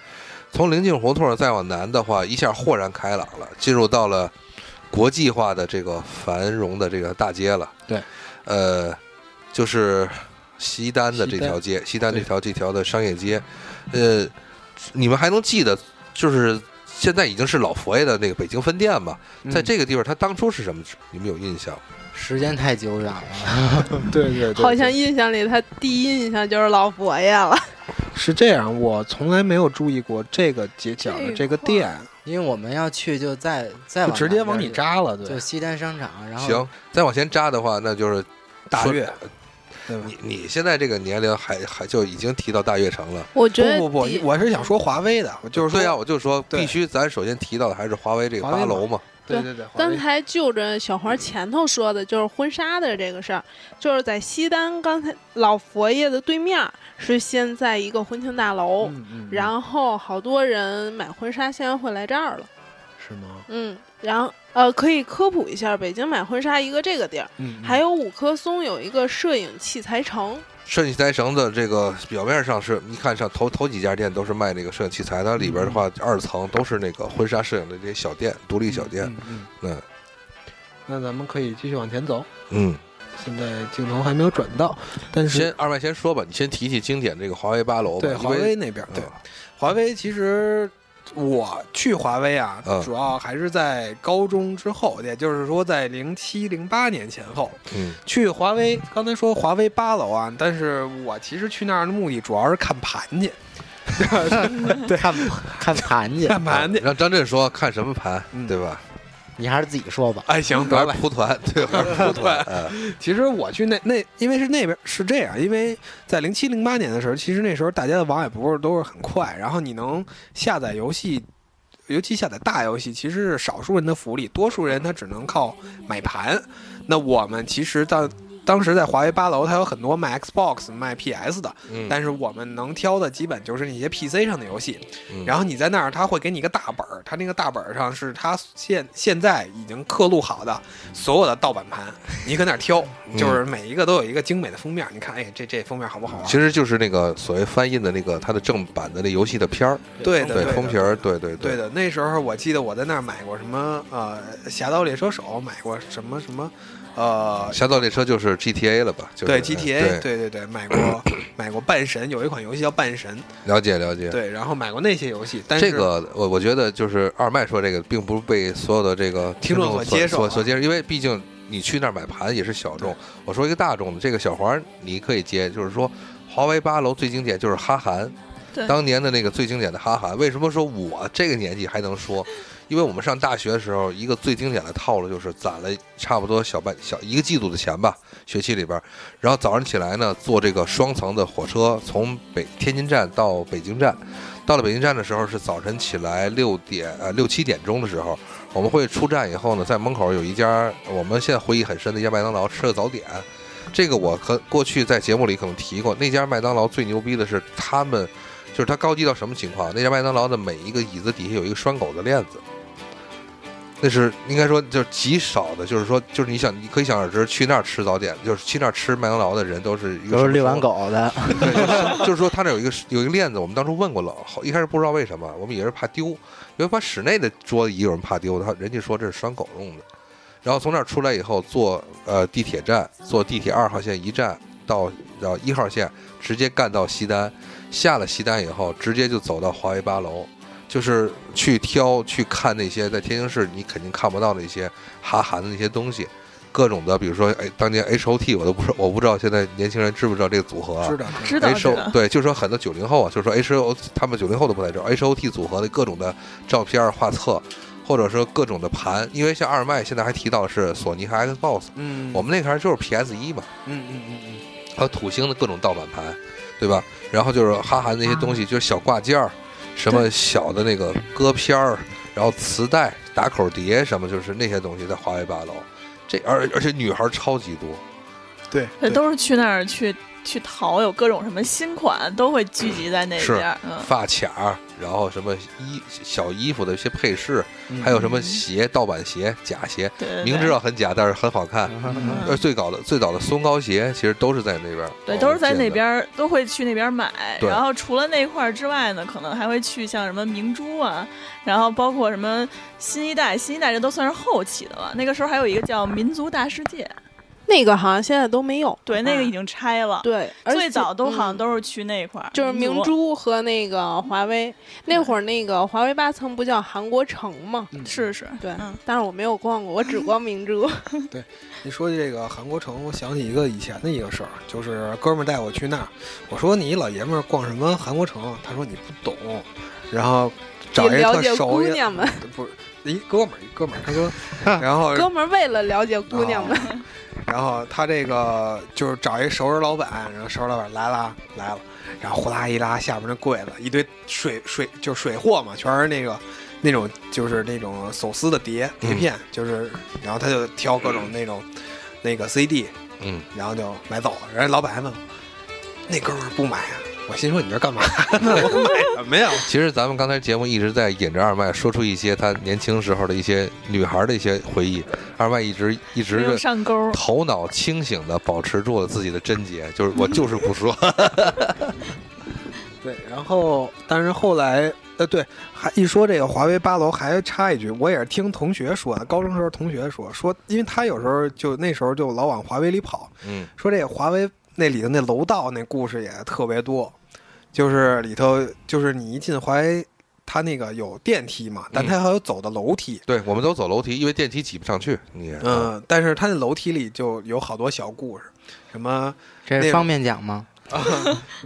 Speaker 2: 从临近胡同再往南的话，一下豁然开朗了，进入到了国际化的这个繁荣的这个大街了。
Speaker 4: 对，
Speaker 2: 呃，就是西单的这
Speaker 4: 西单
Speaker 2: 条街，西单这
Speaker 4: 对
Speaker 2: 条这条的商业街，呃，你们还能记得，就是现在已经是老佛爷的那个北京分店嘛，
Speaker 4: 嗯
Speaker 2: 在这个地方它当初是什么？你们有印象吗？
Speaker 6: 时间太久远了，
Speaker 4: 嗯对对对对，
Speaker 3: 好像印象里，他第一印象就是老佛爷 了。
Speaker 4: 是这样，我从来没有注意过这个街角的
Speaker 3: 这
Speaker 4: 这
Speaker 3: 一块
Speaker 4: 个
Speaker 3: 儿
Speaker 4: 店，
Speaker 6: 因为我们要去就再再
Speaker 4: 就
Speaker 6: 往
Speaker 4: 直接
Speaker 6: 南
Speaker 4: 往
Speaker 6: 边
Speaker 4: 你
Speaker 6: 就，
Speaker 4: 扎了，
Speaker 6: 就
Speaker 4: 对，
Speaker 6: 西单商场，然后
Speaker 2: 行，再往前扎的话，那就是
Speaker 4: 大
Speaker 2: 说
Speaker 4: 悦，对吧？
Speaker 2: 你你现在这个年龄还还就已经提到大悦城了，
Speaker 3: 我觉得
Speaker 4: 不不不
Speaker 3: 第，
Speaker 4: 我是想说华为的，我就是说
Speaker 2: 对啊，我就说
Speaker 4: 对
Speaker 2: 必须咱首先提到的还是华为这个
Speaker 4: 华为
Speaker 2: 八
Speaker 4: 嘛
Speaker 2: 楼嘛，
Speaker 4: 对对对，华
Speaker 3: 刚
Speaker 4: 为
Speaker 3: 才就着小黄前头说的，就是婚纱的这个事儿，就是在西单刚才老佛爷的对面儿是现在一个婚庆大楼，
Speaker 4: 嗯嗯，后
Speaker 3: 哦然后好多人买婚纱现在会来这儿了，
Speaker 4: 是吗？
Speaker 3: 嗯，然后呃可以科普一下，北京买婚纱一个这个地儿，
Speaker 4: 嗯，
Speaker 3: 还有五棵松有一个摄影器材城，
Speaker 2: 摄影器材城的这个表面上是，你看上头头几家店都是卖那个摄影器材，它里边的话
Speaker 4: 嗯
Speaker 2: 二层都是那个婚纱摄影的这些小店，独立小店。
Speaker 4: 嗯，嗯
Speaker 2: 嗯
Speaker 4: 那咱们可以继续往前走。
Speaker 2: 嗯，
Speaker 4: 现在镜头还没有转到，但是
Speaker 2: 先二麦先说吧，你先提提经典这个华为八楼吧，
Speaker 4: 嗯对
Speaker 2: 因
Speaker 4: 华
Speaker 2: 为
Speaker 4: 为那边，对
Speaker 2: 嗯
Speaker 4: 华为其实我去华为啊
Speaker 2: 嗯，
Speaker 4: 主要还是在高中之后，也就是说在零七零八年前后
Speaker 2: 嗯
Speaker 4: 去华为。刚才说华为八楼啊，但是我其实去那儿的目的主要是看盘去，
Speaker 6: 看看盘
Speaker 2: 嗯
Speaker 6: 去，
Speaker 4: 看盘去。
Speaker 2: 让张震说看什么盘，
Speaker 4: 嗯
Speaker 2: 对吧？
Speaker 6: 你还是自己说吧。
Speaker 4: 哎，行，得
Speaker 2: 还
Speaker 4: 嘞
Speaker 2: 是。蒲团，对， 还是蒲团。嗯
Speaker 4: 其实我去那那，因为是那边是这样，因为在零七零八年的时候，其实那时候大家的网也不是都是很快，然后你能下载游戏，尤其下载大游戏，其实是少数人的福利，多数人他只能靠买盘。那我们其实到当时在华为八楼，它有很多卖 Xbox、卖 PS 的，
Speaker 2: 嗯，
Speaker 4: 但是我们能挑的基本就是那些 PC 上的游戏。
Speaker 2: 嗯
Speaker 4: 然后你在那儿，他会给你一个大本儿，他那个大本儿上是他现现在已经刻录好的所有的盗版 盘，你搁那儿挑，
Speaker 2: 嗯
Speaker 4: 就是每一个都有一个精美的封面。你看，哎，这这封面好不好玩？
Speaker 2: 其实就是那个所谓翻印的那个它的正版的那游戏的片儿，
Speaker 4: 对的，
Speaker 2: 对
Speaker 4: 对
Speaker 2: 封
Speaker 4: 的
Speaker 2: 皮儿，对对
Speaker 4: 对。的，那时候我记得我在那儿买过什么呃《侠盗猎车手》，买过什么什么呃
Speaker 2: 侠盗猎车就是 GTA 了吧？就是、
Speaker 4: 对
Speaker 2: 对
Speaker 4: GTA，对对对，买 过买过《半神》，有一款游戏叫《半神》，
Speaker 2: 了解了解。
Speaker 4: 对，然后买过那些游戏，但是
Speaker 2: 这个我我觉得就是二麦说这个，并不被所有的这个
Speaker 4: 听众
Speaker 2: 所
Speaker 4: 所接受
Speaker 2: 所
Speaker 4: 啊
Speaker 2: 所接受，因为毕竟你去那儿买盘也是小众
Speaker 4: 对。
Speaker 2: 我说一个大众的，这个小黄儿你可以接，就是说华为八楼最经典就是哈韩
Speaker 5: 对，
Speaker 2: 当年的那个最经典的哈韩。为什么说我这个年纪还能说？因为我们上大学的时候，一个最经典的套路就是攒了差不多小半小一个季度的钱吧，学期里边儿，然后早上起来呢，坐这个双层的火车从北天津站到北京站。到了北京站的时候是早晨起来六点呃六七点钟的时候，我们会出站以后呢，在门口有一家我们现在回忆很深的一家麦当劳吃了早点。这个我和过去在节目里可能提过，那家麦当劳最牛逼的是他们，就是它高级到什么情况？那家麦当劳的每一个椅子底下有一个拴狗的链子，那是应该说就是极少的，就是说就是你想你可以想而知，去那儿吃早点，就是去那儿吃麦当劳的人都是一个
Speaker 6: 都
Speaker 2: 什么
Speaker 6: 是遛
Speaker 2: 生
Speaker 6: 完
Speaker 2: 活
Speaker 6: 狗的，
Speaker 2: 就是说它那有一个有一个链子，我们当初问过老，好一开始不知道为什么，我们也是怕丢，因为怕室内的桌子椅有人怕丢，他人家说这是拴狗用的，然后从那儿出来以后坐呃地铁站，坐地铁二号线一站到到一号线，直接干到西单，下了西单以后直接就走到华为八楼，就是去挑去看那些在天津市你肯定看不到那些哈韩的那些东西。各种的，比如说，哎，当年 H O T 我都不知道，我不知道现在年轻人知不知道这个组合啊？
Speaker 4: 知道
Speaker 5: 知道
Speaker 2: H
Speaker 5: 知
Speaker 2: O
Speaker 5: 道，
Speaker 2: 对，就是说很多九零后啊，就是说 H O 他们九零后都不太知道 H O T 组合的各种的照片儿画册，或者说各种的盘，因为像二麦现在还提到是索尼和 Xbox，
Speaker 4: 嗯，
Speaker 2: 我们那个时候就是 PS 一嘛，
Speaker 4: 嗯嗯嗯嗯，
Speaker 2: 还有土星的各种盗版盘，对吧？然后就是哈韩那些东
Speaker 5: 啊
Speaker 2: 西，就是小挂件儿，什么小的那个歌片儿，然后磁带、打口碟什么，就是那些东西在华为八楼，这而而且女孩儿超级多，
Speaker 4: 对，
Speaker 5: 对都是去那儿去去淘，有各种什么新款都会聚集在那
Speaker 2: 是
Speaker 5: 边儿。嗯，
Speaker 2: 发卡，然后什么衣小衣服的一些配饰，
Speaker 4: 嗯
Speaker 2: 还有什么鞋、盗版鞋、假鞋，
Speaker 5: 对对对，
Speaker 2: 明知道很假，但是很好看。
Speaker 5: 嗯
Speaker 2: 呃，最早的最早的松糕鞋其实都是在那边儿，
Speaker 5: 对，
Speaker 2: 哦
Speaker 5: 都是在那
Speaker 2: 见的
Speaker 5: 边儿都会去那边儿买。
Speaker 2: 对
Speaker 5: 然后除了那块儿之外呢，可能还会去像什么明珠啊，然后包括什么新一代，新一代这都算是后期的了。那个时候还有一个叫民族大世界，
Speaker 3: 那个好像现在都没有，
Speaker 5: 对，那个已经拆了。
Speaker 3: 嗯对，而
Speaker 5: 最
Speaker 3: 且
Speaker 5: 早都好像
Speaker 3: 嗯
Speaker 5: 都是去那块儿，
Speaker 3: 就是明珠和那个华为，那会儿那个华为八层不叫韩国城吗？
Speaker 4: 嗯
Speaker 5: 是是，
Speaker 3: 对
Speaker 5: 嗯，
Speaker 3: 但是我没有逛过，我只逛明珠。
Speaker 4: 你说起这个韩国城，我想起一个以前的一个事儿，就是哥们儿带我去那儿，我说你老爷们儿逛什么韩国城？他说你不懂，然后找
Speaker 3: 也
Speaker 4: 一
Speaker 3: 了
Speaker 4: 特
Speaker 3: 解
Speaker 4: 熟
Speaker 3: 姑
Speaker 4: 一
Speaker 3: 娘们，
Speaker 4: 不是一哥们儿，一哥们儿，他 说，然后
Speaker 3: 哥们儿为了了解姑娘
Speaker 4: 哦
Speaker 3: 们，
Speaker 4: 然后他这个就是找一熟人老板，然后熟人老板来了来了，然后呼啦一拉下边那柜子一堆水水就是水货嘛，全是那个那种就是那种手撕的碟碟片，就是然后他就挑各种那种、那个 CD，
Speaker 2: 嗯，
Speaker 4: 然后就买走了。人家老板还问我，那哥们儿不买啊？我心说你这干嘛呢？我买什么呀？
Speaker 2: 其实咱们刚才节目一直在引着二麦说出一些他年轻时候的一些女孩儿的一些回忆，二麦一直一
Speaker 5: 没
Speaker 2: 直
Speaker 5: 有
Speaker 2: 是
Speaker 5: 上钩。
Speaker 2: 头脑清醒的保持住了自己的贞洁，就是我就是不 说，
Speaker 4: 对，然后但是后来，呃，对，还一说这个华为八楼，还插一句，我也是听同学说啊的，高中时候同学说说，因为他有时候就那时候就老往华为里跑，
Speaker 2: 嗯，
Speaker 4: 说这个华为那里头那楼道那故事也特别多，就是里头就是你一进华为，它那个有电梯嘛，但它还有走的楼梯。
Speaker 2: 对，我们都走楼梯，因为电梯挤不上去，你也
Speaker 4: 嗯，但是它那楼梯里就有好多小故事，什么
Speaker 6: 这
Speaker 4: 那
Speaker 6: 是
Speaker 4: 个
Speaker 6: 方便 讲吗？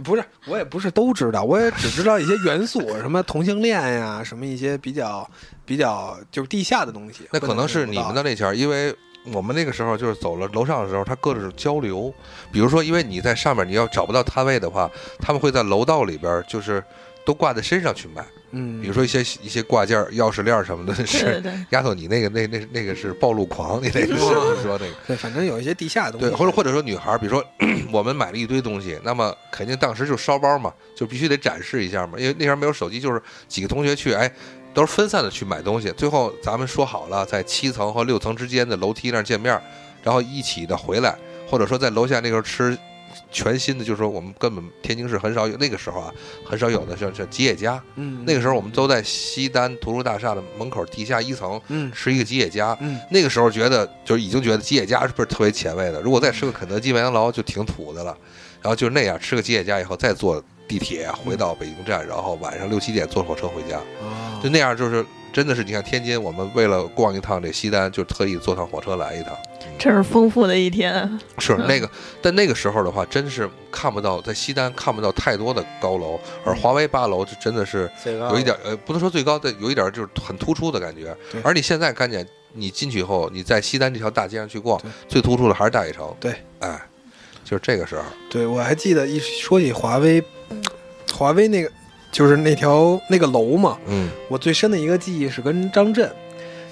Speaker 4: 不是，我也不是都知道，我也只知道一些元素，什么同性恋呀，什么一些比较比较就是地下的东西。
Speaker 2: 那可能是你们的
Speaker 4: 的
Speaker 2: 那前儿，因为我们那个时候就是走了楼上的时候，他各种交流。比如说，因为你在上面你要找不到摊位的话，他们会在楼道里边儿就是都挂在身上去卖。
Speaker 4: 嗯，
Speaker 2: 比如说一些一些挂件儿、钥匙链儿什么的，
Speaker 5: 对对
Speaker 2: 是
Speaker 5: 对，
Speaker 2: 丫头你那个那那那个是暴露狂，你那个是你说那个。
Speaker 4: 嗯对，反正有一些地下的东西。
Speaker 2: 对，或者或者说女孩儿，比如说 我们买了一堆东西，那么肯定当时就烧包嘛，就必须得展示一下嘛，因为那时候没有手机，就是几个同学去，哎，都是分散的去买东西，最后咱们说好了，在七层和六层之间的楼梯那儿见面儿，然后一起的回来，或者说在楼下那时候吃。全新的，就是说我们根本天津市很少有那个时候啊，很少有的像像吉野家，
Speaker 4: 嗯，
Speaker 2: 那个时候我们都在西单图书大厦的门口地下一层
Speaker 4: 嗯
Speaker 2: 吃一个吉野家，
Speaker 4: 嗯
Speaker 2: 那个时候觉得就是已经觉得吉野家是不是特别前卫的？如果再吃个肯德基、麦当劳就挺土的了。然后就是那样吃个吉野家以后，再坐地铁回到北京站，然后晚上六七点坐火车回家，
Speaker 4: 哦
Speaker 2: 就那样就是真的是你看天津，我们为了逛一趟这西单，就特意坐趟火车来一趟。
Speaker 5: 真是丰富的一天。
Speaker 2: 是
Speaker 5: 嗯
Speaker 2: 那个，但那个时候的话，真是看不到在西单看不到太多的高楼，而华为八楼就真的是
Speaker 6: 最
Speaker 4: 啊
Speaker 6: 高
Speaker 2: 有一点呃，不能说最高，但有一点就是很突出的感觉
Speaker 4: 对。
Speaker 2: 而你现在看见你进去以后，你在西单这条大街上去逛
Speaker 4: 对，
Speaker 2: 最突出的还是大悦城。
Speaker 4: 对，
Speaker 2: 哎，就是这个时候，
Speaker 4: 对，我还记得一说起华为，华为那个就是那条那个楼嘛，
Speaker 2: 嗯，
Speaker 4: 我最深的一个记忆是跟张震，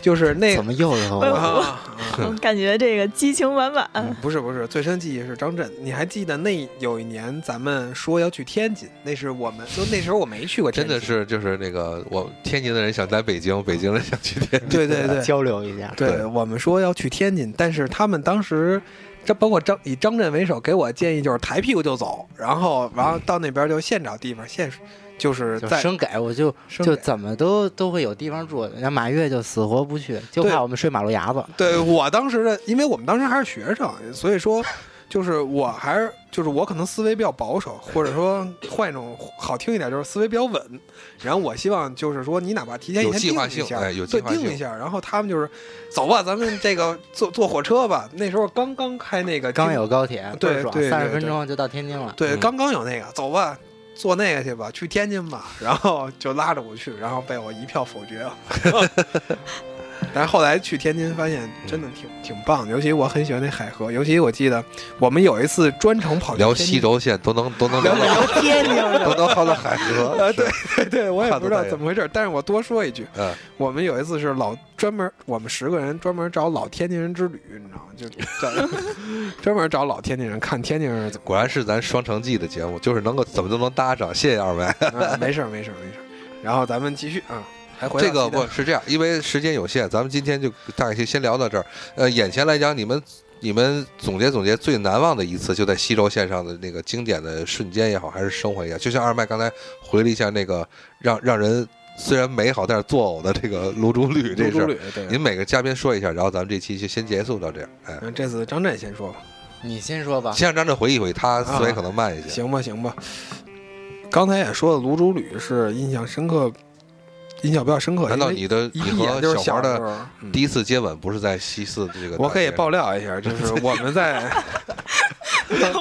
Speaker 4: 就是那
Speaker 6: 怎么又是
Speaker 5: 哎呦
Speaker 6: 我？
Speaker 4: 啊
Speaker 3: 嗯
Speaker 5: 我感觉这个激情满满，
Speaker 4: 嗯不是不是，最深记忆是张震。你还记得那有一年咱们说要去天津，那是我们就那时候我没去过天
Speaker 2: 真
Speaker 4: 津，
Speaker 2: 的是就是那个我天津的人想来北京，北京人 想去天津。
Speaker 4: 对对对
Speaker 6: 交流一下，
Speaker 4: 对，
Speaker 2: 对
Speaker 4: 我们说要去天津，但是他们当时这包括张以张震为首，给我建议就是抬屁股就走，然后然后到那边就现找地方现就是
Speaker 6: 就
Speaker 4: 在
Speaker 6: 深改，我就
Speaker 4: 生
Speaker 6: 就
Speaker 4: 给
Speaker 6: 怎么都都会有地方住。人家马跃就死活不去，就
Speaker 4: 对
Speaker 6: 怕我们睡马路牙子。
Speaker 4: 对我当时的，因为我们当时还是学生，所以说就是我还是就是我可能思维比较保守，或者说换一种好听一点就是思维比较稳。然后我希望就是说你哪怕提前一
Speaker 2: 有
Speaker 4: 天
Speaker 2: 计划
Speaker 4: 定一
Speaker 2: 性，
Speaker 4: 下，
Speaker 2: 哎，有计
Speaker 4: 对，
Speaker 2: 划
Speaker 4: 定一
Speaker 2: 性，
Speaker 4: 下。然后他们就是走吧，咱们这个坐坐火车吧。那时候刚刚开那个
Speaker 6: 刚
Speaker 4: 京
Speaker 6: 有高铁，
Speaker 4: 对
Speaker 6: 倍儿爽
Speaker 4: 对，
Speaker 6: 三
Speaker 4: 对
Speaker 6: 十分
Speaker 4: 对
Speaker 6: 钟就到天津了。
Speaker 4: 对，
Speaker 2: 嗯
Speaker 4: 刚刚有那个，走吧，坐那个去吧，去天 津吧。然后就拉着我去，然后被我一票否决了。但是后来去天津，发现真的挺挺棒，尤其我很喜欢那海河，尤其我记得我们有一次专程跑去
Speaker 2: 聊
Speaker 4: 天
Speaker 2: 西
Speaker 4: 津，
Speaker 2: 轴线都能都能聊到
Speaker 4: 聊天津 去
Speaker 2: 都
Speaker 4: 了。
Speaker 2: 能聊到海 河，
Speaker 4: 呃，
Speaker 2: 是
Speaker 4: 对，对 对，我也
Speaker 2: 跨
Speaker 4: 不
Speaker 2: 度
Speaker 4: 知道
Speaker 2: 太
Speaker 4: 怎么回事，但是我多说一句，
Speaker 2: 嗯，
Speaker 4: 我们有一次是老专门，我们十个人专门找老天津人之旅，你知道吗？就专 专门找老天津人看天津人是怎么。
Speaker 2: 果然是咱双城记的节目，就是能够怎么都能搭上，谢谢二位。
Speaker 4: 嗯没事儿，没事儿，没事儿。然后咱们继续啊，还回到
Speaker 2: 这个
Speaker 4: 鸡蛋
Speaker 2: 不是这样，因为时间有限，咱们今天就大概先先聊到这儿。呃，眼前来讲，你们你们总结总结最难忘的一次，就在西轴线上的那个经典的瞬间也好，还是生活也好，就像二麦刚才回了一下那个让让人虽然美好，但是作呕的这个卢竹绿这
Speaker 4: 猪
Speaker 2: 事儿。
Speaker 4: 猪旅对。
Speaker 2: 您每个嘉宾说一下，然后咱们这期就先结束到这样。哎，
Speaker 4: 嗯，这次张震先说吧，
Speaker 6: 你先说吧，
Speaker 2: 先让张震回忆回忆，他思维可能慢一些。
Speaker 4: 啊行吧，行吧。刚才也说了，卢竹旅是印象深刻，印象比较深刻。
Speaker 2: 难道
Speaker 4: 因为
Speaker 2: 你的
Speaker 4: 一
Speaker 2: 你
Speaker 4: 闭眼就
Speaker 2: 和
Speaker 4: 是
Speaker 2: 小
Speaker 4: 小
Speaker 2: 黄的
Speaker 4: 时候嗯
Speaker 2: 第一次接吻不是在西四的这个？
Speaker 4: 我可以爆。料一下，就是我 们在，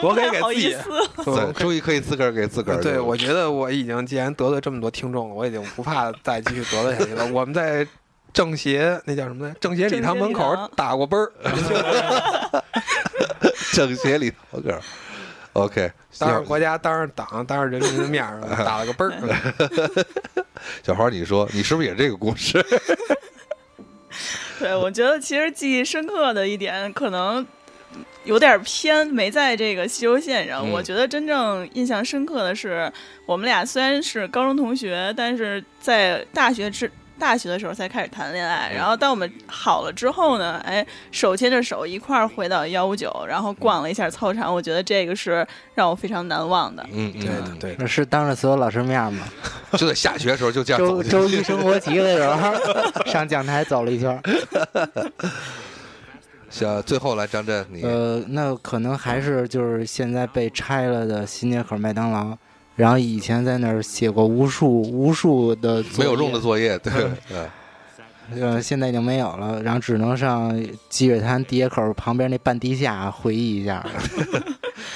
Speaker 4: 我可以给
Speaker 5: 好
Speaker 4: 自
Speaker 5: 意
Speaker 4: 己，
Speaker 5: 思，
Speaker 2: 对，
Speaker 4: 我
Speaker 2: 终于可以自个儿给自个儿。
Speaker 4: 呃对，我觉得我已经既然得罪这么多听众了，我已经不怕再继续得罪下去了。我们在政协那叫什么来？政协礼堂门
Speaker 5: 政协礼
Speaker 4: 口
Speaker 5: 堂
Speaker 4: 打过啵儿，
Speaker 2: 呃 政协里头个儿。OK，
Speaker 4: 当
Speaker 2: 小
Speaker 4: 着国家、当着党、当着人民的 面儿打了个啵儿。
Speaker 2: 小花，你说你是不是也这个故事？
Speaker 5: 对，我觉得其实记忆深刻的一点，可能有点偏，没在这个西游线上。
Speaker 2: 嗯
Speaker 5: 我觉得真正印象深刻的是，我们俩虽然是高中同学，但是在大学之。大学的时候才开始谈恋爱，
Speaker 2: 嗯
Speaker 5: 然后当我们好了之后呢，哎，手牵着手一块儿回到幺五九，然后逛了一下操场，我觉得这个是让我非常难忘的。
Speaker 2: 嗯，
Speaker 4: 对的，对的。
Speaker 6: 那是当着所有老师面儿吗？
Speaker 2: 就在下学的时候就这样走
Speaker 6: 周
Speaker 2: 进
Speaker 6: 周
Speaker 2: 去。
Speaker 6: 一升国旗的时候，上讲台走了一圈儿。
Speaker 2: 像最后来张震，你
Speaker 6: 呃，那可能还是就是现在被拆了的新街口麦当劳，然后以前在那儿写过无数无数的
Speaker 2: 没有
Speaker 6: 作
Speaker 2: 用
Speaker 6: 业
Speaker 2: 的作业，对，嗯
Speaker 6: 呃，现在已经没有了，然后只能上积水潭地铁口旁边那半地下回忆一下。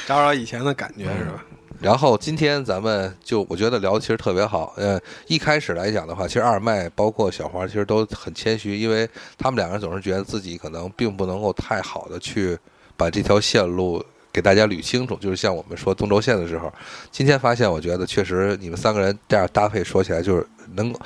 Speaker 4: 找找以前的感觉是吧？
Speaker 2: 然后今天咱们就我觉得聊的其实特别好，呃，一开始来讲的话，其实二麦包括小花其实都很谦虚，因为他们两个人总是觉得自己可能并不能够太好的去把这条线路给大家捋清楚。就是像我们说东轴线的时候，今天发现我觉得确实你们三个人这样搭配说起来就是能够。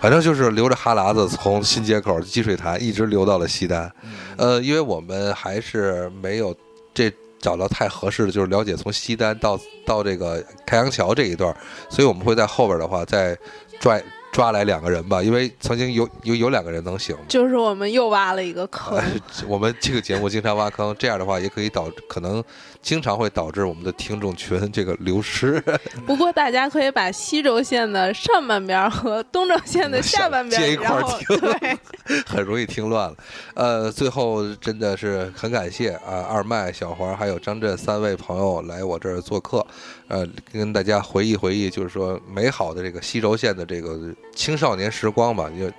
Speaker 2: 反正就是流着哈喇子从新街口积水潭一直流到了西单，呃，因为我们还是没有这找到太合适的，就是了解从西单到到这个开阳桥这一段儿，所以我们会在后边儿的话再拽抓来两个人吧，因为曾经有有有两个人能行，
Speaker 3: 就是我们又挖了一个坑，
Speaker 2: 我们这个节目经常挖坑，这样的话也可以导可能经常会导致我们的听众群这个流失，
Speaker 3: 不过大家可以把西轴线的上半边儿和东轴线的下半边 儿，
Speaker 2: 接一块儿
Speaker 3: 然后
Speaker 2: 听
Speaker 3: 对，
Speaker 2: 很容易听乱了。呃，最后真的是很感谢啊，二麦、小黄还有张震三位朋友来我这儿做客，呃，跟大家回忆回忆，就是说美好的这个西轴线的这个青少年时光吧，就。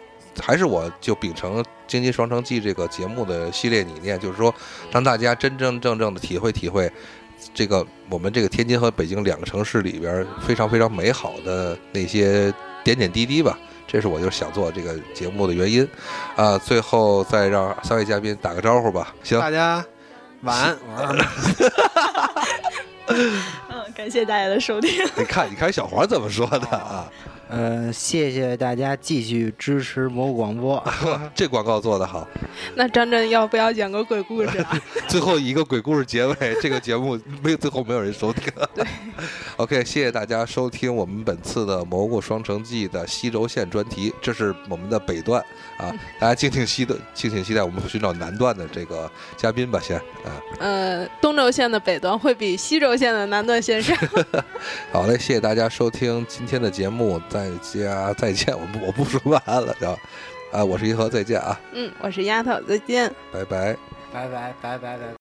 Speaker 2: 还是我就秉承《京津双城记》这个节目的系列理念，就是说，让大家真真正正的体会体会这个我们这个天津和北京两个城市里边儿非常非常美好的那些点点滴滴吧。这是我就想做这个节目的原因。啊，最后再让三位嘉宾打个招呼吧。行，
Speaker 4: 大家晚安，我是二麦
Speaker 5: 嗯，感谢大家的收听。
Speaker 2: 你看，你看小黄怎么说的啊？
Speaker 6: 呃，谢谢大家继续支持蘑菇广播。
Speaker 2: 这广告做得好。
Speaker 3: 那张震要不要讲个鬼故 事啊？
Speaker 2: 最后一个鬼故事结尾，这个节目没有最后没有人收听。OK，谢谢大家收听我们本次的《蘑菇双城记》的西轴线专题，这是我们的北段啊，大家敬请期待，敬请期待我们寻找南段的这个嘉宾吧，先啊，
Speaker 3: 呃，东轴线的北端会比西轴线的南段先上。
Speaker 2: 好嘞，谢谢大家收听今天的节目，大家再见，我不我不说晚安了，就啊，我是银河，再见啊，
Speaker 3: 嗯，我是丫头，再见。
Speaker 2: 拜拜。
Speaker 6: 拜拜拜拜拜拜。